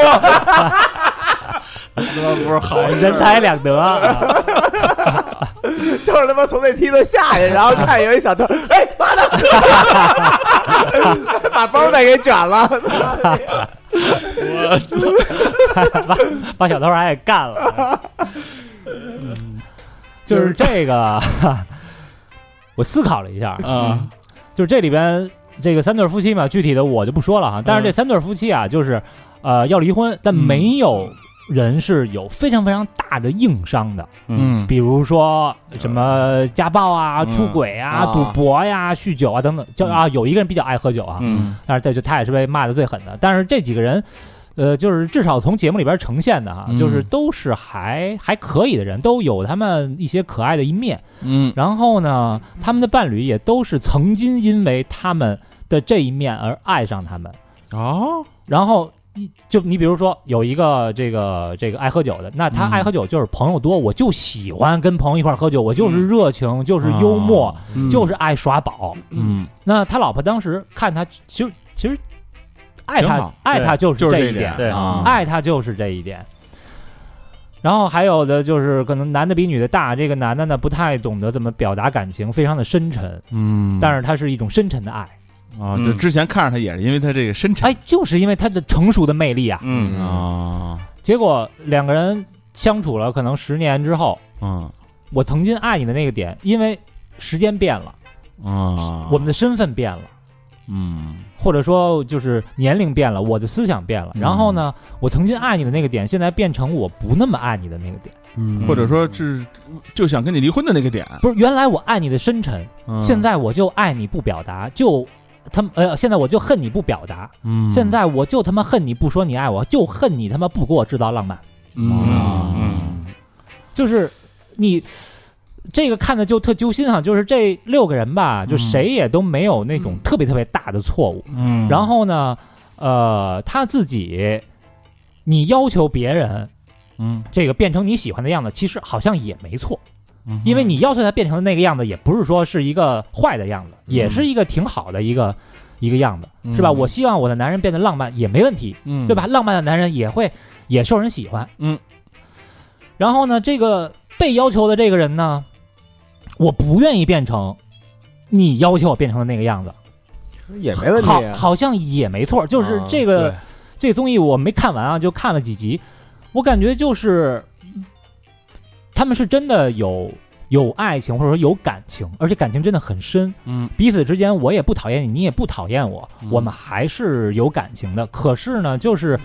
那不是好人财两 得啊，就是他妈从那梯子下去，然后看有一小偷，哎妈的， 把包带给卷了，把小偷还给干了。嗯就是这个， 我思考了一下，啊，就是这里边这个三对夫妻嘛，具体的我就不说了哈。但嗯是这三对夫妻啊，就是呃要离婚，但没有人是有非常非常大的硬伤的，嗯比如说什么家暴啊、嗯出轨啊、啊赌博呀、酗酒啊等等。就啊，有一个人比较爱喝酒啊，嗯但是这就他也是被骂的最狠的。但是这几个人。呃，就是至少从节目里边呈现的哈，嗯就是都是还还可以的人，都有他们一些可爱的一面。嗯然后呢，他们的伴侣也都是曾经因为他们的这一面而爱上他们。哦，然后一就你比如说有一个这个这个爱喝酒的，那他嗯爱喝酒就是朋友多，我就喜欢跟朋友一块儿喝酒，我就是热情，就是幽默，啊嗯就是爱耍宝。嗯那他老婆当时看他，其实其实爱挺他好爱他就是就是这一一点，对啊，爱他就是这一点。然后还有的就是可能男的比女的大，这个男的呢不太懂得怎么表达感情，非常的深沉，嗯，但是嗯他是一种深沉的爱，啊，就之前看着他也是因为他这个深沉哎，就是因为他的成熟的魅力啊。嗯啊，结果两个人相处了可能十年之后，嗯我曾经爱你的那个点，因为时间变了，啊，我们的身份变了。嗯或者说就是年龄变了，我的思想变了，然后呢，我曾经爱你的那个点，现在变成我不那么爱你的那个点。嗯或者说是就想跟你离婚的那个点，不是，原来我爱你的深沉，嗯现在我就爱你不表达，就他们呃，现在我就恨你不表达，嗯现在我就他妈恨你不说你爱我，就恨你他妈不给我制造浪漫，啊嗯就是你。这个看的就特揪心哈、就是这六个人吧，就谁也都没有那种特别特别大的错误。嗯然后呢，呃，他自己，你要求别人嗯，这个变成你喜欢的样子，其实好像也没错，嗯因为你要求他变成的那个样子，也不是说是一个坏的样子，嗯也是一个挺好的一个一个样子，是吧？嗯我希望我的男人变得浪漫也没问题，嗯对吧？？浪漫的男人也会也受人喜欢，嗯。然后呢，这个被要求的这个人呢，我不愿意变成你要求我变成的那个样子，也没问题好，好像也没错。就是啊这个、这个综艺我没看完啊，就看了几集，我感觉就是他们是真的有有爱情，或者说有感情，而且感情真的很深。嗯彼此之间我也不讨厌你，你也不讨厌我，嗯我们还是有感情的。可是呢，就是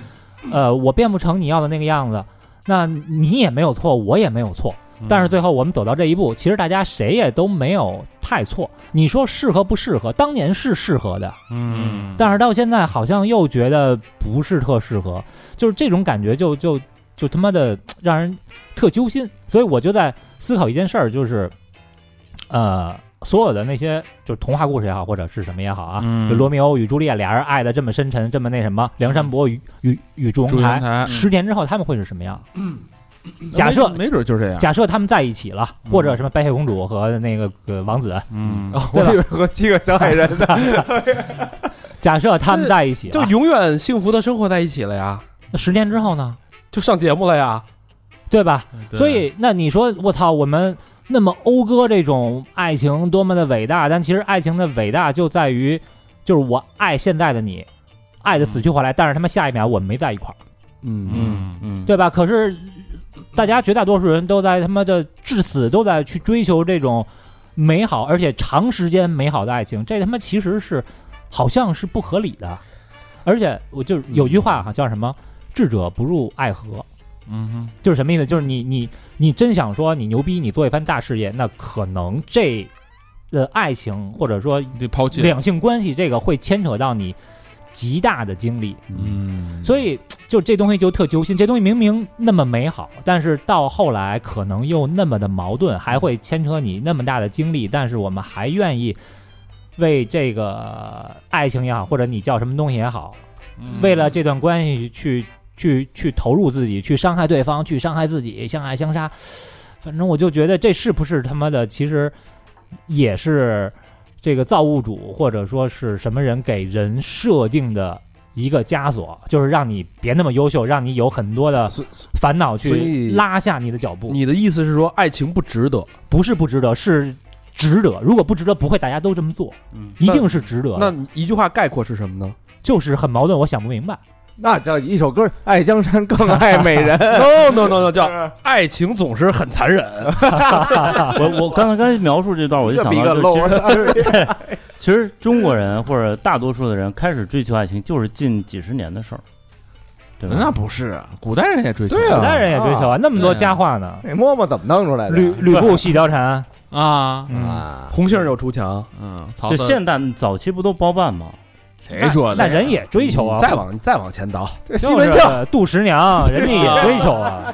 呃，我变不成你要的那个样子，那你也没有错，我也没有错。嗯但是最后我们走到这一步，其实大家谁也都没有太错。你说适合不适合？当年是适合的，嗯，但是到现在好像又觉得不是特适合，就是这种感觉就就就他妈的让人特揪心。所以我就在思考一件事儿，就是，呃，所有的那些就是童话故事也好，或者是什么也好啊，嗯就罗密欧与朱丽叶俩人爱的这么深沉，这么那什么，梁山伯与与与祝祝融英台，嗯台十年之后他们会是什么样？嗯，假设没没准就是这样。假设他们在一起了，或者什么白雪公主和那个呃王子，嗯，啊我对吧以为和七个小矮人呢， 假设他们在一起就了，永远幸福的生活在一起了呀，那十年之后呢？就上节目了呀，对吧？对所以那你说我操，我们那么讴歌这种爱情多么的伟大，但其实爱情的伟大就在于，就是我爱现在的你，爱的死去活来，但是他们下一秒我们没在一块儿，嗯嗯嗯，对吧？可是大家绝大多数人都在他妈的至死都在去追求这种美好，而且长时间美好的爱情，这他妈其实是好像是不合理的。而且我就是有句话哈、叫什么“智者不入爱河”，嗯哼，就是什么意思？就是你你你真想说你牛逼，你做一番大事业，那可能这呃爱情或者说你得抛弃，两性关系这个会牵扯到你极大的精力，嗯，所以就这东西就特揪心。这东西明明那么美好，但是到后来可能又那么的矛盾，还会牵扯你那么大的精力，但是我们还愿意为这个爱情也好，或者你叫什么东西也好，嗯嗯为了这段关系去去去投入自己，去伤害对方，去伤害自己，相爱相杀。反正我就觉得这是不是他妈的，其实也是这个造物主或者说是什么人给人设定的一个枷锁，就是让你别那么优秀，让你有很多的所烦恼所去以拉下你的脚步。你的意思是说爱情不值得？不是不值得，是值得。如果不值得，不会大家都这么做，嗯一定是值得那的。你一句话概括是什么呢？。就是很矛盾，我想不明白。 那叫一首歌《爱江山更爱美人》no no no no，叫爱情总是很残忍。我我刚才刚才描述这段，我就这想比个到就是 low，其实中国人或者大多数的人开始追求爱情，就是近几十年的事儿，对吧？那不是啊，古代人也追求对啊古代人也追求啊，那么多哎对啊佳话呢。那嬷哎嬷怎么弄出来的？吕吕布喜貂 蝉，啊，嗯，啊，红杏儿又出墙，嗯，曹就操现代早期不都包办吗？谁说那的？人也追求啊，再往再往前倒，这西西门庆杜十 娘，人家也追求啊，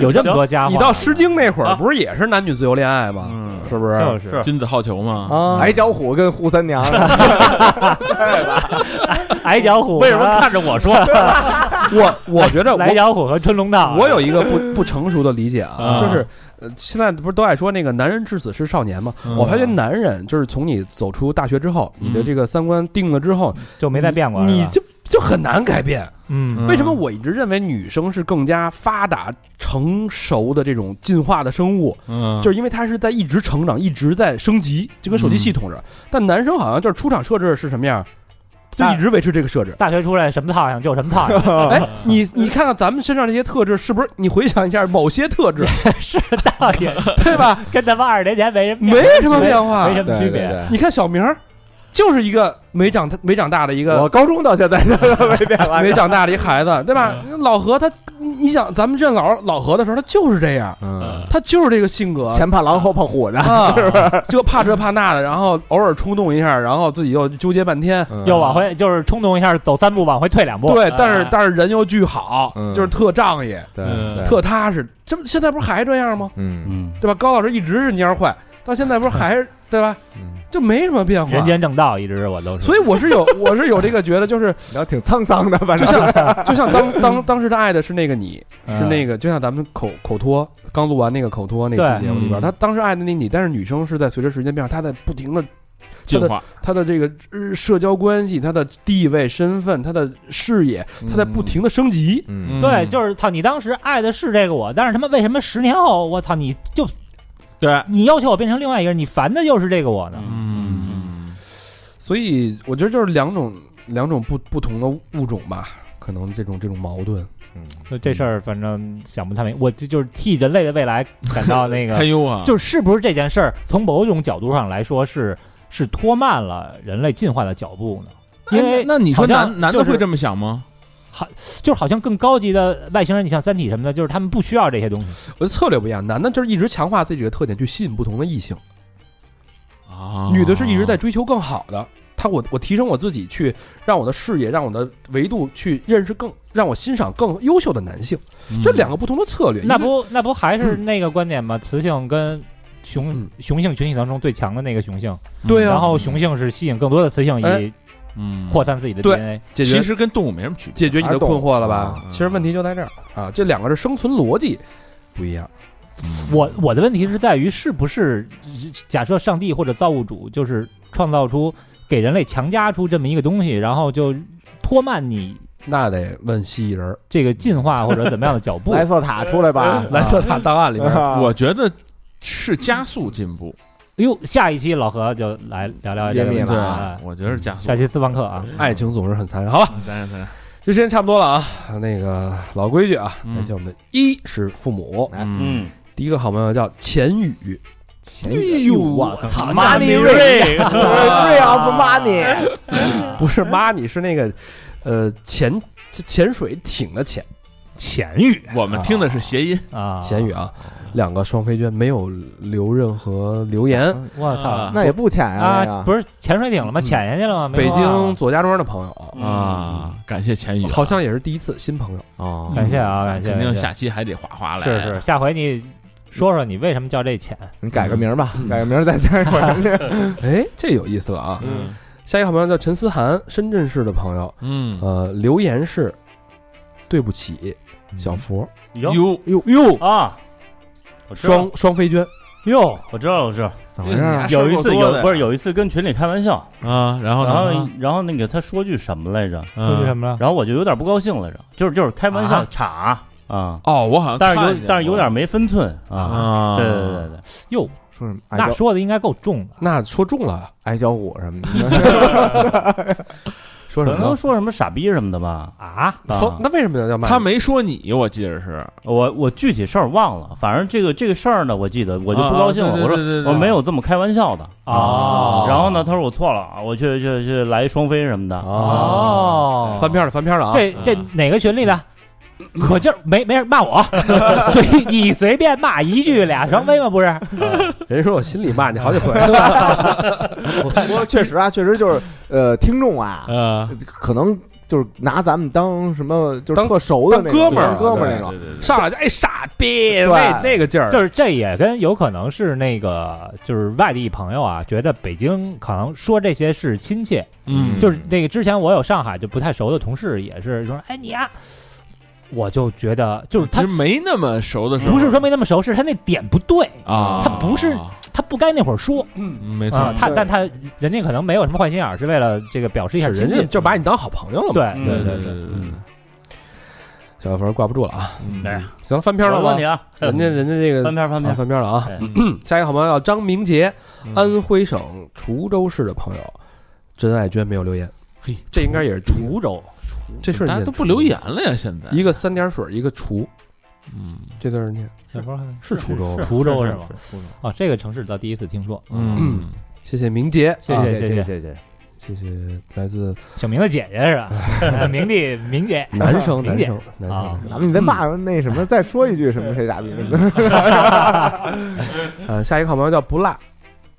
有这么多家伙，你到《诗经》那会啊儿不是也是男女自由恋爱吗？嗯，是不是？就是君子好逑嘛，嗯啊，矮脚虎跟扈三娘， 矮脚虎啊，为什么看 着我说？我我觉得我矮脚虎和春龙道啊？我有一个不不成熟的理解啊，啊就是呃，现在不是都爱说那个男人至死是少年吗？嗯我发觉男人就是从你走出大学之后，你的这个三观定了之后，就没再变过，你是吧就就很难改变。嗯为什么我一直认为女生是更加发达、成熟的这种进化的生物，嗯，就是因为它是在一直成长、一直在升级，就跟手机系统似嗯的。但男生好像就是出厂设置是什么样，就一直维持这个设置。大学出来什么套上就什 么套上，哎，你你看看咱们身上这些特质，是不是？你回想一下某些特 质，是道理，对吧？跟咱们二十年前没什么没什么变化没，什么区对别。对你看小明儿，就是一个没长没长大的一对个我高中到现在都没变完没长大的一孩子，对吧？嗯老何他，你你想咱们认老老何的时候，他就是这样，嗯，他就是这个性格。前怕狼后怕虎嗯的，啊，这怕这怕那的，然后偶尔冲动一下，然后自己又纠结半天。嗯又往回就是冲动一下，走三步往回退两步。啊对，但是但是人又巨好，嗯就是特仗义、对嗯对特踏实。这不现在不是还这样吗？嗯嗯，对吧？高老师一直是蔫儿坏，到现在不是还是对吧？嗯，就没什么变化人。间正道一直我都 是，所以我是有我是有这个觉得，就是然后挺沧桑的，反就正像就像当当当时的爱的是那个你，嗯是那个就像咱们口口托刚录完那个口托那期节目里边，对嗯他当时爱的那你，但是女生是在随着时间变化，她在不停的嗯进化，她的这个呃社交关系、她的地位、身份、她的视野，她在不停的升级。嗯，对，就是操，你当时爱的是这个我，但是他妈为什么十年后我操你就嗯对，嗯你要求我变成另外一个人，你烦的就是这个我呢？嗯，所以我觉得就是两种两种不不同的物种吧，可能这种这种矛盾。嗯就这事儿，反正想不太明，我这就是替人类的未来感到那 堪个，忧啊，就是是不是这件事儿，从某种角度上来说是是拖慢了人类进化的脚步呢？因哎为那那你说好像男男就的是会这么想吗？就是好像更高级的外星人，你像三体什么的，就是他们不需要这些东西。我觉得策略不一样，男的就是一直强化自己的特点去吸引不同的异性，啊女的是一直在追求更好的。她我我提升我自己，去让我的视野、让我的维度去认识更让我欣赏更优秀的男性，嗯这两个不同的策略。那一个不那不还是那个观 点吗？雌性跟雄嗯雄性群体当中最强的那个雄性，对啊然后雄性是吸引更多的雌性以哎嗯，扩散自己的对 DNA。解其决实跟动物没什么区别，解决你的困惑了吧还是动啊物？其实问题就在这儿啊，这两个是生存逻辑不一样。嗯我我的问题是在于是不是假设上帝或者造物主就是创造出给人类强加出这么一个东西，然后就拖慢你那得问蜥蜴人儿，这个进化或者怎么样的脚步？嗯莱瑟塔出来吧， 《蓝色塔档呃案》里面，啊我觉得是加速进步，哟，下一期老何就来聊聊这揭个秘问吧题对啊。我觉得是加速下。期私房课啊， 爱情总是很残忍。好了，咱咱咱，这时间差不多了啊。那个老规矩啊，嗯感谢我们的衣食父母。嗯，嗯，第一个好朋友叫钱宇，哎呦我操 Money r e of money，不是妈，你是那个呃潜潜水艇的潜潜语我们听的是谐音， 啊，钱宇啊，两个双飞娟没有留任何留言。我操啊那也不浅哎呀，那个啊，不是潜水艇了吗？潜下去了吗？没北有啊京左家庄的朋嗯友，啊，感谢钱宇啊，好像也是第一次新朋友。哦感谢啊，感谢，肯定感谢下期还得哗哗来，是是，下回你说说你为什么叫这潜？你改个名儿吧，改个名儿再加一会儿。哎，这有意思了啊！嗯下一个好朋友叫陈思涵，深圳市的朋友，嗯，呃，留言是对不起，小佛哟哟，哟哟，啊，我知道双双飞娟，哟，我知道，我知 道，怎么回事儿？啊事儿有一够次多的有呀不是有一次跟群里开玩笑，啊，然后然后呢？然后那个他说句什么来着？说句什嗯，么了？然后我就有点不高兴来着，就是就是开玩笑啊岔啊，哦，我好像但是看见有但是有过点没分寸啊，啊，对对对对，哟，说什么矮那脚说的应该够重的。那说中了，啊矮脚虎什么的？说什可么能呢？说什么傻逼什么的吧啊，啊说那为什么要叫骂他你没说你，我记着是，我我具体事儿忘了，反正这个这个事儿呢，我记得我就不高兴了。啊对对我对对说对我没有这么开玩笑的哦啊然后呢，他说我错了，啊我去去去来一双飞什么的。啊哦翻篇了，翻篇了啊！这这哪个群里的？可劲儿没没人骂我，随你随便骂一句俩双飞吗？不是，人家说我心里骂你好几回了，不过确实啊，确实就是呃，听众啊，嗯呃，可能就是拿咱们当什么，就是当特熟的那种当哥们儿当哥们儿那种。对对对 上来就哎傻逼，那那个劲儿，就是这也跟有可能是那个就是外地朋友啊，觉得北京可能说这些是亲切，嗯，就是那个之前我有上海就不太熟的同事也是说，哎你呀，我就觉得就是其他实没那么熟的时候，不是说没那么熟，是他那点不对，啊，他不是他不该那会儿说嗯，没啊错，，他对但他人家可能没有什么坏心眼儿，是为了这个表示一下人亲家近，就把你当好朋友了嘛。对嗯对对对对对，对，嗯小佛挂不住了啊！来，行了，翻篇没了问题吧？啊，人家人家这个翻篇翻啊篇，翻篇了啊！哎 下一个好朋友叫张明杰，嗯安徽省滁州市的朋友，真爱娟没有留言。嘿，这应该也是滁，滁州这事儿大家念都不滁留言了呀，现在，一个三点水，一个滁，嗯这字儿念。是滁州吗滁州是吗？是啊，这个城市倒第一次听说，嗯，谢谢明杰，谢啊谢谢谢谢谢，谢谢来自小明的姐姐是吧？ 呃明帝明姐，男生明男姐生男啊生咱们你再骂那什么，再说一句什么谁傻逼什么的。呃，下一个好朋友叫不辣，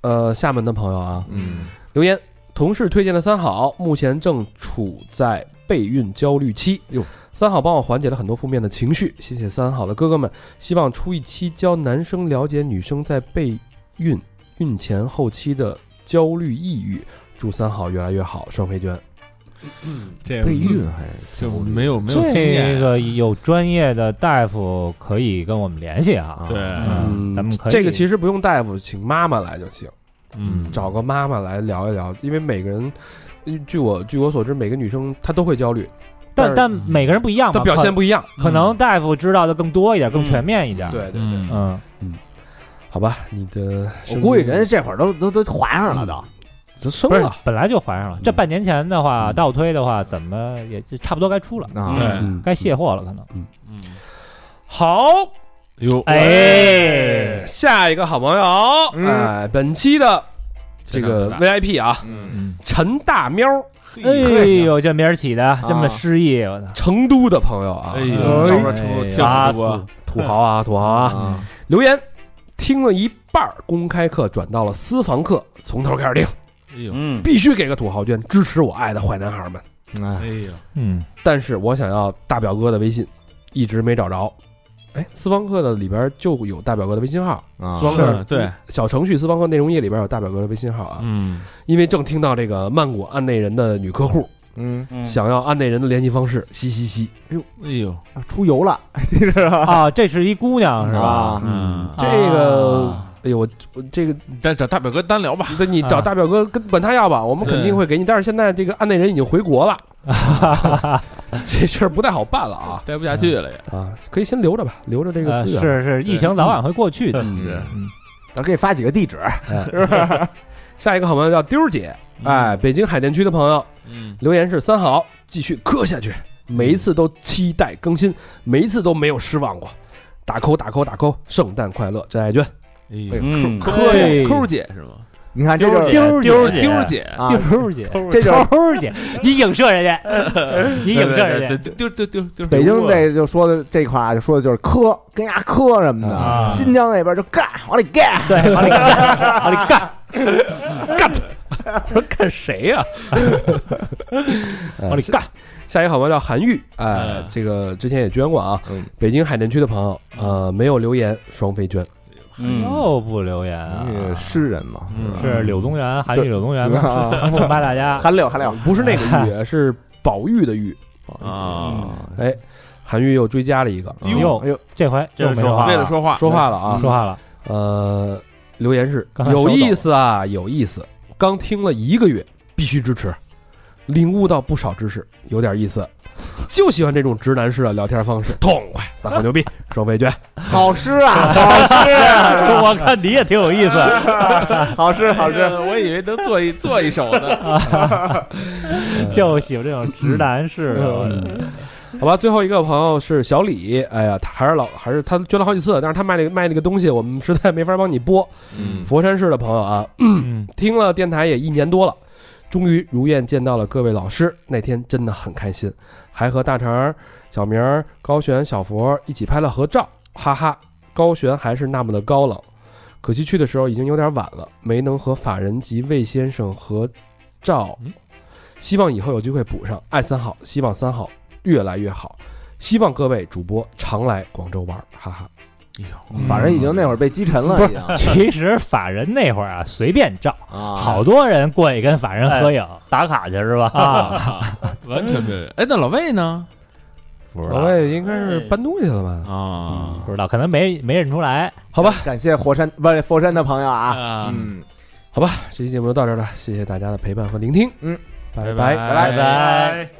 呃，厦门的朋友啊，嗯，留言，同事推荐的三好，目前正处在备孕焦虑期。哟，三好帮我缓解了很多负面的情绪，谢谢三好的哥哥们。希望出一期教男生了解女生在备孕、孕前后期的焦虑、抑郁。祝三好越来越好，双飞娟。这备孕还是就没有没有经这验，个有专业的大夫可以跟我们联系啊。对，嗯咱们可以这个其实不用大夫，请妈妈来就行，嗯，找个妈妈来聊一聊，因为每个人，呃据我据我所知，每个女生她都会焦虑，但但但每个人不一样嘛，她表现不一样。可可能大夫知道的更多一点，更全面一点。，对对对，嗯，嗯，好吧，你的我声估计音人家这会儿都都都怀上了都。都嗯生不是了。，本来就怀上了。这半年前的话，倒推的话，怎么也就差不多该出了，啊对，嗯该卸货了，可能。嗯，好，哟，哎，下一个好朋友，嗯哎，本期的这个非常大 VIP 啊，嗯，陈大喵，哎啊呦，这名儿起的这么诗意，我操！成都的朋友啊哎，哎呦，要不然成都天府打主死播，土豪啊，土豪啊，啊，留言听了一半儿公开课，转到了私房课，从头开始听，哎呦，嗯，必须给个土豪捐，支持我爱的坏男孩们。哎哎呦， 嗯，但是我想要大表哥的微信，一直没找着。哎，私房课的里边就有大表哥的微信号，啊双是，对，小程序私房课内容页里边有大表哥的微信号啊。嗯，因为正听到这个曼谷案内人的女客户嗯，嗯想要按那人的联系方式，嘻嘻嘻，哎呦，啊出油了，你知道吧？ 啊，这是一姑娘是吧？啊，嗯，这个啊哎呦，我我这个咱嗯找大表哥单聊吧。对你找大表哥跟管他要吧，我们肯定会给你。但是现在这个案内人已经回国了，这事儿不太好办了啊待不下去 了也，啊！可以先留着吧，留着这个呃资源。是是，疫情早晚会过去的。是咱给你发几个地址，下一个好朋友叫丢儿姐，哎，北京海淀区的朋友嗯，留言是三好，继续磕下去，每一次都期待更新，每一次都没有失望过。打 call 打 call 打 call，圣诞快乐，真爱娟。哎哎呦，呦嗯，抠对抠姐是吗？你看这就是丢儿丢儿姐丢儿姐，啊，丢儿姐，这就是丢儿 姐，你影射人 家，你影射人对家。对丢丢丢丢，北京这就说的这块啊，就说的就是磕，跟牙磕什么的。啊新疆那边就干，往里干，对，往里干，往里干，说看谁呀、往里干。嗯下一个好朋友叫韩愈，哎嗯，这个之前也捐过啊。嗯北京海淀区的朋友，呃，没有留言，双飞捐。嗯，又不留言啊？诗人嘛，嗯是柳宗元，韩愈、柳宗元对嘛啊？唐宋八大家。 韩柳韩柳，不是那个玉，是宝玉的玉。啊，哎，韩愈又追加了一个，哎呦哟哎呦， 这回这又没说话话为了了说话，说话了啊，嗯说话了。呃，留言是刚才收有到了意思啊，有意思，刚听了一个月，必须支持，领悟到不少知识，有点意思，就喜欢这种直男式的聊天方式，痛快，三好牛逼，双飞捐，好诗啊，好诗啊， 我看你也挺有意 思，好哎诗好诗，哎我以为能做一做一首呢。就喜欢这种直男式的。好吧，最后一个朋友是小李，哎呀，他还是老还是他捐了好几次，但是他卖那个卖那个东西，我们实在没法帮你播。 嗯，佛山市的朋友啊，嗯，听了电台也一年多了，终于如愿见到了各位老师，那天真的很开心，还和大肠儿、小明儿、高璇、小佛一起拍了合照，哈哈，高璇还是那么的高冷，可惜去的时候已经有点晚了，没能和法人及魏先生合照，希望以后有机会补上。爱三好，希望三好越来越好，希望各位主播常来广州玩儿，哈哈。反正已经那会儿被击沉了，已经 其实法人那会儿啊，随便照，啊，好多人过去跟法人合影哎打卡去是吧？啊。完全没有。哎，那老魏呢？不知老道，嗯魏应该是搬东西了吧？嗯啊不知道，可能没没认出来。好吧，感谢佛山不是佛山的朋友啊，啊，嗯，好吧，这期节目就到这儿了，谢谢大家的陪伴和聆听，嗯，拜拜拜拜拜。